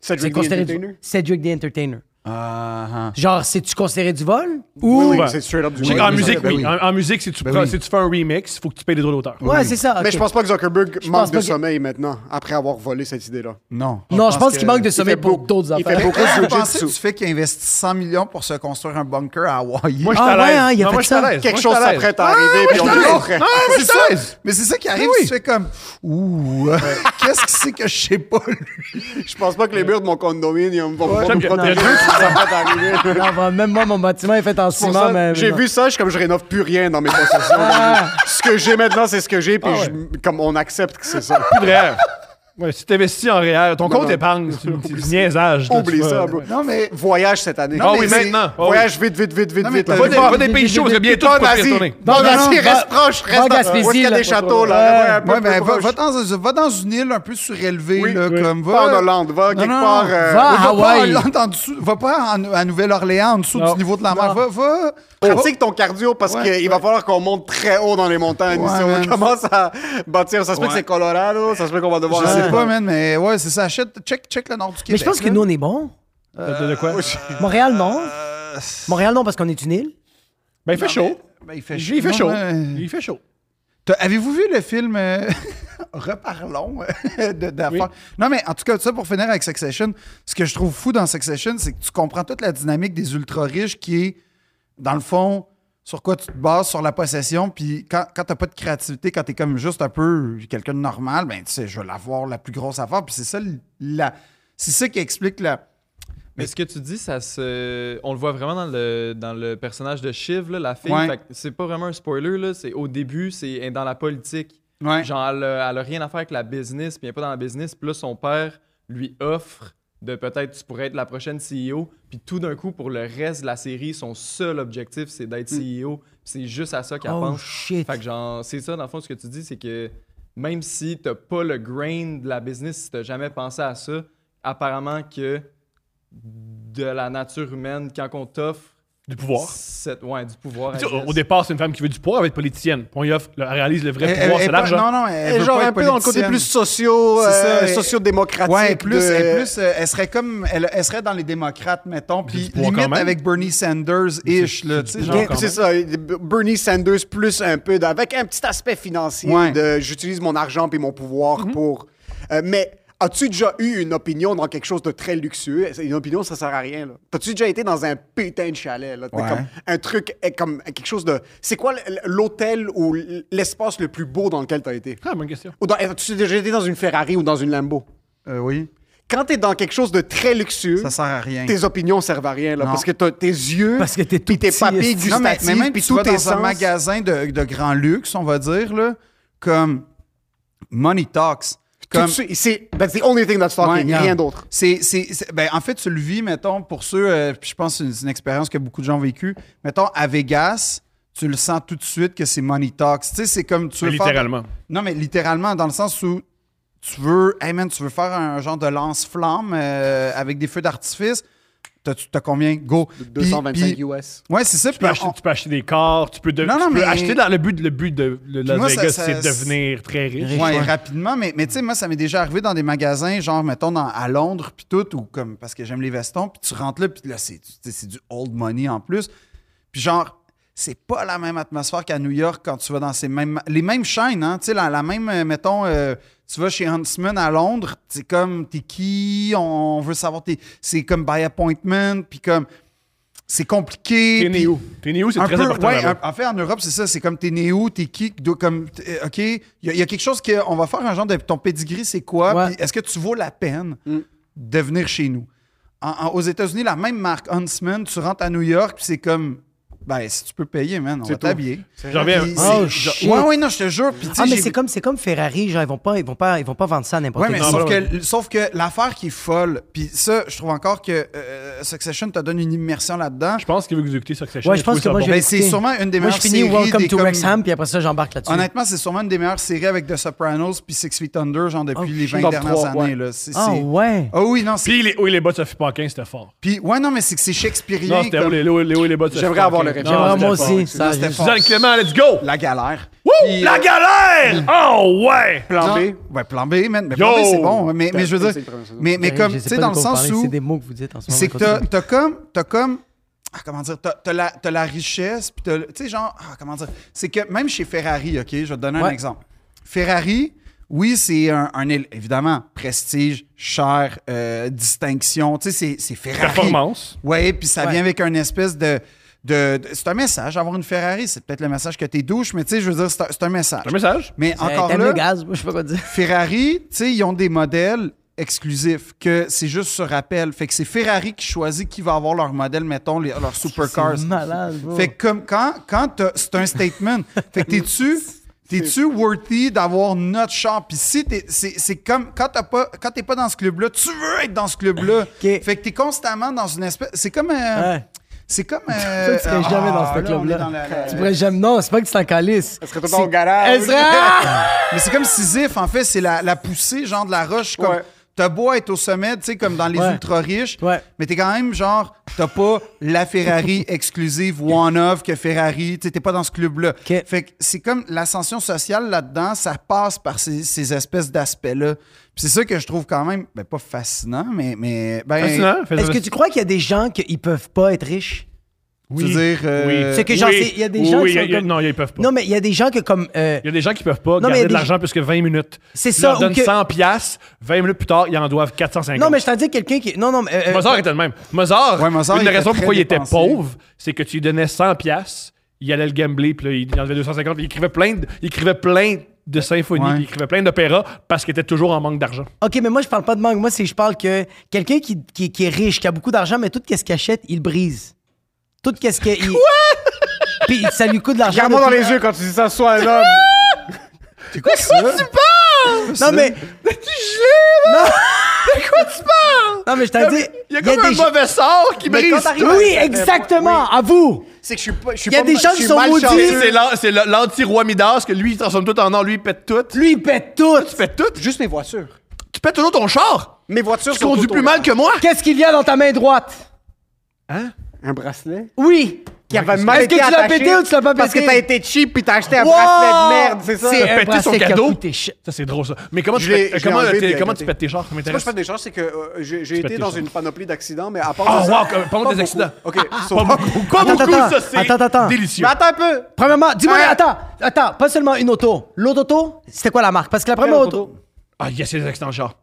Cedric C'est the considéré du. Entertainer. Cedric the Entertainer. Ah, ah. Genre, c'est-tu considéré du vol? Oui, Ou. oui, Ouais. c'est straight up du J'ai- monde. en oui, musique, ben oui. oui. Ben En, en musique, si tu, prends- oui. si tu fais un remix, il faut que tu payes les droits d'auteur. Ouais, c'est ça. Mais ok. je pense pas que Zuckerberg pense manque pas de que- sommeil maintenant, après avoir volé cette idée-là. Non. Non, je pense que- qu'il manque de sommeil fait pour beau- d'autres il fait affaires. beau- Pourquoi Jujutsu. vous pensez du fait qu'il a investi 100 millions pour se construire un bunker à Hawaï? Moi, je suis Ah à ouais, l'aise. hein, il a Non, fait moi, je suis à ça. l'aise. Quelque Moi, chose je suis à l'aise. après t'es arrivé, puis on je suis à est l'aise. prêt. Ah, moi, je c'est suis à ça. l'aise. Mais c'est ça qui arrive, Ah oui. tu fais comme Ouh, euh, qu'est-ce que c'est que je sais pas, lui? Je pense pas que les murs de mon condominium vont vont J'aime me qu'il y a- il y a protéger. deux- Ça va t'arriver. (laughs) Non, bah, même moi, mon bâtiment est fait en Pour ciment, ça, mais. J'ai vu ça, je suis comme je rénove plus rien dans mes possessions. ce que j'ai maintenant, c'est ce que j'ai, puis Ah je- comme on accepte que c'est ça. Plus de rêve. Ouais, si t'investis en réel, ton compte non. épargne, c'est une- c'est du niaisage. là, Oublie tu vas- ça, bro. Non, mais. Voyage cette année. Ah mais oui, c'est- maintenant. Ah oui. Voyage vite, vite, vite, vite, Non, mais vite. pas- Va Allez, des- va- va des pays chauds, parce que bientôt, Pas tu en pourras y Asie. retourner. Pas en Non, non, Asie, va- reste proche. va Reste dans- Où est-ce en qu'il y a Gaspésie, des là, châteaux, là? Ouais. Ouais, un peu Ouais, ben, plus va, proche. va dans, va dans une île un peu surélevée, Oui, là, oui. comme va. Pas en Hollande, va Non, quelque non. part. Ouais, euh, Va. à va pas en Ah, Hawaï. Hollande, en dessous- va pas en- à Nouvelle-Orléans, en dessous Non. du niveau de la mer. Non. Va, va. Oh. Pratique ton cardio parce Ouais, qu'il va falloir qu'on monte très haut dans les montagnes. Ouais, si on man. commence à bâtir, ça se peut que c'est Colorado, ça se peut qu'on va devoir. Je sais aller- pas, man, mais ouais, c'est ça. Achète, check, check le nord du Québec. Mais je pense que là. nous, on est bons. De de quoi? Montréal, non. Montréal, non, parce qu'on est une île. Ben, il fait chaud. Ben, il fait chaud. Il fait Non, chaud. mais- Il fait chaud. T'as- Avez-vous vu le film euh, (laughs) Reparlons euh, de- d'affaires? Non, mais en tout cas, ça pour finir avec Succession, ce que je trouve fou dans Succession, c'est que tu comprends toute la dynamique des ultra-riches qui est, dans le fond, sur quoi tu te bases, sur la possession. Puis quand, quand t'as pas de créativité, quand t'es comme juste un peu quelqu'un de normal, ben tu sais, je vais l'avoir la plus grosse affaire. Puis c'est ça, l- la, c'est ça qui explique la. Mais ce que tu dis, ça se... on le voit vraiment dans le, dans le personnage de Shiv, là, la fille. Ouais. Fait que c'est pas vraiment un spoiler, là. c'est au début, c'est elle est dans la politique. Ouais. Genre, elle a, elle a rien à faire avec la business, puis elle est pas dans la business. Puis là, son père lui offre de peut-être tu pourrais être la prochaine CEO. Puis tout d'un coup, pour le reste de la série, son seul objectif, c'est d'être CEO. Puis c'est juste à ça qu'elle Mm. Oh pense. shit. Fait que genre, c'est ça, dans le fond, ce que tu dis, c'est que même si t'as pas le grain de la business, si t'as jamais pensé à ça, apparemment que de la nature humaine, quand on t'offre Du pouvoir. cette- ouais, du pouvoir, Tu sais, I Au guess. au départ, c'est une femme qui veut du pouvoir, elle va être politicienne. Puis On lui offre, le- elle réalise le vrai Elle- pouvoir, elle- c'est elle- Non, l'argent. non, elle Et veut hein. genre pas un être peu dans le côté politicienne. plus socio, C'est ça, euh, et- socio-démocratique. Ouais, plus, de- elle, plus, euh, elle serait comme, elle, elle serait dans les démocrates, mettons, puis Du poids quand limite même. avec Bernie Sanders ish, là, tu sais, genre. genre, quand C'est ça, Bernie Sanders plus un peu, d- avec un petit aspect financier Ouais. Mhm. de j'utilise mon argent puis mon pouvoir pour. Euh, mais as-tu déjà eu une opinion dans quelque chose de très luxueux? Une opinion, ça sert à rien. là. T'as-tu déjà été dans un putain de chalet? Là? T'es Ouais. Comme un truc, eh, comme quelque chose de. C'est quoi l- l'hôtel ou l- l'espace le plus beau dans lequel t'as été? Ah, bonne question. Ou dans, eh, as-tu déjà été dans une Ferrari ou dans une Lambo? Euh, oui, Quand t'es dans quelque chose de très luxueux, ça sert à rien. tes opinions servent à rien, là, Non. parce que t'as- tes yeux, Parce que t'es tout puis tes petit, papilles est-ce Non, mais, mais gustatives, même puis si tu tous vas tes dans sens. un magasin de, de grand luxe, on va dire, là, comme Money Talks. Tout de Comme, suite, c'est that's the only thing that's Ouais, talking, yeah. rien d'autre. C'est, c'est, c'est- ben, en fait, tu le vis, mettons, pour ceux, euh, puis je pense que c'est une, c'est une expérience que beaucoup de gens ont vécue. Mettons, à Vegas, tu le sens tout de suite que c'est Money Talks. Tu sais, c'est comme tu veux faire- Littéralement. Non, mais littéralement, dans le sens où tu veux, hey man, tu veux faire un genre de lance-flamme euh, avec des feux d'artifice. T'as, tu- t'as combien? Go. Puis- puis- US. Ouais, c'est ça. Tu peux, puis acheter, on- tu peux acheter des corps, tu peux, de- Non, tu non, peux mais- acheter dans le but, le but de le Las moi, ça- Vegas, ça- c'est de devenir très riche. Ouais, rapidement, mais, mais tu sais, moi, ça m'est déjà arrivé dans des magasins, genre, mettons, dans- à Londres, puis tout, ou comme, parce que j'aime les vestons, puis tu rentres là, puis là, c'est tu sais, c'est du old money en plus. Puis genre, c'est pas la même atmosphère qu'à New York quand tu vas dans ces mêmes... Les mêmes chaînes, hein, tu sais, la, la même, euh, mettons, euh, tu vas chez Huntsman à Londres, c'est comme, t'es qui, on veut savoir, tes- c'est comme by appointment, puis comme, c'est compliqué. T'es né puis- où? T'es né où, c'est un très peu, important. ouais, là-bas. un- en fait, en Europe, c'est ça. C'est comme t'es néo, t'es qui, do- comme, t- euh, OK, il y, a- il y a quelque chose qu'on va faire un genre de ton pedigree, c'est quoi? Ouais. puis Est-ce que tu vaux la peine de venir chez nous? En- en- aux États-Unis, la même marque Huntsman, tu rentres à New York, puis c'est comme Ben, si tu peux payer, man, on va tout. t'habiller. J'en reviens- Puis Oh, c'est- shit. Ouais, ouais, non, je te jure. Puis, tu sais, Ah, mais j'ai- c'est comme, c'est comme Ferrari, genre, ils vont pas, ils vont pas, ils vont pas vendre ça à n'importe Ouais, mais qui. Non, sauf, ouais, que, sauf que l'affaire qui est folle, puis ça, je trouve encore que euh, Succession te donne une immersion là-dedans. Je pense qu'il veut que vous écoutiez Succession. Ouais, je et pense trouvez que ça moi, bon. je- Ben, vais c'est l'écouter. sûrement une des Moi, meilleures je finis séries Welcome des to comme- Wrexham, puis après ça, j'embarque là-dessus. Honnêtement, c'est sûrement une des meilleures séries avec The Sopranos puis Six Feet Under, genre depuis Oh, les 20 Top dernières trois, ouais. années. Là. C'est- Ah, c'est- ouais. Ah oui, non, c'est. Puis les hauts et les bas de Sophie Paquin, c'était fort. Puis, ouais, non, mais c'est que c'est Non, shakespearien. c'était comme- les hauts et les- les hauts et les bas de Sophie J'aimerais avoir Paquin. le Non, J'aimerais c'était moi fort. aussi. Non, Ça, c'était je- fort. Suzanne Clément, let's go! La galère. Wouh! Puis, La euh, galère! Oh, ouais! Plan non, B. Ouais, plan B, man. Mais Yo! plan B, c'est bon. hein. Mais, mais je veux C'est le dire. premier, c'est le Mais, mais je- comme, je tu sais sais, pas dans de le quoi vous sens parlez, où. C'est des mots que vous dites en ce moment. C'est que t'as, continue. t'as comme. T'as comme ah, comment dire, t'as, t'as la, t'as la richesse, puis t'as. le- Tu sais, genre, ah, comment dire. C'est que même chez Ferrari, OK, je vais te donner un Ouais. exemple. Ferrari, oui, c'est un, un él- évidemment, prestige, cher, euh, distinction. Tu sais, c'est, c'est Ferrari. Performance. Oui, puis ça Ouais. vient avec un espèce de. de- de- c'est un message. Avoir une Ferrari, c'est peut-être le message que t'es douche, mais tu sais, je veux dire, c'est un, c'est un message. Un message? Mais Euh, encore T'aimes là. le gaz, moi, je sais pas quoi dire. Ferrari, tu sais, ils ont des modèles exclusifs que c'est juste ce rappel. Fait que c'est Ferrari qui choisit qui va avoir leur modèle, mettons, les- leurs supercars. C'est malade, bro. Fait que comme quand, quand t'as- c'est un statement, fait que (laughs) t'es-tu. T'es-tu worthy d'avoir notre char? Puis si t'es, c'est, c'est comme quand t'as pas, quand t'es pas dans ce club-là, tu veux être dans ce club-là. (laughs) Ok. Fait que t'es constamment dans une espèce. C'est comme. euh, Ouais. C'est (laughs) comme. Toi, euh, tu serais jamais dans là, ce on est club-là. dans la- la- Tu pourrais jamais. Non, c'est pas que tu t'en calisses. serait tout le temps au garage. Elle serait- Ah! Mais c'est comme Sisyphe, en fait, c'est la, la poussée, genre de la roche. Comme, Ouais. T'as beau être au sommet, tu sais, comme dans les Ouais. ultra-riches, Ouais. mais t'es quand même genre, t'as pas la (laughs) Ferrari exclusive one-off que Ferrari, tu sais, t'es pas dans ce club-là. Ok. Fait que c'est comme l'ascension sociale là-dedans, ça passe par ces, ces espèces d'aspects-là. Puis c'est ça que je trouve quand même, ben pas fascinant, mais... mais ben, Fascinant. Fais- Est-ce que tu crois qu'il y a des gens qui peuvent pas être riches? Tu veux dire... euh, Tu sais que genre, c'est- il y a des gens oui, il qui y a- il sont y a- comme- Non, ils peuvent pas. Non, mais il y a des gens que comme. euh, Il y a des gens qui peuvent pas Non, mais il garder y a de des- l'argent plus que 20 minutes. C'est Tu ça, leur ou donnes que- 100 piastres, 20 minutes plus tard, ils en doivent 450. Non, mais je t'en dis quelqu'un qui. Non, non, mais. euh, euh, Mozart était le même. Mozart, Ouais, Mozart, une il des était raisons très pourquoi il était dépensier. pauvre, c'est que tu lui donnais 100 piastres, il allait le gambler, puis là, il enlevait 250, puis il écrivait plein de, il écrivait plein de symphonies, Ouais. puis il écrivait plein d'opéras parce qu'il était toujours en manque d'argent. OK, mais moi, je parle pas de manque. Moi, c'est je parle que quelqu'un qui, qui, qui est riche, qui a beaucoup d'argent, mais tout ce qu'il achète, il brise. Tout ce qu'il. Quoi? (laughs) Puis ça lui coûte de l'argent. Regarde-moi dans depuis- les yeux quand tu dis ça, sois un homme. C'est quoi ça? Non, mais. tu Non! De quoi tu parles? Non, mais je t'en dis. Il y a comme un des- mauvais sort qui Mais brise. quand t'arrives à- Oui, exactement! À vous! C'est que je suis pas. Il y a des gens qui sont maudits. C'est l'an- c'est le- l'anti-roi Midas, que lui, il transforme tout en or, lui, il pète tout. Tu Lui, il pète tout! pètes tout. Juste mes voitures. Tu pètes toujours ton char. Mes voitures Tu conduis plus mal que moi. Qu'est-ce qu'il y a dans ta main droite? Un bracelet. Oui! Qui avait mal été attaché parce Parce que que t'as t'as été cheap puis t'as acheté un Wow! bracelet de merde, c'est ça? C'est T'as un pété son bracelet qui a cadeau. coûté cher. Ça, c'est drôle, ça. Mais comment tu Je l'ai- pètes, je l'ai comment enlevé, t'es- puis il a comment tu gâté. pètes tes chars? Ça Moi, je m'intéresse. fais des chances, c'est que euh, j'ai j'ai fais été tes dans chances. une panoplie d'accidents, mais à part. Oh, de ça- wow, comme- parlons pas des beaucoup. accidents. Ah, Ok, so- Pas beaucoup, pas Attends, beaucoup, attends, ça, c'est attends, attends. délicieux. Mais attends un peu! Premièrement, dis-moi, Ah! attends, attends, pas seulement une auto. L'autre auto, c'était quoi la marque? Parce que la première autre auto. Ah, yes, il y a des accidents de char.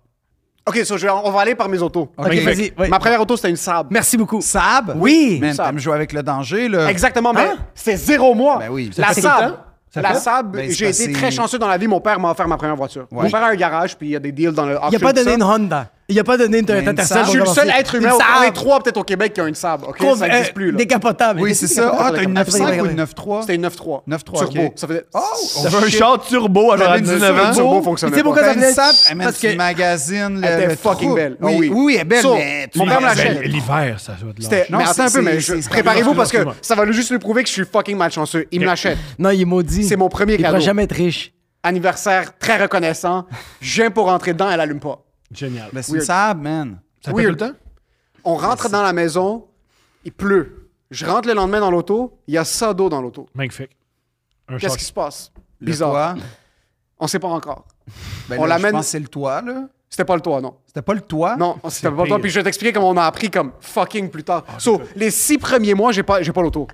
Ok, so, je vais- on va aller par mes autos. Ok, fait- vas-y. ouais. Ma première auto, c'était une Saab. Merci beaucoup. Sab? Oui. Man, Sab. t'aimes jouer avec le danger, là. Exactement, mais Hein? c'était zéro mois. Ben oui. Ça La fait tout le Saab. temps? Ça La fait? Saab, Ben, c'est j'ai parce été que très c'est- chanceux dans la vie. Mon père m'a offert ma première voiture. Mon père a un garage, puis il y a des deals dans le. Il a pas donné une Honda. Il a pas donné une Mais Toyota une Tercel. Saab. Je suis le seul être humain. Une On est Saab. trois peut-être au Québec qui ont une Saab. Ok, Con- ça euh, n'existe plus. Là. Décapotable. Oui, c'est ça. Ah, t'as une 9.5 ou une 9.3? C'était une 9.3. 9.3, Turbo. ok. Ça faisait. Oh, Ça fait un char turbo à genre à T'avais une 19 Le ans. turbo Tu fonctionnait sais pas. pourquoi ça T'as une venait sape, elle mène Parce du que magazine. le- Elle était le fucking trou. belle. Ah Oui, oui. oui, elle est belle, So, mais tu mon père me l'as- l'achète. Ben, L'hiver, ça doit de C'était- l'âge. Non, mais attends un c'est- peu, mais c'est- je- c'est- préparez-vous parce que excuse-moi. ça va juste lui prouver que je suis fucking malchanceux. Il me l'achète. Non, il est maudit. C'est mon premier il cadeau. pourra jamais être riche. Anniversaire très reconnaissant. J'aime pour rentrer dedans, elle allume pas. Génial. Ben, c'est une sable, man. Ça fait tout weird. le temps? On rentre dans la maison, il pleut. Je rentre le lendemain dans l'auto, il y a ça d'eau dans l'auto. Magnifique. Un char. Qu'est-ce qui se passe? Le Bizarre. toit. On sait pas encore. Ben, On là, je l'amène- pense que C'est le toit, là. C'était pas le toit, non. C'était pas le toit. Non, c'était pas le Ah. pire. Ah, toit. Puis je vais t'expliquer comment on a appris comme fucking plus tard. so, les six premiers mois, j'ai pas, j'ai pas l'auto.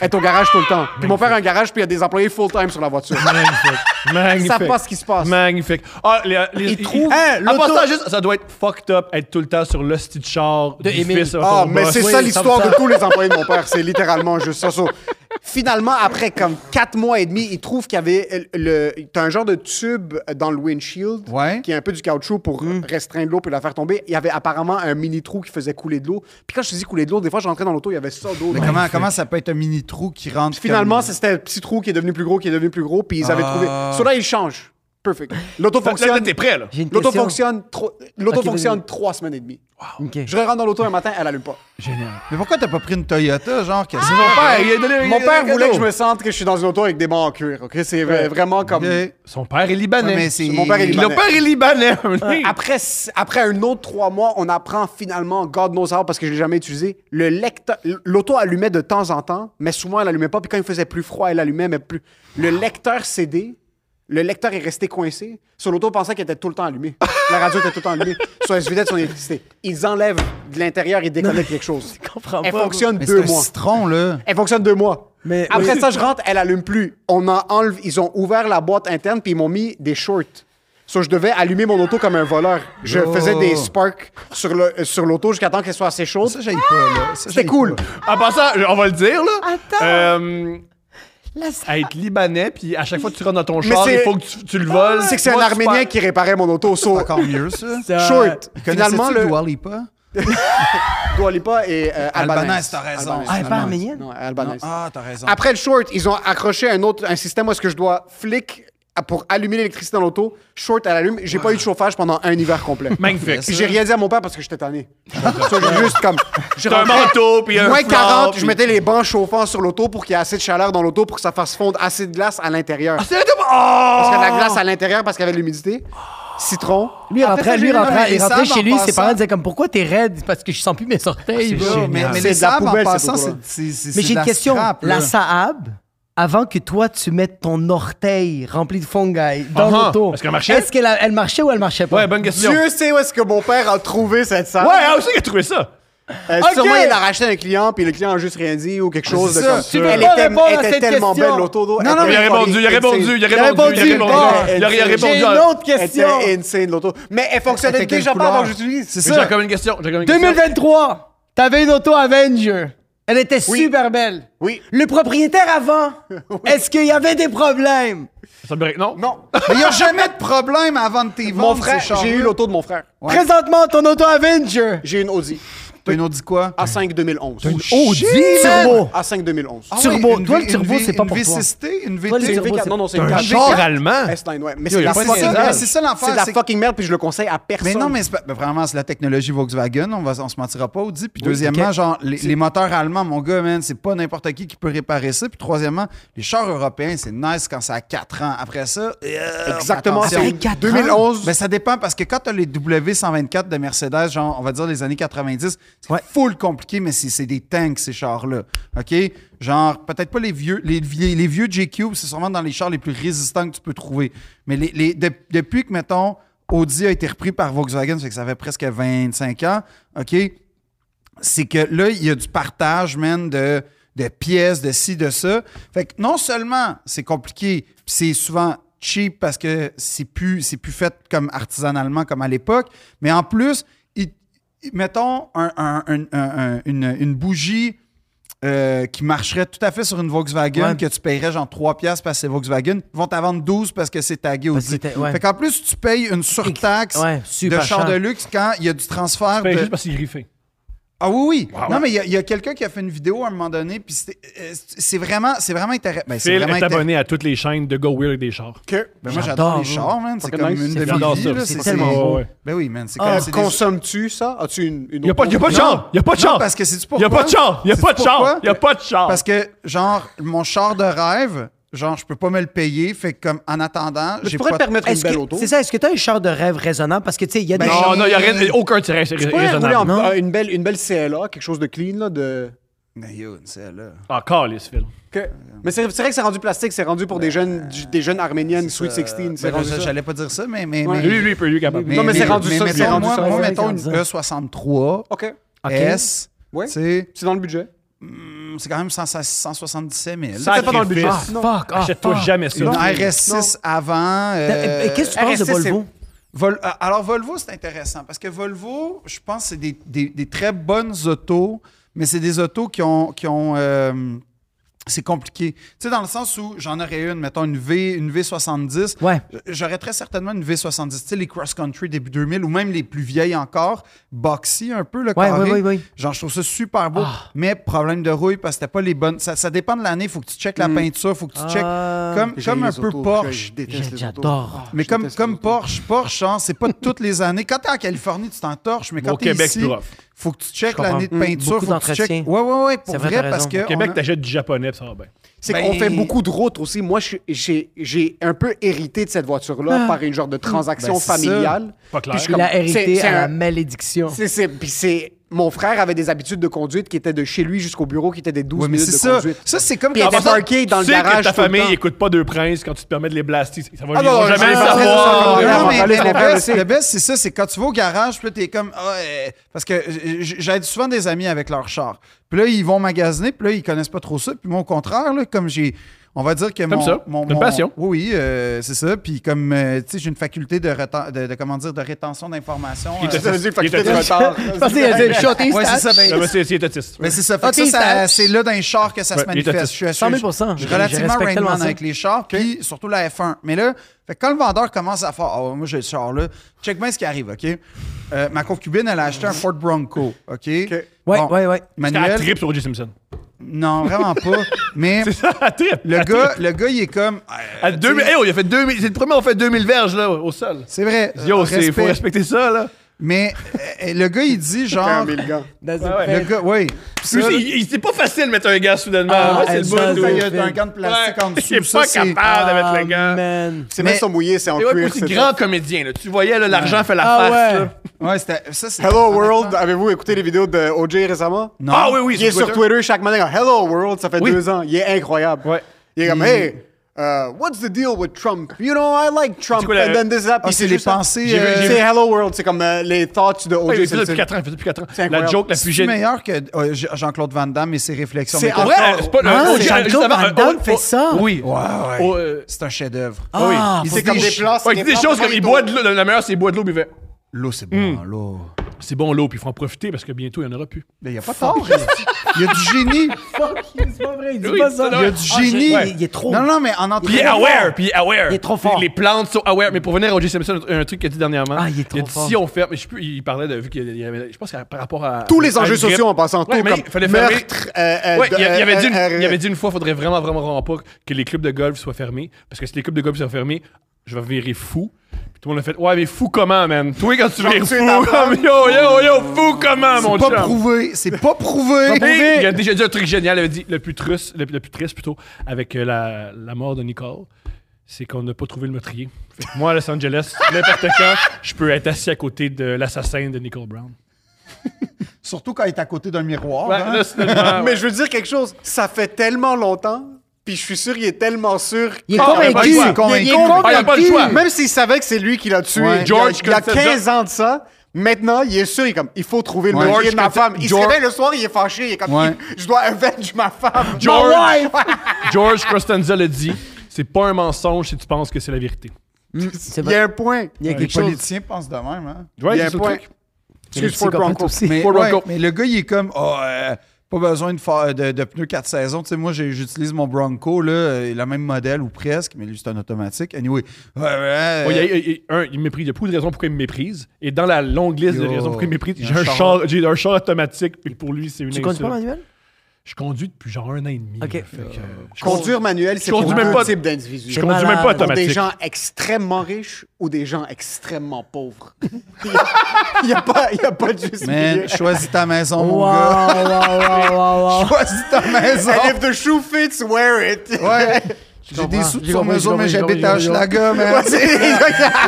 Être au garage tout le temps. Puis mon père a un garage, puis il y a des employés full-time sur la voiture. Magnifique. (laughs) Magnifique. Savent pas ce qui se passe. Magnifique. Ah, les, les, Ils trouvent- Hein, en l'auto- passant, juste, ça doit être fucked up, être tout le temps sur le style char de du Émile. fils. à Ah, ton mais boss. c'est oui, ça ça me l'histoire semble. de tous les employés de mon père. C'est littéralement juste ça. So, Finalement, après comme quatre mois et demi, il trouve qu'il y avait le, t'as un genre de tube dans le windshield Ouais. qui est un peu du caoutchouc pour restreindre l'eau puis la faire tomber. Il y avait apparemment un mini trou qui faisait couler de l'eau. Puis quand je te dis couler de l'eau, des fois, je rentrais dans l'auto, il y avait ça d'eau. Mais dans- comment, comment ça peut être un mini trou qui rentre Puis Finalement, comme- ça, c'était un petit trou qui est devenu plus gros, qui est devenu plus gros, puis ils avaient trouvé. So là, ils changent. Perfect. L'auto Là, là, fonctionne. t'es prêt, là. J'ai une L'auto question. fonctionne, trois- l'auto Ok, vas-y. fonctionne trois semaines et demie. Ok. Je rentre dans l'auto un matin, elle allume pas. Mais pourquoi t'as pas pris une Toyota, genre que c'est Mon père, il a donné Mon il a père donné un voulait que je cadeau. me sente que je suis dans une auto avec des bancs en cuir. ok? C'est vraiment comme. Ok. Son père est libanais. Ouais, mais c'est- Mon père Le est Ah, libanais. Ah, père est (laughs) libanais. un nez. Après, après un autre trois mois, on apprend finalement, God knows how, parce que je l'ai jamais utilisé, le lecteur, l'auto allumait de temps en temps, mais souvent elle allumait pas, puis quand il faisait plus froid, elle allumait, mais plus. Le lecteur CD, le lecteur est resté coincé. Sur l'auto, pensait qu'il était tout le temps allumé. La radio était tout le temps allumée. Sur elle se vidait de son électricité. Ils enlèvent de l'intérieur et déconnectent quelque chose. comprends Elle pas, fonctionne Mais deux c'est un mois. citron, là. Elle fonctionne deux mois. Mais- Après oui. ça, je rentre, elle allume plus. On en enlève, ils ont ouvert la boîte interne puis ils m'ont mis des shorts. So, je devais allumer mon auto comme un voleur. Je Oh. faisais des sparks sur le euh, sur l'auto jusqu'à temps qu'elle soit assez chaude. Ça, j'aille pas, là. Ça, C'était j'aille cool. pas. En passant, je- on va le dire, là. Attends. être libanais, puis à chaque fois que tu rentres dans ton Mais char, il c'est- faut que tu, tu le voles. C'est que c'est Moi, un tu Arménien pars- qui réparait mon auto. (laughs) So, euh, C'est encore mieux, ça. short. Finalement, Finalement, le Euh, Dua Lipa? Dua Lipa et euh, Albanaise. Albanaise, t'as raison. Albanaise. Ah, elle est pas Finalement. arménienne? Non, Albanaise. Ah, t'as raison. Après le short, ils ont accroché un autre un système où est-ce que je dois flic pour allumer l'électricité dans l'auto. Short, elle allume. J'ai pas eu de chauffage pendant un hiver complet. Magnifique. Puis j'ai rien dit à mon père parce que (laughs) j'étais tanné. So, j'ai juste comme. J'ai T'as un rentré- manteau, puis un Moins foulard, 40, je puis- mettais les bancs chauffants sur l'auto pour qu'il y ait assez de chaleur dans l'auto pour que ça fasse fondre assez de glace à l'intérieur. Ah, C'est de- Oh! Parce qu'il y a de la glace à l'intérieur parce qu'il y avait de l'humidité. Citron. Lui, il Après ça, rentrait, lui, j'ai il eu un rentrait, il rentrait message chez en lui, ses passant. parents disaient comme, pourquoi t'es raide? C'est Parce que je sens plus mes orteils, c'est bro. génial. mais, mais C'est les de la sables, en poubelle, cette passant, auto-là. c'est c'est- c'est- Mais c'est j'ai de une la question. scrap, la là. Saab, avant que toi, tu mettes ton orteil rempli de fungi dans Uh-huh. l'auto, Est-ce qu'elle marchait? Est-ce qu'elle a- elle marchait ou elle marchait pas? Ouais, bonne question. Dieu sait où est-ce que mon père a trouvé cette salle. Ouais, ah, où c'est qu'il a trouvé ça? Euh, Ok. Sûrement, il a racheté à un client, puis le client a juste rien dit ou quelque chose de c'est ça. comme Tu peux Elle pas était, répondre à était cette tellement question. belle, l'auto. Non, non, Il a répondu, il a répondu, il a répondu, il a répondu. Il a- il a J'ai répondu. une à- autre Elle question. était insane, l'auto. Mais elle fonctionnait C'était quelle déjà pas couleur? avant que j'utilise. C'est J'ai ça. encore une question. j'ai encore une question. 2023, t'avais une auto Avenger. Elle était Oui. super belle. Oui. Le propriétaire (laughs) avant, est-ce qu'il y avait des problèmes? Ça me dirait- Non? Non. Mais il n'y a jamais de problème avant de t'y Mon vendre, frère, ces chars-là. j'ai eu l'auto de mon frère. Ouais. Présentement, ton auto Avenger. J'ai une Audi T'as une Audi quoi? Ah, A5 2011. Audi, Turbo. A5 2011. Ah ouais, Turbo. une Toi, V- le turbo, une V- c'est pas une pour toi. V6T, une Toi, les C'est VT. une turbos, V4. c'est- Non, non, c'est T'as une un 4. char V4. allemand? S9, ouais. Mais Yo, c'est de la c'est fucking ça, merde. mais c'est ça l'affaire, C'est de la c'est- fucking merde, puis je le conseille à personne. Mais non, mais c'est pas- ben, premièrement, c'est la technologie Volkswagen, on va on se mentira pas, Audi. Puis deuxièmement, genre, les, les moteurs allemands, mon gars, man, c'est pas n'importe qui qui peut réparer ça. Puis troisièmement, les chars européens, c'est nice quand ça a 4 ans. Après ça, euh, Exactement, attention. c'est quatre 2011. Ben, ça dépend parce que quand t'as les W124 de Mercedes, genre, on va dire les années 90, c'est full compliqué, mais c'est c'est des tanks, ces chars-là. OK? Genre, peut-être pas les vieux, les, vieilles- les vieux J-Cube, c'est sûrement dans les chars les plus résistants que tu peux trouver. Mais les, les- de- depuis que, mettons, Audi a été repris par Volkswagen, ça fait que ça fait presque 25 ans, OK? c'est que là, il y a du partage, man, de, de pièces, de ci, de ça. Fait que non seulement c'est compliqué, puis c'est souvent cheap parce que c'est plus, c'est plus fait comme artisanalement comme à l'époque, mais en plus, il- il- mettons un- un- un- un- un- une, une bougie euh, qui marcherait tout à fait sur une Volkswagen Ouais. que tu paierais genre 3 pièces parce que c'est Volkswagen, ils vont t'en vendre 12 parce que c'est tagué Parce aussi. que c'était- ouais. Fait qu'en plus, tu payes une surtaxe Ouais, de super char de cher. luxe quand il y a du transfert Ben, de... juste parce qu'il est riffé. Ah oui, oui. Wow. Non, mais il y a- il y a, quelqu'un qui a fait une vidéo à un moment donné, puis c'était- euh, c'est vraiment, c'est vraiment intéressant. Ben, c'est Phil vraiment est intér- abonné à toutes les chaînes de Go Wheel avec des chars. Que- Ben, moi, J'adore, j'adore les ouais. chars, man. C'est Fucking comme nice. une de J'adore mes vies, ça, là. c'est tellement beau. c'est- Ben oui, man. C'est comme... Euh, c'est des- Consommes-tu ça? As-tu une, une Il n'y a, pas- y a pas de Non. char! Il n'y a pas de Non, char! parce que c'est-tu Il n'y a pas de char! Il n'y a Sais-tu pas de pourquoi? char! Il n'y a pas de char! Parce que, genre, mon char de rêve, genre, je peux pas me le payer, fait que, comme, en attendant, Mais j'ai tu pourrais pas... te permettre une Est-ce belle que- auto. C'est ça, est-ce que t'as un char de rêve raisonnable? Parce que, tu sais, il y a des Ben, chars- Non, non, il n'y a rien, y a aucun tirage Tu pourrais rouler raisonnable. en- euh, une belle, une belle CLA, quelque chose de clean, là, de... Mais yo, c'est là. Ah, calisse, Phil. Que- Mais c'est c'est vrai que c'est rendu plastique, c'est rendu pour des jeunes, du- des jeunes arméniennes Sweet 16. C'est Ben, rendu je- ça. J'allais pas dire ça, mais... mais, Ouais. mais- Lui, lui, il peut, lui, il est capable. Non, mais c'est rendu ça, mettons, c'est rendu moi, ça. Moi, Ouais, mettons, une c'est rendu E63 OK. Ok. S, Ouais. tu sais... C'est dans le budget. Mm, c'est quand même 100 177 000. Sacré pas dans le budget. fils. Ah, fuck, ah, Achète-toi fuck. jamais Une ça. RS6 avant. euh, Euh, euh, Qu'est-ce que tu penses RSC, de c'est- Volvo? Vol- euh, alors, Volvo, c'est intéressant parce que Volvo, je pense que c'est des, des- des très bonnes autos, mais c'est des autos qui ont, qui ont, euh, c'est compliqué. Tu sais, dans le sens où j'en aurais une, mettons une V, une V70. Ouais. J'aurais très certainement une V70, tu sais, les cross-country début 2000 ou même les plus vieilles encore, boxy un peu, le Ouais, carré. ouais, ouais, ouais. Genre, je trouve ça super beau, Ah. mais problème de rouille parce que c'était pas les bonnes. Ça, ça dépend de l'année, faut que tu checkes la peinture, faut que tu checkes. Ah. Comme, Mm. J'ai comme un les peu autos, Porsche. je déteste les autos. J'adore. Ah, Mais je comme, déteste les comme autos. Porsche, Porsche, genre, c'est pas toutes les années. Quand t'es en Californie, tu t'en torches, mais Bon, quand au t'es Québec, ici, plus rough. faut que tu Je checkes comprends. l'année de Mm, peinture, beaucoup faut que tu checkes. d'entretien. Ouais, ouais, ouais, pour C'est vrai, vrai, t'as parce raison. que. Au Québec, on a- t'achètes du japonais, puis ça va bien. C'est Ben- qu'on fait beaucoup de routes aussi. Moi, je- j'ai j'ai un peu hérité de cette voiture-là par une genre de transaction Ben, c'est ça. familiale. Pas clair. Puis je suis Ah. comme- Il a c'est- hérité c'est à la un- malédiction. c'est- c'est- Puis c'est... Mon frère avait des habitudes de conduite qui étaient de chez lui jusqu'au bureau, qui étaient des 12 Ouais, mais minutes c'est de ça. conduite. Ça, c'est comme Puis quand elle tu était parkée dans le tu sais garage que ta tout le famille temps. écoute pas deux princes quand tu te permets de les blaster. Ça va Ah ils non, vont non, jamais non, le non, savoir. Non, non, on va mais, parler de mais mon le frère best, aussi. le best, c'est ça, c'est quand tu vas au garage, puis là, t'es comme. Ah, euh, parce que j- j- j'aide souvent des amis avec leur char. Puis là, ils vont magasiner, puis là, ils connaissent pas trop ça. Puis moi, au contraire, là, comme j'ai. On va dire que mon, ça, mon- t'as une mon- passion. Oui, oui, euh, c'est ça. Puis comme, euh, tu sais, j'ai une faculté de, reten- de, de, comment dire, de rétention d'informations. euh, était- Ça veut dire que Il était- (laughs) t'es de retard. Je pensais qu'il allait dire shot et Ouais, c'est stat. ça. ben, Non, mais c'est c'est autiste. ben, c'est ça. Fait que Ok, ça, ça- ça- c'est là dans les chars que ça Ouais, se il est manifeste. autiste. Je suis- je suis- 100 000 Je- je je suis relativement respecte Rain tellement Man ça. avec les chars, puis surtout la F1. Mais là, fait que quand le vendeur commence à faire Ah, moi j'ai ce char-là, check bien ce qui arrive, OK? Euh, ma concubine, elle a acheté un Ford Bronco, OK? Ouais, Ouais, ouais, ouais. C'était à Manuel, trip sur O.J. Simpson. non, vraiment pas. Mais (laughs) C'est ça, à trip. le à gars, trip. le gars, il est comme. Ah, À 2000 Eh oh, il a fait 2000. C'est le premier, on fait 2000 verges, là, au sol. C'est vrai. Yo, euh, c'est- faut respect. respecter ça, là. Mais euh, le gars, il dit genre. Mille gants. Dans Ah Ouais, Le gars, oui. Puis aussi, il- il- C'est pas facile de mettre un gars soudainement. Ah, Moi, c'est elle le ça, bon. Il y là. a un gant de plastique en Ouais, dessous. Il est ça, pas c'est- capable de mettre le gars. man. Ses Mais- mains sont mouillées, c'est en Et ouais, puis cuir. aussi, c'est grand comédien, là. Tu voyais, là, l'argent fait la Ah face, ouais. là. Ouais, c'était. ça, ça. c'était- (laughs) Hello World, avez-vous écouté les vidéos de OJ récemment? Non. Ah oui, oui, Il est sur Twitter chaque matin. comme, Hello World, ça fait Oui. deux ans. Il est incroyable. Ouais. Il est comme, hey, uh, what's the deal with Trump? You know, I like Trump. C'est quoi, la- And then this is that. Ah, Puis c'est les juste ça. pensées. J'ai vu- euh, j'ai vu- C'est Hello World, c'est comme euh, les thoughts de Ouais, il OJ faisait ça depuis Simpson. 4 ans, il faisait depuis 4 ans. La incroyable. joke la plus C'est gênante. meilleur que euh, Jean- Jean-Claude Van Damme et ses réflexions. C'est métaphysiques. en- Ouais, c'est pas le. Ah, oh, Jean-Claude juste avant, Van euh, Damme oh, fait oh, ça? Oui. Ouais, ouais. Oh, euh, C'est un chef-d'œuvre. Ah, Il faut s'est comme dire- des plans. ouais, il dit des choses comme il boit de l'eau. La meilleure, c'est il boit de l'eau, puis il fait, L'eau, c'est bon, Hmm. l'eau. C'est bon l'eau, puis il faut en profiter parce que bientôt, il n'y en aura plus. Mais il n'y a pas tort. hein. Il y a du génie. C'est pas vrai, il dit Oui, pas c'est ça. ça, Il y a ouais. du Ah, j'ai- génie. il- il est Oh. trop- Non, non, mais en entraînant. Puis il est aware, puis il est aware. Il est trop fort. Les plantes sont aware. Mais pour venir à O.J. Simpson, un truc qu'il a dit dernièrement. Ah, il est trop a dit, fort. Si on ferme, mais je sais plus, il parlait de, vu qu'il y avait, je pense que par rapport à. Tous les à enjeux une grippe. sociaux en passant, tout Ouais, mais comme il fallait fermer- meurtre. euh, euh, Ouais, de- il, y a- il y avait euh, dit une, euh, il y avait dit une fois, faudrait vraiment, vraiment, vraiment pas que les clubs de golf soient fermés. Parce que si les clubs de golf sont fermés, je vais virer fou. Puis tout le monde a fait, ouais, mais fou comment, man? Toi, quand tu vires tu fou, es dans (laughs) comme, yo, yo, yo, fou comment, mon C'est pas chum? prouvé. C'est pas prouvé. Et il a déjà dit un truc génial, il avait dit le plus triste, le, le plus triste plutôt, avec euh, la, la mort de Nicole, c'est qu'on n'a pas trouvé le meurtrier. Fait que moi, à Los Angeles, (laughs) n'importe quand, je peux être assis à côté de l'assassin de Nicole Brown. Surtout quand il est à côté d'un miroir. Ouais, hein. là, c'est tellement- Mais je veux dire quelque chose, ça fait tellement longtemps, puis je suis sûr, il est tellement sûr. Il est Ah, convaincu. il Il a est pas le choix. convaincu. Ah, il a pas le choix. Même s'il savait que c'est lui qui l'a tué, Ouais. il y a- George il y a, Constanza. 15 ans de ça, maintenant, il est sûr, il, est comme, il faut trouver le Ouais. meurtrier de ma George femme. Il George- se réveille le soir, il est fâché, il est comme, Ouais. (laughs) je dois avenge ma femme. George, George Costanza le dit, c'est pas un mensonge si tu penses que c'est la vérité. C'est Il y vrai. a un point. Il y a Les quelque chose. politiciens pensent de même. Hein. Ouais, Il y c'est a ça un le point. truc. Excuse Les Ford psychopathes Bronco. aussi. Mais, Pour ouais, Bronco. mais le gars, il est comme, Ah, euh, pas besoin de, faire- de, de pneus 4 saisons. Tu sais, moi, j'ai- j'utilise mon Bronco, là, euh, le même modèle ou presque, mais lui, c'est un automatique. Anyway. Ouais, ouais, euh, Ouais, il, y a- il- il- un, il méprise. Il y a beaucoup de raisons pourquoi il me méprise. Et dans la longue liste de Yo, raisons pourquoi il me méprise, il y a j'ai un un, char. char- j'ai un char automatique, puis pour lui, c'est une Tu conduis pas, insulte. Manuel? Je conduis depuis genre un an et demi. Ok. là, fait que, euh, je Conduire manuel, c'est Je pour conduis deux même pas- types d'individus. Je conduis malade. même pas Pour des automatique. gens extrêmement riches ou des gens extrêmement pauvres. (laughs) Il n'y a, pas- il y a pas de juste milieu. Man, choisis ta maison, Wow, mon wow, gars. wow, wow, wow. Choisis ta maison. And if the shoe fits, wear it. (laughs) Ouais. J'ai des comprends. sous de J'ai sur compris, mesure, j'ai mais j'habite compris, j'ai à compris, j'ai Hochelaga, man.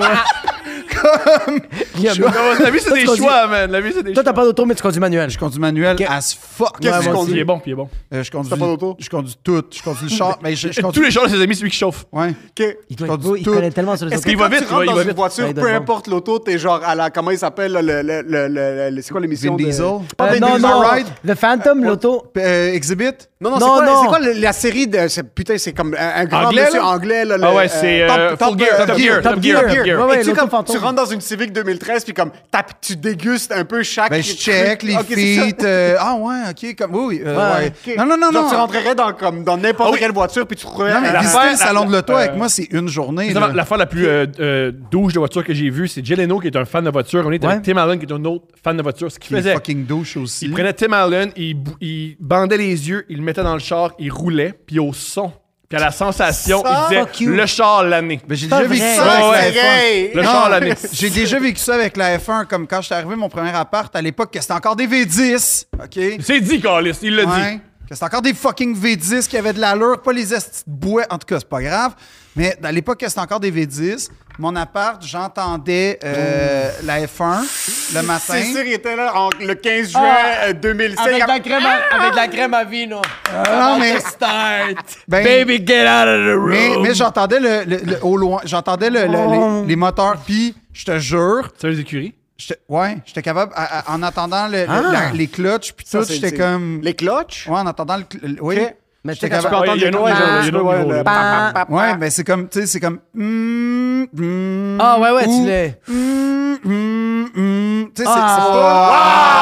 Guillaume, Non, la vie, c'est (laughs) Toi, des tu conduis- choix, man. La vie, c'est des Toi, choix. t'as pas d'auto, mais tu conduis manuel. Je conduis manuel Ok. as fuck. Qu'est-ce que tu moi Il est conduis? bon, puis il est bon. Euh, je conduis. T'as pas d'auto? Je conduis tout. Je conduis le char. Mais je, je Tous conduis. les gens de ses amis, c'est lui qui chauffe. Ouais. Ok. Il doit Je être conduis beau, il tout. connaît tellement sur les Est-ce autos. que Il quand va tu vite, il rentres va- il dans va une vite. voiture, Ouais, il doit peu être bon. importe l'auto, t'es genre à la... Comment il s'appelle? là, Le, le, le, le- le- c'est quoi l'émission? Vin de- Diesel? Pas Euh, Vin non, Diesel non, Ride. le Phantom, l'auto. Euh, exhibit. Non, non, Non, c'est quoi, non. c'est quoi le- la série de. c'est- Putain, c'est comme un, un grand Anglais, monsieur là? anglais. Là, le- Ah ouais, c'est, Top- euh, Top Full Gear, Top Gear, Top Gear, Top Gear. Ouais, ouais, Et tu sais, l'auto comme fantôme. tu rentres rentres dans une Civic 2013 puis comme t'as- tu dégustes un peu chaque. Ben, je check les Ok, c'est ça. feats. euh, ah ouais, ok, comme. Oui, oui. euh, ouais. Ok. Non, non, non, Genre, non. tu rentrerais dans comme dans n'importe Ah oui. quelle voiture puis tu trouverais. Non, mais la- visiter l'affaire- le salon de l'auto la- avec euh, moi, c'est une journée. Justement, là. L'affaire la plus euh, euh, douche de voiture que j'ai vue, c'est Jeleno, qui est un fan de voiture. On est Ouais. avec Tim Allen, qui est un autre fan de voiture. Ce qu'il Qui est faisait, fucking douche aussi. il prenait Tim Allen, il, bou- il bandait les yeux, il le mettait dans le char, il roulait, puis au son, puis à la sensation, Ça, il fuck disait you. le char l'année. Ben, j'ai pas déjà vécu vrai. ça Ouais, avec Ah, la F1. Hey! Le char (laughs) l'année. J'ai déjà vécu ça avec la F1, comme quand j'étais arrivé mon premier appart à l'époque, que c'était encore des V10. OK? C'est dit, Carlis, il l'a Ouais. dit. Que c'était encore des fucking V10 qui avaient de l'allure, pas les estis de bouet. En tout cas, c'est pas grave. Mais à l'époque, que c'était encore des V10. Mon appart, j'entendais euh, la F1 le matin. C'est sûr, il était là en- le 15 juin Ah. euh, 2005. Avec de Ah, la crème à, avec de la crème à vino. Ah, mais, Start. ben, Baby, get out of the room. mais, mais j'entendais le, le- le- au loin, j'entendais le- le- les, les moteurs. Puis, je te jure, C'est les écuries. j'étais- ouais, j'étais capable, à- à- en entendant le- le- la- les clutches, puis Ah. ça, tout, c'est- j'étais c'est- comme... Les clutches? Ouais, en entendant le. cl- le- oui. Ok. Mais tu J'étais sais, quand tu capable- Ouais, il y a une autre- il y a une autre niveau, là. Pam, pam, Ouais, mais c'est comme. Tu sais, c'est comme. Mm, mm, Ah, ouais, ouais, tu ou- l'es. Mm, mm, mm. Tu sais, c'est- c'est Ah. Wow!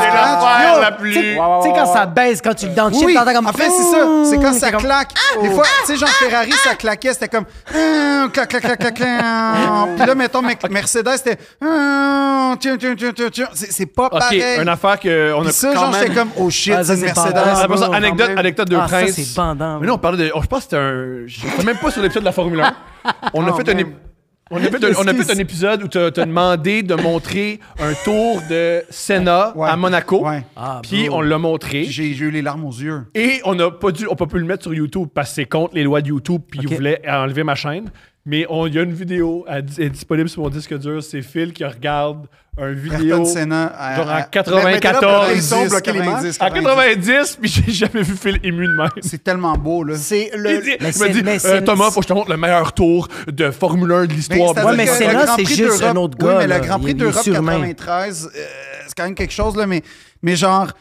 C'est Ah. l'affaire la Tu sais, plus. tu sais, quand ça baisse, quand tu le pas. downship, Oui, t'entends comme. en fait, c'est ça. C'est quand T'es ça comme- Ah! claque. Des fois, tu sais, genre Ferrari, ça claquait. C'était comme. hum, Clac, clac, clac, clac, clac. Puis là, mettons, Mec- Mercedes, c'était. hum, Tiens, tiens, tiens, tiens, tiens. C'est c'est pas OK, pareil. une affaire qu'on Puis a ça, genre, j'étais comme. Oh shit, Ah, ça, c'est une c'est pas Mercedes. vrai. Après ça, bon, anecdote, quand même. anecdte de Ah, ça, Prince. c'est bandant, Mais non, on parlait de. oh, je pense que c'était un. Je sais même pas sur l'épisode de la Formule 1. On a fait un. é- On a fait, un, on a fait un épisode où tu as demandé de montrer un tour de Senna Ouais. à Monaco. Ouais. Ah, Puis bro. on l'a montré. J'ai j'ai eu les larmes aux yeux. Et on n'a pas dû, on peut plus le mettre sur YouTube parce que c'est contre les lois de YouTube. Puis Ok. ils voulaient enlever ma chaîne. Mais on- il y a une vidéo elle di- elle est disponible sur mon disque dur. C'est Phil qui regarde un vidéo. Ayrton Senna. à- genre en à- 94. Ils sont 90, bloqués les mains. 90, En 90, puis j'ai jamais vu Phil ému de même. C'est tellement beau, là. C'est Il le. dit- mais il m'a c'est- dit, mais euh, c'est- Thomas, faut que je te montre le meilleur tour de Formule 1 de l'histoire. Ben, c'est-à-dire Ouais, mais que c'est le là, Grand c'est Prix juste d'Europe- un autre Oui, gars, mais là. le Grand Il Prix est- il est d'Europe surhumain. 93, euh, c'est quand même quelque chose, là, mais, mais genre...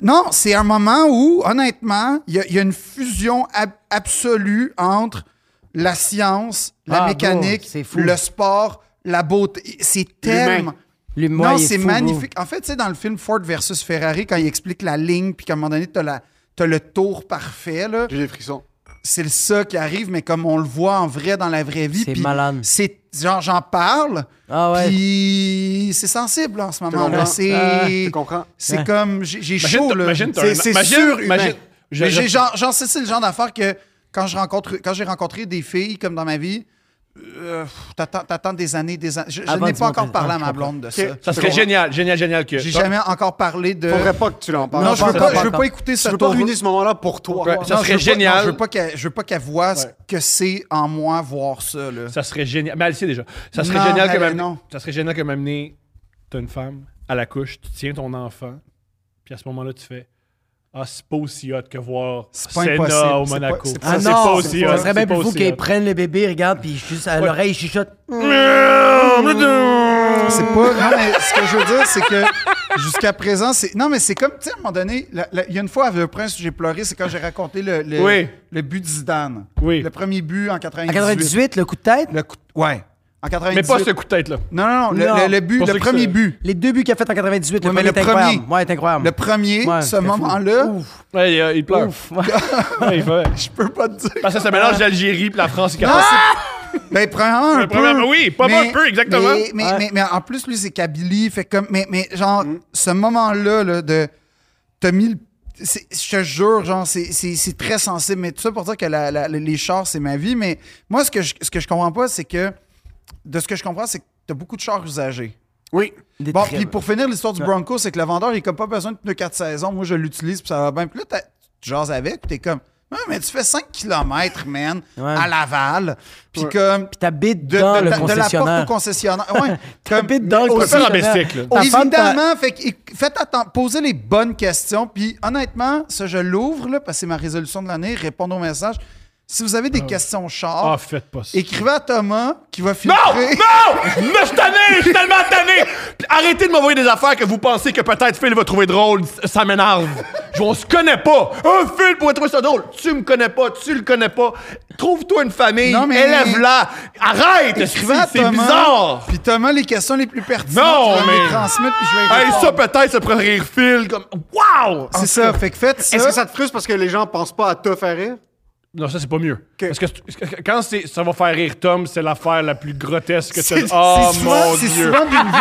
Non, c'est un moment où, honnêtement, il y, a- il y a une fusion ab- absolue entre la science, la Ah, mécanique, bon, c'est fou. le sport, la beauté. C'est tellement... Lui, moi, Non, il est c'est fou, bro. magnifique. En fait, tu sais, dans le film Ford versus Ferrari, quand il explique la ligne, puis qu'à un moment donné, t'as la- t'as le tour parfait, là J'ai des frissons. c'est ça qui arrive, mais comme on le voit en vrai dans la vraie vie. C'est puis malade. C'est genre j'en parle. Ah ouais. Puis c'est sensible là, en ce moment. là. comprends. C'est Tu comprends? c'est Ouais. comme j'ai j'ai Ah, Imagine, chaud t'as- là. imagine, t'as C'est- un- c'est imagine- surhumain. imagine- je- Mais j'ai je- genre, genre, c'est c'est le genre d'affaire que quand je rencontre quand j'ai rencontré des filles comme dans ma vie. euh, pff, T'attends t'attends des années, des années. Je, je Avant n'ai d'y pas encore monter. parlé Ah, à je ma blonde de ça. Ça serait génial, génial, génial que. J'ai jamais encore parlé de. Faudrait pas que tu l'en parles. Non, je veux ça pas, va je veux encore. pas écouter ce Tu veux pas tour- ruiner ce moment-là pour toi. Ouais, ça Non, serait je veux pas- génial. non, je veux pas qu'elle, je veux pas qu'elle voit ce que c'est en moi voir ça là. Ça serait génial. Mais elle sait déjà. Ça serait Non, génial que elle, m'amener. non. Ça serait génial que m'amener. T'as une femme à la couche, tu tiens ton enfant, puis à ce moment-là, tu fais. Ah, c'est pas aussi hot que voir C'est pas Senna impossible. au C'est pas- Monaco. c'est pas- Ah c'est non, aussi hot. ça serait c'est bien pas plus fou aussi qu'ils hot. prennent le bébé, regarde, puis juste à l'oreille, ils chuchotent. C'est pas. Non, mais ce que je veux dire, c'est que jusqu'à présent, c'est. Non, mais c'est comme. Tu sais, à un moment donné, la- la- il y a une fois, avec le prince, j'ai pleuré, c'est quand j'ai raconté le, le, Oui. le but de Zidane. Oui. Le premier but en En 98. 98, le coup de tête, Le coup. Ouais. En 98. Mais pas ce coup de tête-là. Non, non, non. Le, Non. le- le but, Pour le ceux qui premier se- Ah, but. les deux buts qu'il a fait en 98, le Ouais, mais premier le est incroyable. premier- Ouais, est incroyable. Le premier, Ouais, ce c'était fou. moment-là, Ouf, Ouais, il, euh, il pleure. (laughs) ouf. ouais. Ouais, il fait- je peux pas te dire. Parce que ça Ah. mélange l'Algérie puis la France. qui Non, c'est- Ben, premièrement, un Ben, premièrement, peu. oui, pas mal, un peu, exactement. Mais, mais, mais- mais en plus, lui, c'est Kabylie. Fait comme, mais, mais genre, Mm. ce moment-là, là, de. T'as mis le- c'est- Je te jure, genre, c'est- c'est c'est très sensible. Mais tout ça pour dire que la- la- les chars, c'est ma vie. Mais moi, ce que je, ce que je comprends pas, c'est que. De ce que je comprends, c'est que t'as beaucoup de chars usagés. Oui. Des Bon, très- puis (laughs) pour finir l'histoire du Bronco, c'est que le vendeur, il n'a comme pas besoin de pneus 4 saisons. Moi, je l'utilise, puis ça va bien. Puis là, t'as- tu jases avec, puis t'es comme, ah, mais tu fais 5 km, man, Ouais. à Laval. Puis comme, Puis t'habites de, dans de- le de- de la porte au concessionnaire. concessionnaire. (laughs) Ouais, comme, T'habites dans le On peut faire en concessionnaire. bestique, là. Ta femme, t'as- Évidemment, fait, que- éc- faites attention, posez les bonnes questions. Puis honnêtement, ça, je l'ouvre, là, parce que c'est ma résolution de l'année, répondre aux messages. Si vous avez des questions Ah, char, faites pas ça. écrivez à Thomas qui va Non! filtrer. Non! Mais je suis tanné! Je suis tellement tanné! Puis Arrêtez de m'envoyer des affaires que vous pensez que peut-être Phil va trouver drôle. Ça m'énerve. Je- On se connaît pas. Un Phil pourrait trouver ça drôle. Tu me connais pas. Tu le connais pas. Trouve-toi une famille. Non, mais- Élève-la. Arrête! Écrivez C'est à c'est Thomas, bizarre. Puis Thomas, les questions les plus pertinentes, Non, je vais mais- les transmettre puis je vais y Hey, répondre. ça, peut-être, ça pourrait rire Phil. Comme... Wow! C'est ça. Fait que faites ça. Est-ce que ça te frustre parce que les gens pensent pas à te faire rire? Non, ça, c'est pas mieux. Parce que c'est- quand c'est- ça va faire rire Tom, c'est l'affaire la plus grotesque que C'est- t'as... Oh, c'est souvent- mon c'est Dieu! souvent d'une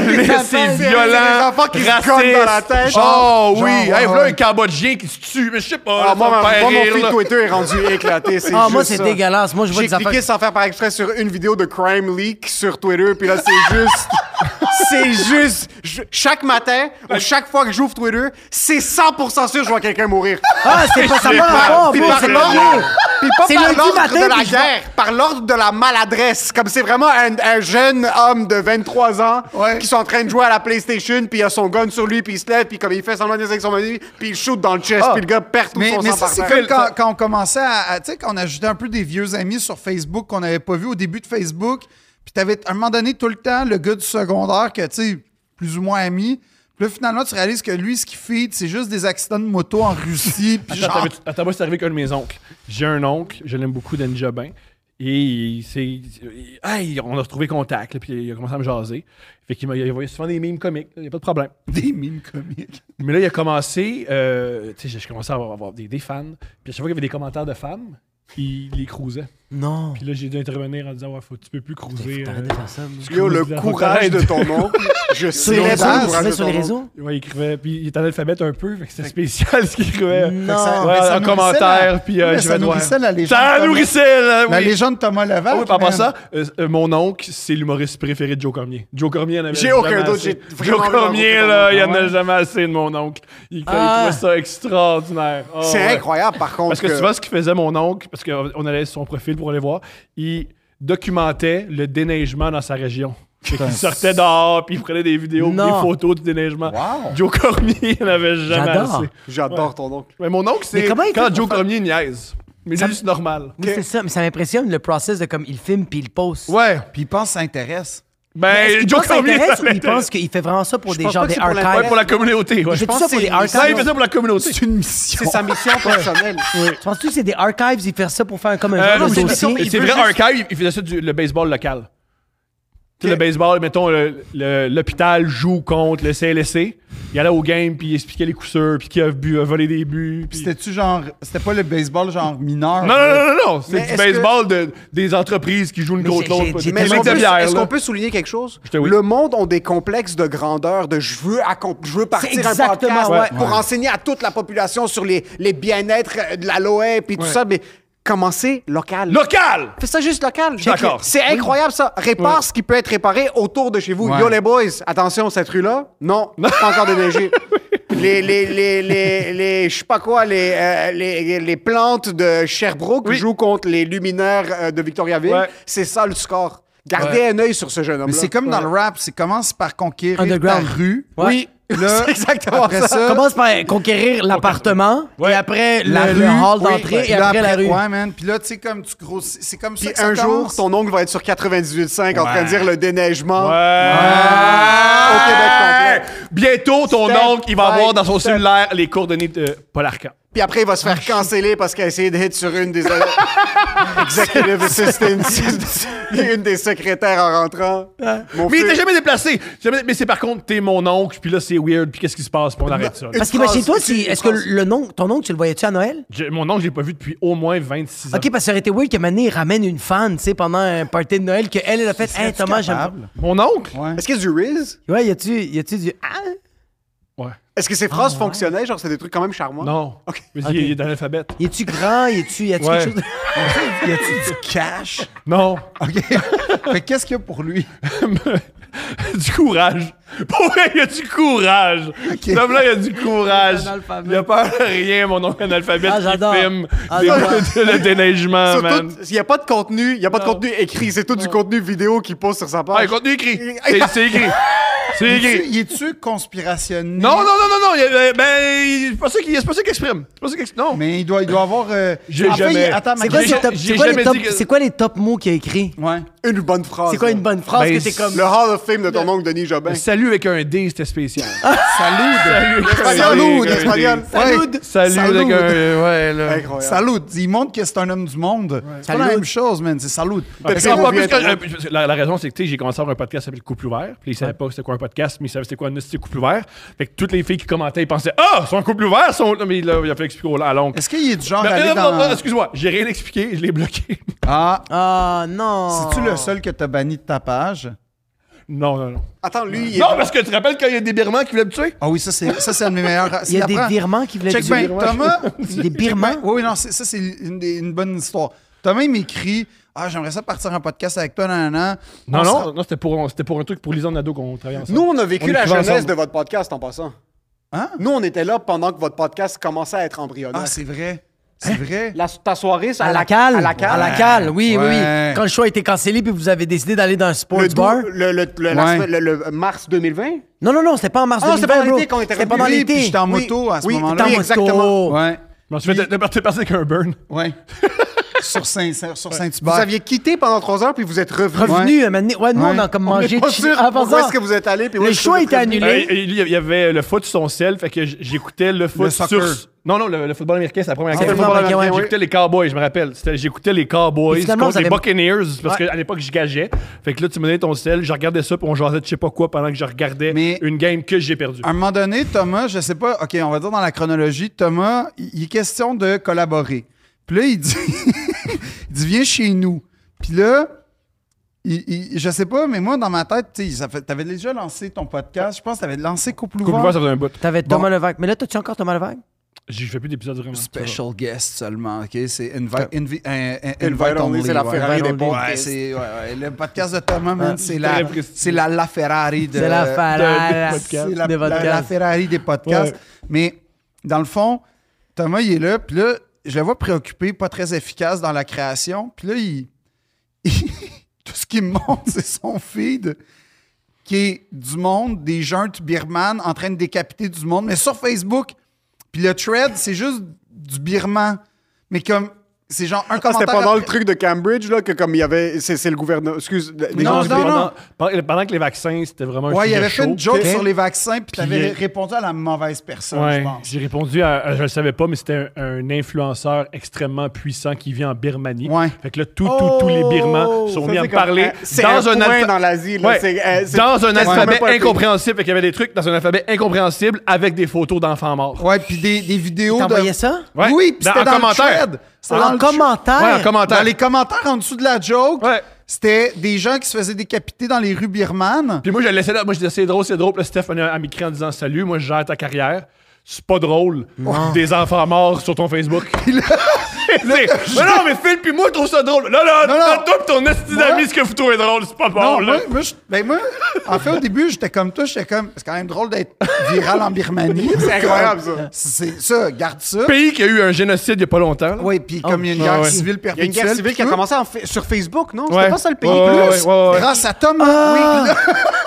vulgarité. C'est C'est violent, des enfants qui se raciste. cognent dans la tête. Oh Genre, oui, hey, ouais, voilà ouais. un Cambodgien qui se tue, mais je sais pas, Ah, ça moi, me ma- fait moi, mon rire, feed là. Twitter est rendu éclaté. c'est Ah, moi, juste c'est ça. dégueulasse. Moi, je vois J'ai des affaires. cliqué sans faire par exprès sur une vidéo de Crime Leak sur Twitter, puis là, (laughs) c'est juste. c'est juste. je- chaque matin, ou chaque fois que j'ouvre Twitter, c'est 100% sûr que je vois quelqu'un mourir. Ah, c'est pas ça, l'ai pas pas. rapport, Puis bro, par c'est pas l'ordre, bien. puis pas C'est par lundi l'ordre matin, de la puis je vois- guerre, par l'ordre de la maladresse. Comme c'est vraiment un, un jeune homme de 23 ans Ouais. qui sont en train de jouer à la PlayStation, puis il a son gun sur lui, puis il se lève, puis comme il fait semblant d'essayer avec son menu, puis il shoot dans le chest, puis le gars perd tout Ah. mais, son mais ça, sang par c'est comme terre. quand, quand on commençait à, à- tu sais, quand on ajoutait un peu des vieux amis sur Facebook qu'on n'avait pas vu au début de Facebook. Puis t'avais, à un moment donné, tout le temps, le gars du secondaire que, tu sais, plus ou moins ami. Puis là, finalement, tu réalises que lui, ce qu'il feed, c'est juste des accidents de moto en Russie. Puis Attends, genre, t'avais- Attends, moi, c'est arrivé avec un de mes oncles. J'ai un oncle, je l'aime beaucoup, Dan Jobin. Et il s'est. il- Hey, on a retrouvé contact, là, puis il a commencé à me jaser. Fait qu'il m'a il envoyait souvent des mimes comiques, il n'y a pas de problème. des mimes comiques. Mais là, il a commencé. euh, tu sais, j'ai commencé à avoir, avoir des, des fans. Puis à chaque fois qu'il y avait des commentaires de femmes, il les cruisait. Non. Puis là, j'ai dû intervenir en disant Ouais, faut, tu peux plus cruiser. T'arrêtes euh, de faire ça, bro. tu Yo, le cruises- courage de ton oncle. Je Sur les célèbre réseaux, le tu te courage mets de sur ton les oncle. réseaux? Ouais, il écrivait, puis il est en alphabète un peu, fait que c'était spécial ce qu'il écrivait. Non. ça- Ouais, mais en nourrissait commentaire, la- puis euh, mais je ça vais devoir- nourrissait la légende. Ça Thomas- nourrissait, là, La oui. légende Thomas Ah Levac. oui, par rapport à man. ça, euh, euh, mon oncle, c'est l'humoriste préféré de Joe Cormier. Joe Cormier en avait J'ai jamais aucun doute, assez. j'ai vraiment Joe envie d'en Cormier, rencontrer là, ton il y oncle. en a jamais assez de mon oncle. Il, il Ah. trouvait ça extraordinaire. Ah, C'est ouais. incroyable, par contre. Parce que tu vois ce que faisait mon oncle, parce qu'on allait sur son profil pour aller voir, il documentait le déneigement dans sa région. Fait qu'il sortait dehors, puis il prenait des vidéos, puis Non. des photos du déneigement. Wow. Joe Cormier, il n'avait jamais J'adore. assez. J'adore ton oncle. Mais mon oncle, c'est Mais comment il fait quand pour Joe Cormier niaise. Mais lui, c'est normal. Moi, c'est ça, mais ça m'impressionne le process de comme il filme puis il poste. Ouais. Puis il pense que ça intéresse. Mais est-ce Ben, qu'il Joe pense que ça Cormier, intéresse ça (laughs) ou il l'intéresse. pense qu'il fait vraiment ça pour des pense gens pas que des c'est pour Ouais, archives? pour la communauté. Ouais. Il fait tout pense ça que pour c'est- Ça, des il archives. fait ça pour la communauté. C'est une mission. C'est sa mission personnelle. Tu penses-tu que c'est des archives, il fait ça pour faire comme un Euh, genre de c'est- dossier? c'est- c'est vrai, Archive, il faisait ça du le baseball local. Tu sais, Le baseball, mettons, le- le- l'hôpital joue contre le CLSC. Il allait au game, puis il expliquait les coups sûrs, puis qui a, bu- a volé des buts. puis- C'était-tu genre. C'était pas le baseball genre mineur. Non, non, là? non, non, non, Mais c'est du est-ce baseball de- des entreprises qui jouent une Mais grosse j'ai- l'autre. j'ai- j'ai Des Mais est-ce tellement mecs qu'on de peut- bière, est-ce là. qu'on peut souligner quelque chose? te- oui. Le monde a des complexes de grandeur, de je veux, accom- je veux partir un exactement, podcast ouais. pour enseigner à toute la population sur les, les bien-être euh, de l'aloe puis tout ça, mais commencez local. Local! Fais ça juste local. D'accord. C'est incroyable ça. Répare ce qui peut être réparé autour de chez vous. Ouais. Yo les boys, attention cette rue là. (laughs) Non, pas encore déneigée. les les les les les je sais pas quoi les euh, les, les plantes de Sherbrooke Oui. jouent contre les luminaires euh, de Victoriaville. Ouais. C'est ça le score. Gardez un œil sur ce jeune homme. Mais c'est comme dans le rap, c'est commence par conquérir ta Underground. rue. Ouais. (laughs) oui. Là, c'est exactement après ça. ça, Commence par conquérir l'appartement, et après le, la rue, le hall oui. d'entrée, Puis et là, après, la rue. Ouais, man. Puis là, tu sais, comme tu grossis. C'est comme ça. Puis que ça un jour, commence. ton oncle va être sur 98.5 en train de dire le déneigement. Ouais. Au Québec complet. Euh, Bientôt, ton Step oncle, il va by avoir dans son step. cellulaire les coordonnées de euh, Paul Arcand. Puis après, il va se faire canceller parce qu'il a essayé de hit sur une des (laughs) executive assistants, une des secrétaires en rentrant. Mon Mais il fils, était jamais déplacé. Jamais- Mais c'est par contre, t'es mon oncle, puis là, c'est weird, puis qu'est-ce qui se passe, Bah, puis on arrête ça. là. Parce qu'imagine-toi, phrase, si, une est-ce que phrase. le nom, ton oncle, tu le voyais-tu à Noël? Je- mon oncle, je l'ai pas vu depuis au moins 26 ans. Ok, parce que ça aurait été weird que maintenant il ramène une fan, tu sais, pendant un party de Noël, qu'elle, elle a fait, hey, Thomas, j'aime pas. Capable. Mon oncle? (laughs) Ouais. Est-ce qu'il y a du Riz? Ouais, y a-tu, y a-tu du. Ah! Ouais. Est-ce que ces phrases fonctionnaient? Genre, c'est des trucs quand même charmants? Non. Ok. Mais Ok. Il, est- il est dans l'alphabet. Y a-tu grand? Y a-tu, y a-tu Ouais. quelque chose? Y a-tu du cash? Non. (laughs) OK. fait que qu'est-ce qu'il y a pour lui? du courage. (laughs) Pour vrai, il y a du courage. Cet homme-là, il y a du courage. Analphabète. Il a peur de rien, mon oncle analphabète Ah, qui j'adore. filme Ah, des- (laughs) j'adore. le déneigement, man. Il n'y a pas de contenu, il n'y a pas de contenu écrit, c'est tout du contenu vidéo qu'il pose sur sa Ah, le page. contenu écrit. C'est c'est écrit. C'est Il est-tu- écrit. Il est-tu conspirationniste? Non, non, non, non, non. il y a- euh, Ben, c'est pas ça qu'il c'est pas ça qu'il exprime. C'est pas ça qu'il exprime. Non. Mais il doit, il doit avoir. euh, J'ai enfin, jamais- il- Attends, C'est mais quoi, J'ai- ces top- j'ai c'est quoi les jamais top- dit que- c'est quoi les top mots qu'il a écrit? Ouais. Une bonne phrase. C'est quoi là. une bonne phrase Ben, que t'es comme. Le Hall of Fame de ton oncle Denis Jobin. Le Salut avec un D, c'était spécial. Ah, Salut! Espagnol, Salut, espagnol. Salut! Salut avec Salut. un. euh, Ouais, là. Incroyable. Salut! Il montre que c'est un homme du monde. C'est pas la Salut. même chose, man. C'est salut. Ah, parce Pepsi qu'en Movie plus, quand- Internet. euh, parce que la, la raison, c'est que tu sais, j'ai commencé à avoir un podcast qui s'appelle Couple ouvert. Puis ils savaient pas c'était quoi un podcast, mais ils savaient c'était quoi un esti couple ouvert. Fait que toutes les filles qui commentaient, ils pensaient Ah, son couple ouvert, son. Non, Mais là, il a fait expliquer au la longue. Est-ce qu'il est du genre Non, à non, aller non, non, dans... excuse-moi, j'ai rien expliqué, je l'ai bloqué. (laughs) Ah, Ah non. c'est-tu le seul que t'as banni de ta page? non, non, non. Attends, lui, il est- Non, parce que tu te rappelles quand il y a des Birmans qui voulaient me tuer Ah oui, ça, c'est ça, c'est un de mes meilleurs... Il y a des virements qui voulaient Check dire- bien, Thomas... (laughs) Des birmans? Oui, oui, non, c'est- ça, c'est une, des- une bonne histoire. Thomas, il m'écrit... Ah, j'aimerais ça partir en podcast avec toi, nan, nan, nan. Non, On non, sera- non c'était pour, c'était pour un truc pour Lisanne Nadeau qu'on travaillait ensemble. Nous, on a vécu On la écrivait jeunesse ensemble. de votre podcast en passant. Hein? Nous, on était là pendant que votre podcast commençait à être embryonnaire. Ah, c'est vrai. Hein? C'est vrai. La- ta soirée, ça- À la cale. À la cale. oui, oui, Ouais. oui. Quand le show a été cancellé puis vous avez décidé d'aller dans un sports Le, bar. dou- le, le, le- la Ouais. semaine- le- le mars 2020? Non, non, non, c'était pas en mars Ah non, c'était 2020, pendant bro. l'été quand on était C'était revenu. pendant Oui, l'été. Puis j'étais en Oui, moto à ce oui, moment-là. T'étais en Oui, moto. exactement. Ouais, Je m'en suis fait de partir avec un burn. ouais. (laughs) sur Saint- sur Vous Saint-Hubert. aviez quitté pendant trois heures, puis vous êtes revenu. Revenu, euh, maintenant. Ouais, nous, Ouais. Ah, on a comme On (laughs) n'est mangé pas chi- sûr avant pourquoi ça. est-ce que vous êtes allé. puis où Le est-ce que show vous a été êtes revenu. Euh, annulé. Il il y avait le foot sur son sel, fait que j- j'écoutais le foot Le sur. soccer. Non, non, le, le football américain, c'est la première Ah, game. le football américain, ouais. J'écoutais les Cowboys, je me rappelle. C'était- J'écoutais les Cowboys Et finalement, contre vous les avez- Buccaneers, parce Ouais. qu'à l'époque, je gageais. Fait que là, tu me donnais ton sel, je regardais ça, puis on jasait de je sais pas quoi pendant que je regardais Mais- une game que j'ai perdue. À un moment donné, Thomas, je sais pas, OK, on va dire dans la chronologie, Thomas, il il est question de collaborer. Puis là, il dit, (laughs) il dit viens chez nous. Puis là, il, il- je sais pas, mais moi, dans ma tête, tu sais, ça fait- t'avais déjà lancé ton podcast. Je pense que t'avais lancé Couple Coupe ouvert. ouvert, ça faisait un bout. T'avais Bon. Thomas Levac. Mais là, t'as-tu encore Thomas Levac? J'ai fait plus d'épisodes vraiment. Special guest seulement, OK? C'est Invite, invi- euh, euh, invite Invite Only, Only, c'est la ouais. Ferrari Invite des Ah, Only. Ouais, podcasts. c'est ouais, ouais. le podcast de Thomas, man, c'est la, très précis. c'est la La Ferrari de C'est la Ferrari c'est la, de la- podcast. la Ferrari des podcasts. Mais dans le fond, Thomas, il est là, puis là, je le vois préoccupé, pas très efficace dans la création. Puis là, il, tout ce qu'il me montre, (laughs) c'est son feed qui est du monde, des gens birmanes en train de décapiter du monde, mais sur Facebook. Puis le thread, c'est juste du birman. Mais comme, c'est genre un Ah, commentaire... c'était pendant après- le truc de Cambridge, là, que comme il y avait. C'est c'est le gouvernement. Excuse. des Non, Pendant- gens du non, gouvernement. non. Pendant, pendant que les vaccins, c'était vraiment un Ouais, il sujet avait fait chaud. une joke Ok. sur les vaccins, puis Puis, t'avais euh, répondu à la mauvaise personne, Ouais, je pense. j'ai répondu à, à- je le savais pas, mais c'était un, un influenceur extrêmement puissant qui vit en Birmanie. Ouais. Fait que là, tout, tout- tous les Birmans sont Ça, mis à c'est me comme- parler euh, c'est dans un point alpha- dans l'Asie, là. Ouais. C'est, euh, c'est- dans un quasiment alphabet pas un pays. incompréhensible. Fait qu'il y avait des trucs dans un alphabet incompréhensible avec des photos d'enfants morts. Ouais, puis des, des vidéos T'envoyais de... ça? Ouais. Oui, puis Dans- c'était en dans, commentaire. le thread. C'était dans En le thread. commentaire. Ouais, en commentaire. Dans les commentaires en dessous de la joke, Ouais. c'était des gens qui se faisaient décapiter dans les rues birmanes. Puis moi, je le laissais là. Moi, je disais, c'est drôle, c'est drôle. Puis là, Steph venait à m'écrire en disant, salut, moi, je gère ta carrière. C'est pas drôle. Des enfants morts sur ton (laughs) Facebook. (laughs) C'est- mais non, mais Phil, puis moi, je trouve ça drôle. Là, là, Non, non. là, toi, pis ton esti Moi- d'amis, ce que vous trouvez drôle, c'est pas bon. Non, là. moi, moi, je- ben moi, en fait, au début, j'étais comme toi, j'étais comme, c'est quand même drôle d'être viral en Birmanie. (laughs) C'est incroyable, ça. C'est ça, garde ça. pays qui a eu un génocide il n'y a pas longtemps. là. Oui, puis comme il y a une guerre ouais. civile Ah Il y a perpétuelle. une guerre civile qui puis a tout, commencé en fa- sur Facebook, non? Ouais. C'était pas ça le pays. Ouais, ouais, plus. ouais, ouais, ouais. Grâce à Thomas, Ah!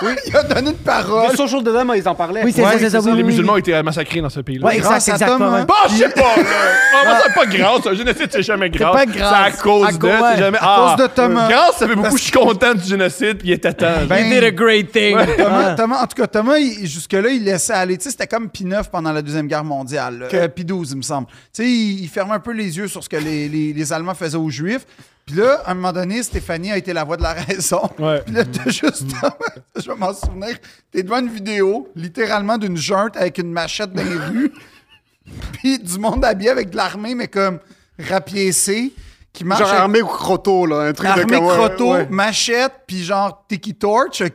oui, (laughs) il a donné une parole. Le social dilemma, ils en parlaient. Oui, c'est Ouais, ça, c'est ça. oui, Les oui, oui. musulmans ont été massacrés dans ce pays-là. Ouais, Grâce exact, à exactement. Thomas. Bah, je sais pas, là. Ah, moi, c'est pas grave, un génocide, c'est jamais grave. pas grave. C'est à cause À de, cause- c'est ouais. jamais... À ah, cause de Thomas. Grâce, ça fait beaucoup, je suis content du génocide, puis il était temps. là. Ben, You did a great thing. Thomas, Ah. Thomas- en tout cas, Thomas, il- jusque-là, il laissait aller. Tu sais, c'était comme P9 pendant la Deuxième Guerre mondiale. là. Euh, P12, il me semble. Tu sais, il, il fermait un peu les yeux sur ce que les, les- les Allemands faisaient aux Juifs. Puis là, à un moment donné, Stéphanie a été la voix de la raison. Ouais. Puis là, t'as juste Mm. Thomas, je vais m'en souvenir, t'es devant une vidéo, littéralement d'une junte avec une machette dans les (laughs) rues. Puis du monde habillé avec de l'armée, mais comme rapiécé, qui marche Genre avec- armé ou croto, là. Un truc de Armée comme- euh, ouais, crotto, ouais. machette, puis genre Tiki Torch, OK?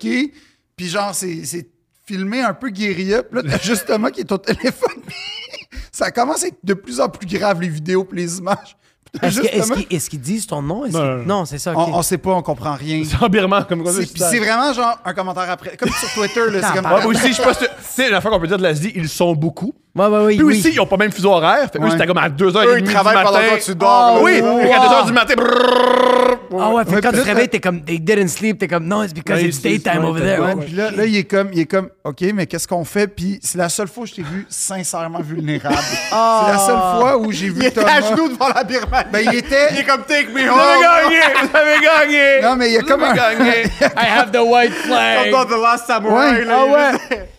Puis genre, c'est c'est filmé un peu guérilla. Puis là, t'as juste Thomas qui est au téléphone. (laughs) ça commence à être de plus en plus grave, les vidéos puis les images. Puis t'as Est-ce que- juste est-ce Thomas- qu'ils est-ce qu'ils disent ton nom? Est-ce Non, qu'ils- non, non. Non, c'est ça. ok. on, on sait pas, on comprend rien. C'est en birman, comme quoi. C'est- Puis c'est vraiment genre un commentaire après. Comme sur Twitter, là, c'est Ouais, mais comme... aussi, je sais pas si- Tu sais, la fois qu'on peut dire de l'Asie, ils sont beaucoup. Ouais, ouais, oui, Puis oui. aussi, ils ont pas même fuseau horaire. Fait que eux, Ouais. c'était comme à 2h30 Eux, du ils matin. Ah travaillent pendant que toi, tu dors. là. Oui, Ouais. fait qu'à 2h du matin. brrrr, Ah ouais, fait que Ouais, puis quand tu là, te réveilles, t'es comme, they didn't sleep, t'es comme, non, it's because Ouais, it's it's just daytime night over and there. Ouais, Puis là, là, il est comme, il est comme, OK, mais qu'est-ce qu'on fait? Puis c'est la seule fois où je t'ai vu sincèrement (laughs) vulnérable. C'est la seule fois où j'ai Ah! Il vu était à Thomas. genoux devant la Birmanie. Ben, il était. Il est comme Take Vous me avez home. (laughs) gagné! Vous avez gagné! Non, mais il y a comme un. gagné! I have the white Comme flag. dans The Last Samurai. Ouais, là, ah il ouais. est juste-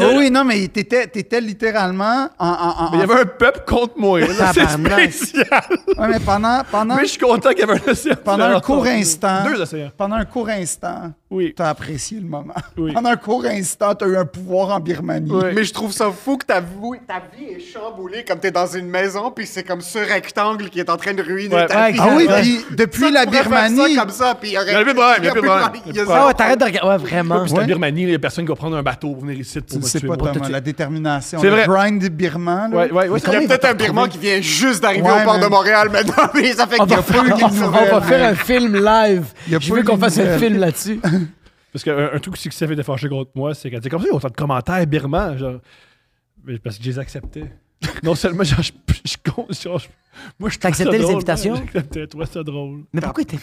Oh oui, non, mais t'étais, t'étais littéralement en. en- en- Il y avait un peuple contre moi. là. C'est Tabarnak. Ah. spécial. Ouais, mais pendant, pendant, Mais je suis content qu'il y avait un océan. pendant un court instant. Deux hein. océans. Pendant un court instant, Oui. t'as apprécié le moment. Oui. Pendant un court instant, t'as eu un pouvoir en Birmanie. Mais je trouve ça fou que ta vie, ta vie est chamboulée comme t'es dans une maison, puis c'est comme ce rectangle qui est en train de ruiner Ouais. ta Ouais, vie. Ah oui, Ouais. puis Ça, depuis tu la pourrais faire ça Birmanie. comme ça, puis il y aurait Il y a plus de problème, il y a plus de problème. Il y a Il y a Ah zéro ouais, t'arrêtes de regarder. Ouais, vraiment. Puis c'est Ouais. en Birmanie, il y a personne qui va prendre un bateau pour venir ici Tu pour le me sais tuer. pas, moi. Thomas, la détermination. C'est le vrai. grind des Birmans. là. Ouais, ouais, ouais, c'est Il y vrai. a peut-être un Birman qui vient juste d'arriver Ouais, Oh, bah, au port mais- de Montréal maintenant, (laughs) mais ça fait On qu'il y va, a faire, pas eu on va- on bah. va faire un film live. Y a Je pas veux eu qu'on les fasse un nouvelles. film là-dessus. Parce qu'un un truc aussi que ça fait de fâcher contre moi, c'est qu'elle dit comme ça, il y a autant de commentaires birmans. Genre, Mais parce que je les (laughs) acceptais. Non seulement, genre, je, je, je- genre, je- moi, je trouve T'acceptais ça les drôle. (laughs) invitations? J'acceptais, toi, c'est drôle. Mais pourquoi t'es.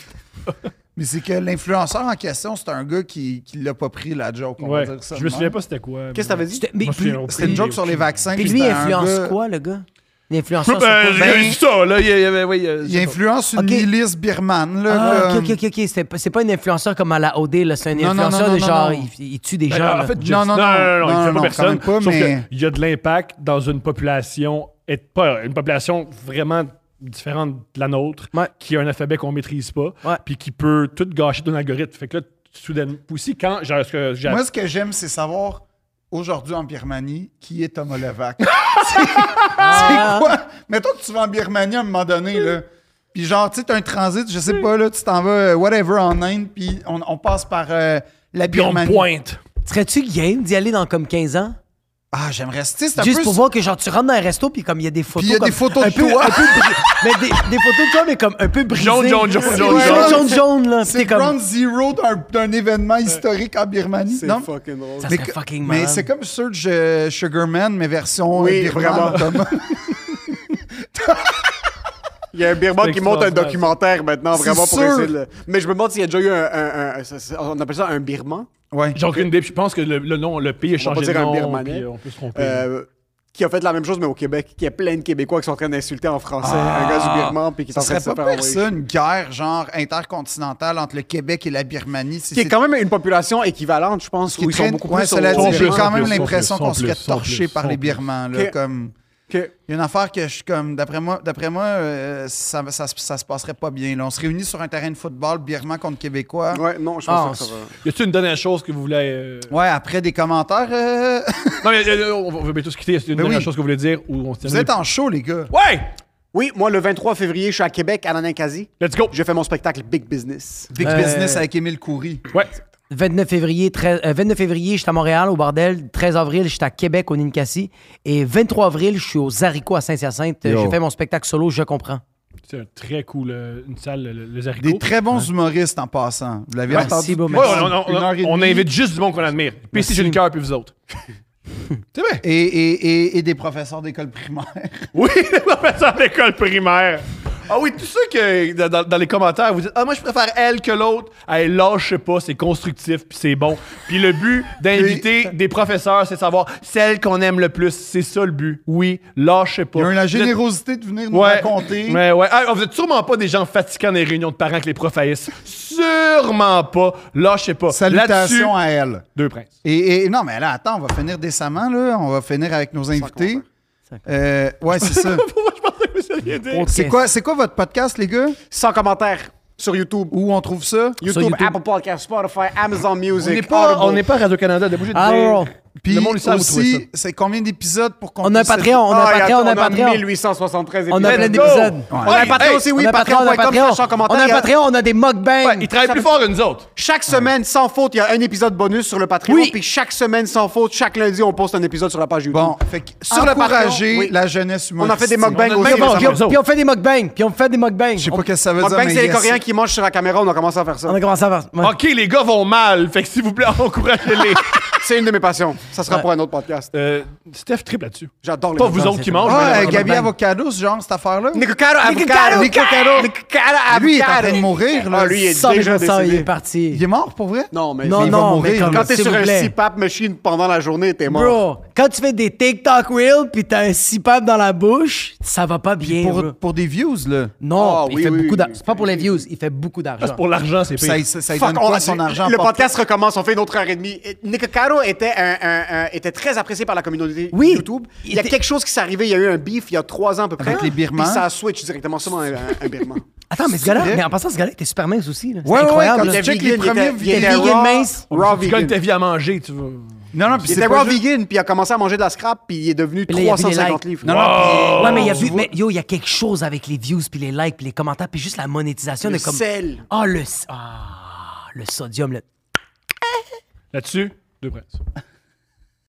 Mais c'est que l'influenceur en question, c'est un gars qui, qui l'a pas pris, la joke, on Ouais. va dire ça. Je me souviens pas c'était quoi. Qu'est-ce que t'avais dit? C'était- Mais Moi, je suis lui, un C'était une joke sur les vaccins. puis puis lui, il c'était un influence gars- quoi, le gars L'influenceur. Ben, c'est quoi? j'ai vu ça, là. Il y avait, oui, euh, Il influence une Ok. milice birmane. Là, Ah, comme- ok, ok, ok, ok. C'est pas, c'est pas un influenceur comme à la OD, là. C'est un Euh, Non, non, influenceur non, de non, genre, non. Il, il tue des gens. Ben, là. en fait, je- Non, non, non, il non, tue pas non, quand personne. même pas, sauf mais- que il y a de l'impact dans une population, et pas une population vraiment différente de la nôtre, Ouais. qui a un alphabet qu'on maîtrise pas, Ouais. puis qui peut tout gâcher d'un algorithme. Fait que là, soudainement, aussi quand genre, ce que j'ai- Moi, ce que j'aime, c'est savoir aujourd'hui en Birmanie qui est Thomas (laughs) Levac. c'est Ah. c'est quoi? Mettons que tu vas en Birmanie à un moment donné, là. Puis genre, tu sais, t'as un transit, je sais pas, là, tu t'en vas, euh, whatever, en Inde, puis on, on passe par euh, la puis on me Birmanie. pointe. Serais-tu game d'y aller dans comme 15 ans? Ah, j'aimerais... Tu sais, c'est un Juste peu... pour voir que genre tu rentres dans un resto puis comme il y a des photos Puis il y a comme des photos un de peu- toi. un peu bri- mais des, des photos de toi mais comme un peu brisées. Jaune, jaune, jaune, C'est- jaune, jaune, jaune. jaune, jaune, là. Puis C'est t'es comme ground zero d'un- d'un événement historique en Birmanie. C'est non? fucking drôle. ça Mais, serait que- fucking mais malade. c'est comme Surge euh, Sugarman, mais version Oui, euh, birmane. vraiment. Thomas. (laughs) Il y a un Birman C'est qui monte un extraordinaire, documentaire maintenant, C'est vraiment pour sûr. essayer de le... Mais je me demande s'il y a déjà eu un... un- un- ça- ça- on appelle ça un Birman? Ouais. J'ai aucune idée. puis Je pense que le, le nom, le pays a On va changé de dire un nom. Birmanais. puis, euh, on peut se tromper. Euh, qui a fait la même chose, mais au Québec. Qui a plein de Québécois qui sont en train d'insulter en français un gars du Birman, puis qui est Ah. Ça en train serait de se pas faire pire, envoyer. ça, une guerre genre intercontinentale entre le Québec et la Birmanie. Si Qui est c'est- quand même une population équivalente, je pense, ce qui où ils sont traîne- beaucoup ouais, plus... cela au- dit, Sont j'ai plus, quand sont même plus, sont l'impression plus, qu'on sont se fait plus, sont torcher plus, par sont les plus. Birmans. Là, Que- comme... que- Il y a une affaire que je suis comme, d'après moi, d'après moi euh, ça, ça, ça se passerait pas bien. là. On se réunit sur un terrain de football, Birman contre Québécois. Ouais, Ouais, non, je Ah, pense pas que ça va... Y a-t-il une dernière chose que vous voulez. euh, après des commentaires. euh, (laughs) Non, mais euh, on va on va bientôt se quitter. Y a-t-il une Ben dernière oui. chose que vous voulez dire ou on se Vous êtes en show, les gars. Ouais! Oui, moi, le 23 février, je suis à Québec, à l'Anacasie. Let's go! Je fais mon spectacle Big Business. Big Euh, Business avec Émile Coury. Ouais. 29 février, 13 euh, 29 février, j'étais à Montréal au bordel, 13 avril, j'étais à Québec au Ninkasi et 23 avril, je suis aux Haricots à Saint-Hyacinthe, Yo. j'ai fait mon spectacle solo, je comprends. C'est un très cool, euh, une salle, le- les haricots. Des très bons humoristes en passant. Vous l'avez Merci, entendu. Beaumont. Ouais, on, on- Une heure et on- on demie. invite juste du monde qu'on admire. PC, j'ai le cœur, puis vous autres. (laughs) C'est vrai. Et, et- et- et des professeurs d'école primaire. Oui, (laughs) les professeurs de l'école primaire. Ah oui, tous ceux que dans- dans, dans les commentaires, vous dites Ah, moi, je préfère elle que l'autre. Elle lâche pas, c'est constructif, puis c'est bon. Puis le but d'inviter des professeurs, c'est de savoir celle qu'on aime le plus. C'est ça le but. Oui, lâchez pas. Ils ont eu la Vous êtes- générosité de venir nous raconter. Mais ouais. Ah, vous êtes sûrement pas des gens fatigants des réunions de parents que les profs haïssent. Sûrement pas. Lâchez pas. Là-dessus, Salutations à elle. Deux princes. Et, et- non, mais là, attends, on va finir décemment, là. On va finir avec nos invités. Euh, ouais, c'est ça. c'est, quoi, c'est quoi votre podcast, les gars? Sans commentaire sur YouTube. Où on trouve ça? YouTube, YouTube. Apple Podcast, Spotify, Amazon Music. On n'est pas, Audible. on n'est pas Radio-Canada, de bouger de Ah, dire. ouais, ouais. Puis le monde le sait, vous trouvez ça. aussi, c'est combien d'épisodes pour qu'on On a un puisse- Patreon, on a Ah, un et Patreon, on a un attends, Patreon. 1873 On a épisodes. plein Let's go! d'épisodes. Ouais. On a un Patreon Hey, aussi, hey, oui, on a un Patreon, on a un patreon.com sans Patreon. On a un commentaire. Patreon, on a des mukbangs. Ouais, ils travaillent plus fort que nous autres. Chaque semaine, sans faute, il y a un épisode bonus sur le Patreon. Oui. Puis chaque semaine, sans faute, chaque lundi, on poste un épisode sur la page YouTube. Bon, fait que Sur le encourager Patreon, oui. la jeunesse On humanistique. a fait des On mukbangs a même aussi. récemment. pas- Puis on, Nous autres. puis on fait des mukbangs, puis on fait des mukbangs. Je sais On- pas ce que ça veut dire, Mukbang, mais c'est les yes. Coréens qui mangent sur la caméra. On a commencé à faire ça. Ah, On a commencé à faire. ouais. OK, les gars vont mal. Fait que s'il vous plaît, (laughs) encouragez-les. C'est une de mes passions. Ça sera pour un autre podcast. Euh, Steph triple là-dessus. J'adore les Pas vous autres qui mangent, Ah, mais euh, Gabi Avocado, ce genre, cette affaire-là. Nicocaro, Nicocaro, avocado. Nicocaro. Nicocaro, Ah, Lui, il est en avocado. train de mourir. Là. Ah, lui, il est 100 déjà 000 il est décédé. parti. Il est mort pour vrai? Non, mais... Non, il va non, mourir. mais comme, Quand t'es s'il sur vous un plaît. CPAP machine pendant la journée, t'es mort. Bro, quand tu fais des TikTok reels pis t'as un CPAP dans la bouche, ça va pas bien, bro. Pour, pour des views, là. Non, Ah, il oui, fait oui, beaucoup oui. d'argent. C'est pas pour les views, il fait beaucoup d'argent. Pour l'argent, c'est Ça, pire. ça, ça lui Fuck, donne on quoi, a- son argent? Le porté? podcast recommence, on fait une autre heure et demie. Et Nico Caro était, un- un- un- était très apprécié par la communauté Oui. YouTube. Il y a Il était- quelque chose qui s'est arrivé, il y a eu un beef il y a trois ans à peu près. Avec les Birmans. Puis ça a switch directement, sûrement un, un, un Birman. Attends, mais ce gars-là, vrai? mais en passant, ce gars-là était super mince aussi. là. C'est Ouais, ouais, (laughs) incroyable. quand là. tu check les vegan, il premiers était- il était vidéos. raw- mince. Raw Oh, Tu gagnes vegan. ta vie à manger, tu veux. Non, non, puis Il c'est était pas raw juste- vegan, puis il a commencé à manger de la scrap, puis il est devenu là, il a vu les 350 likes. livres. Non, non, Oh! Ouais, mais il y a tu vu, vois- mais yo, il y a quelque chose avec les views puis les likes puis les commentaires puis juste la monétisation Le de comme. sel. Ah, le. s- Ah, le sodium, le. Là-dessus, deux princes.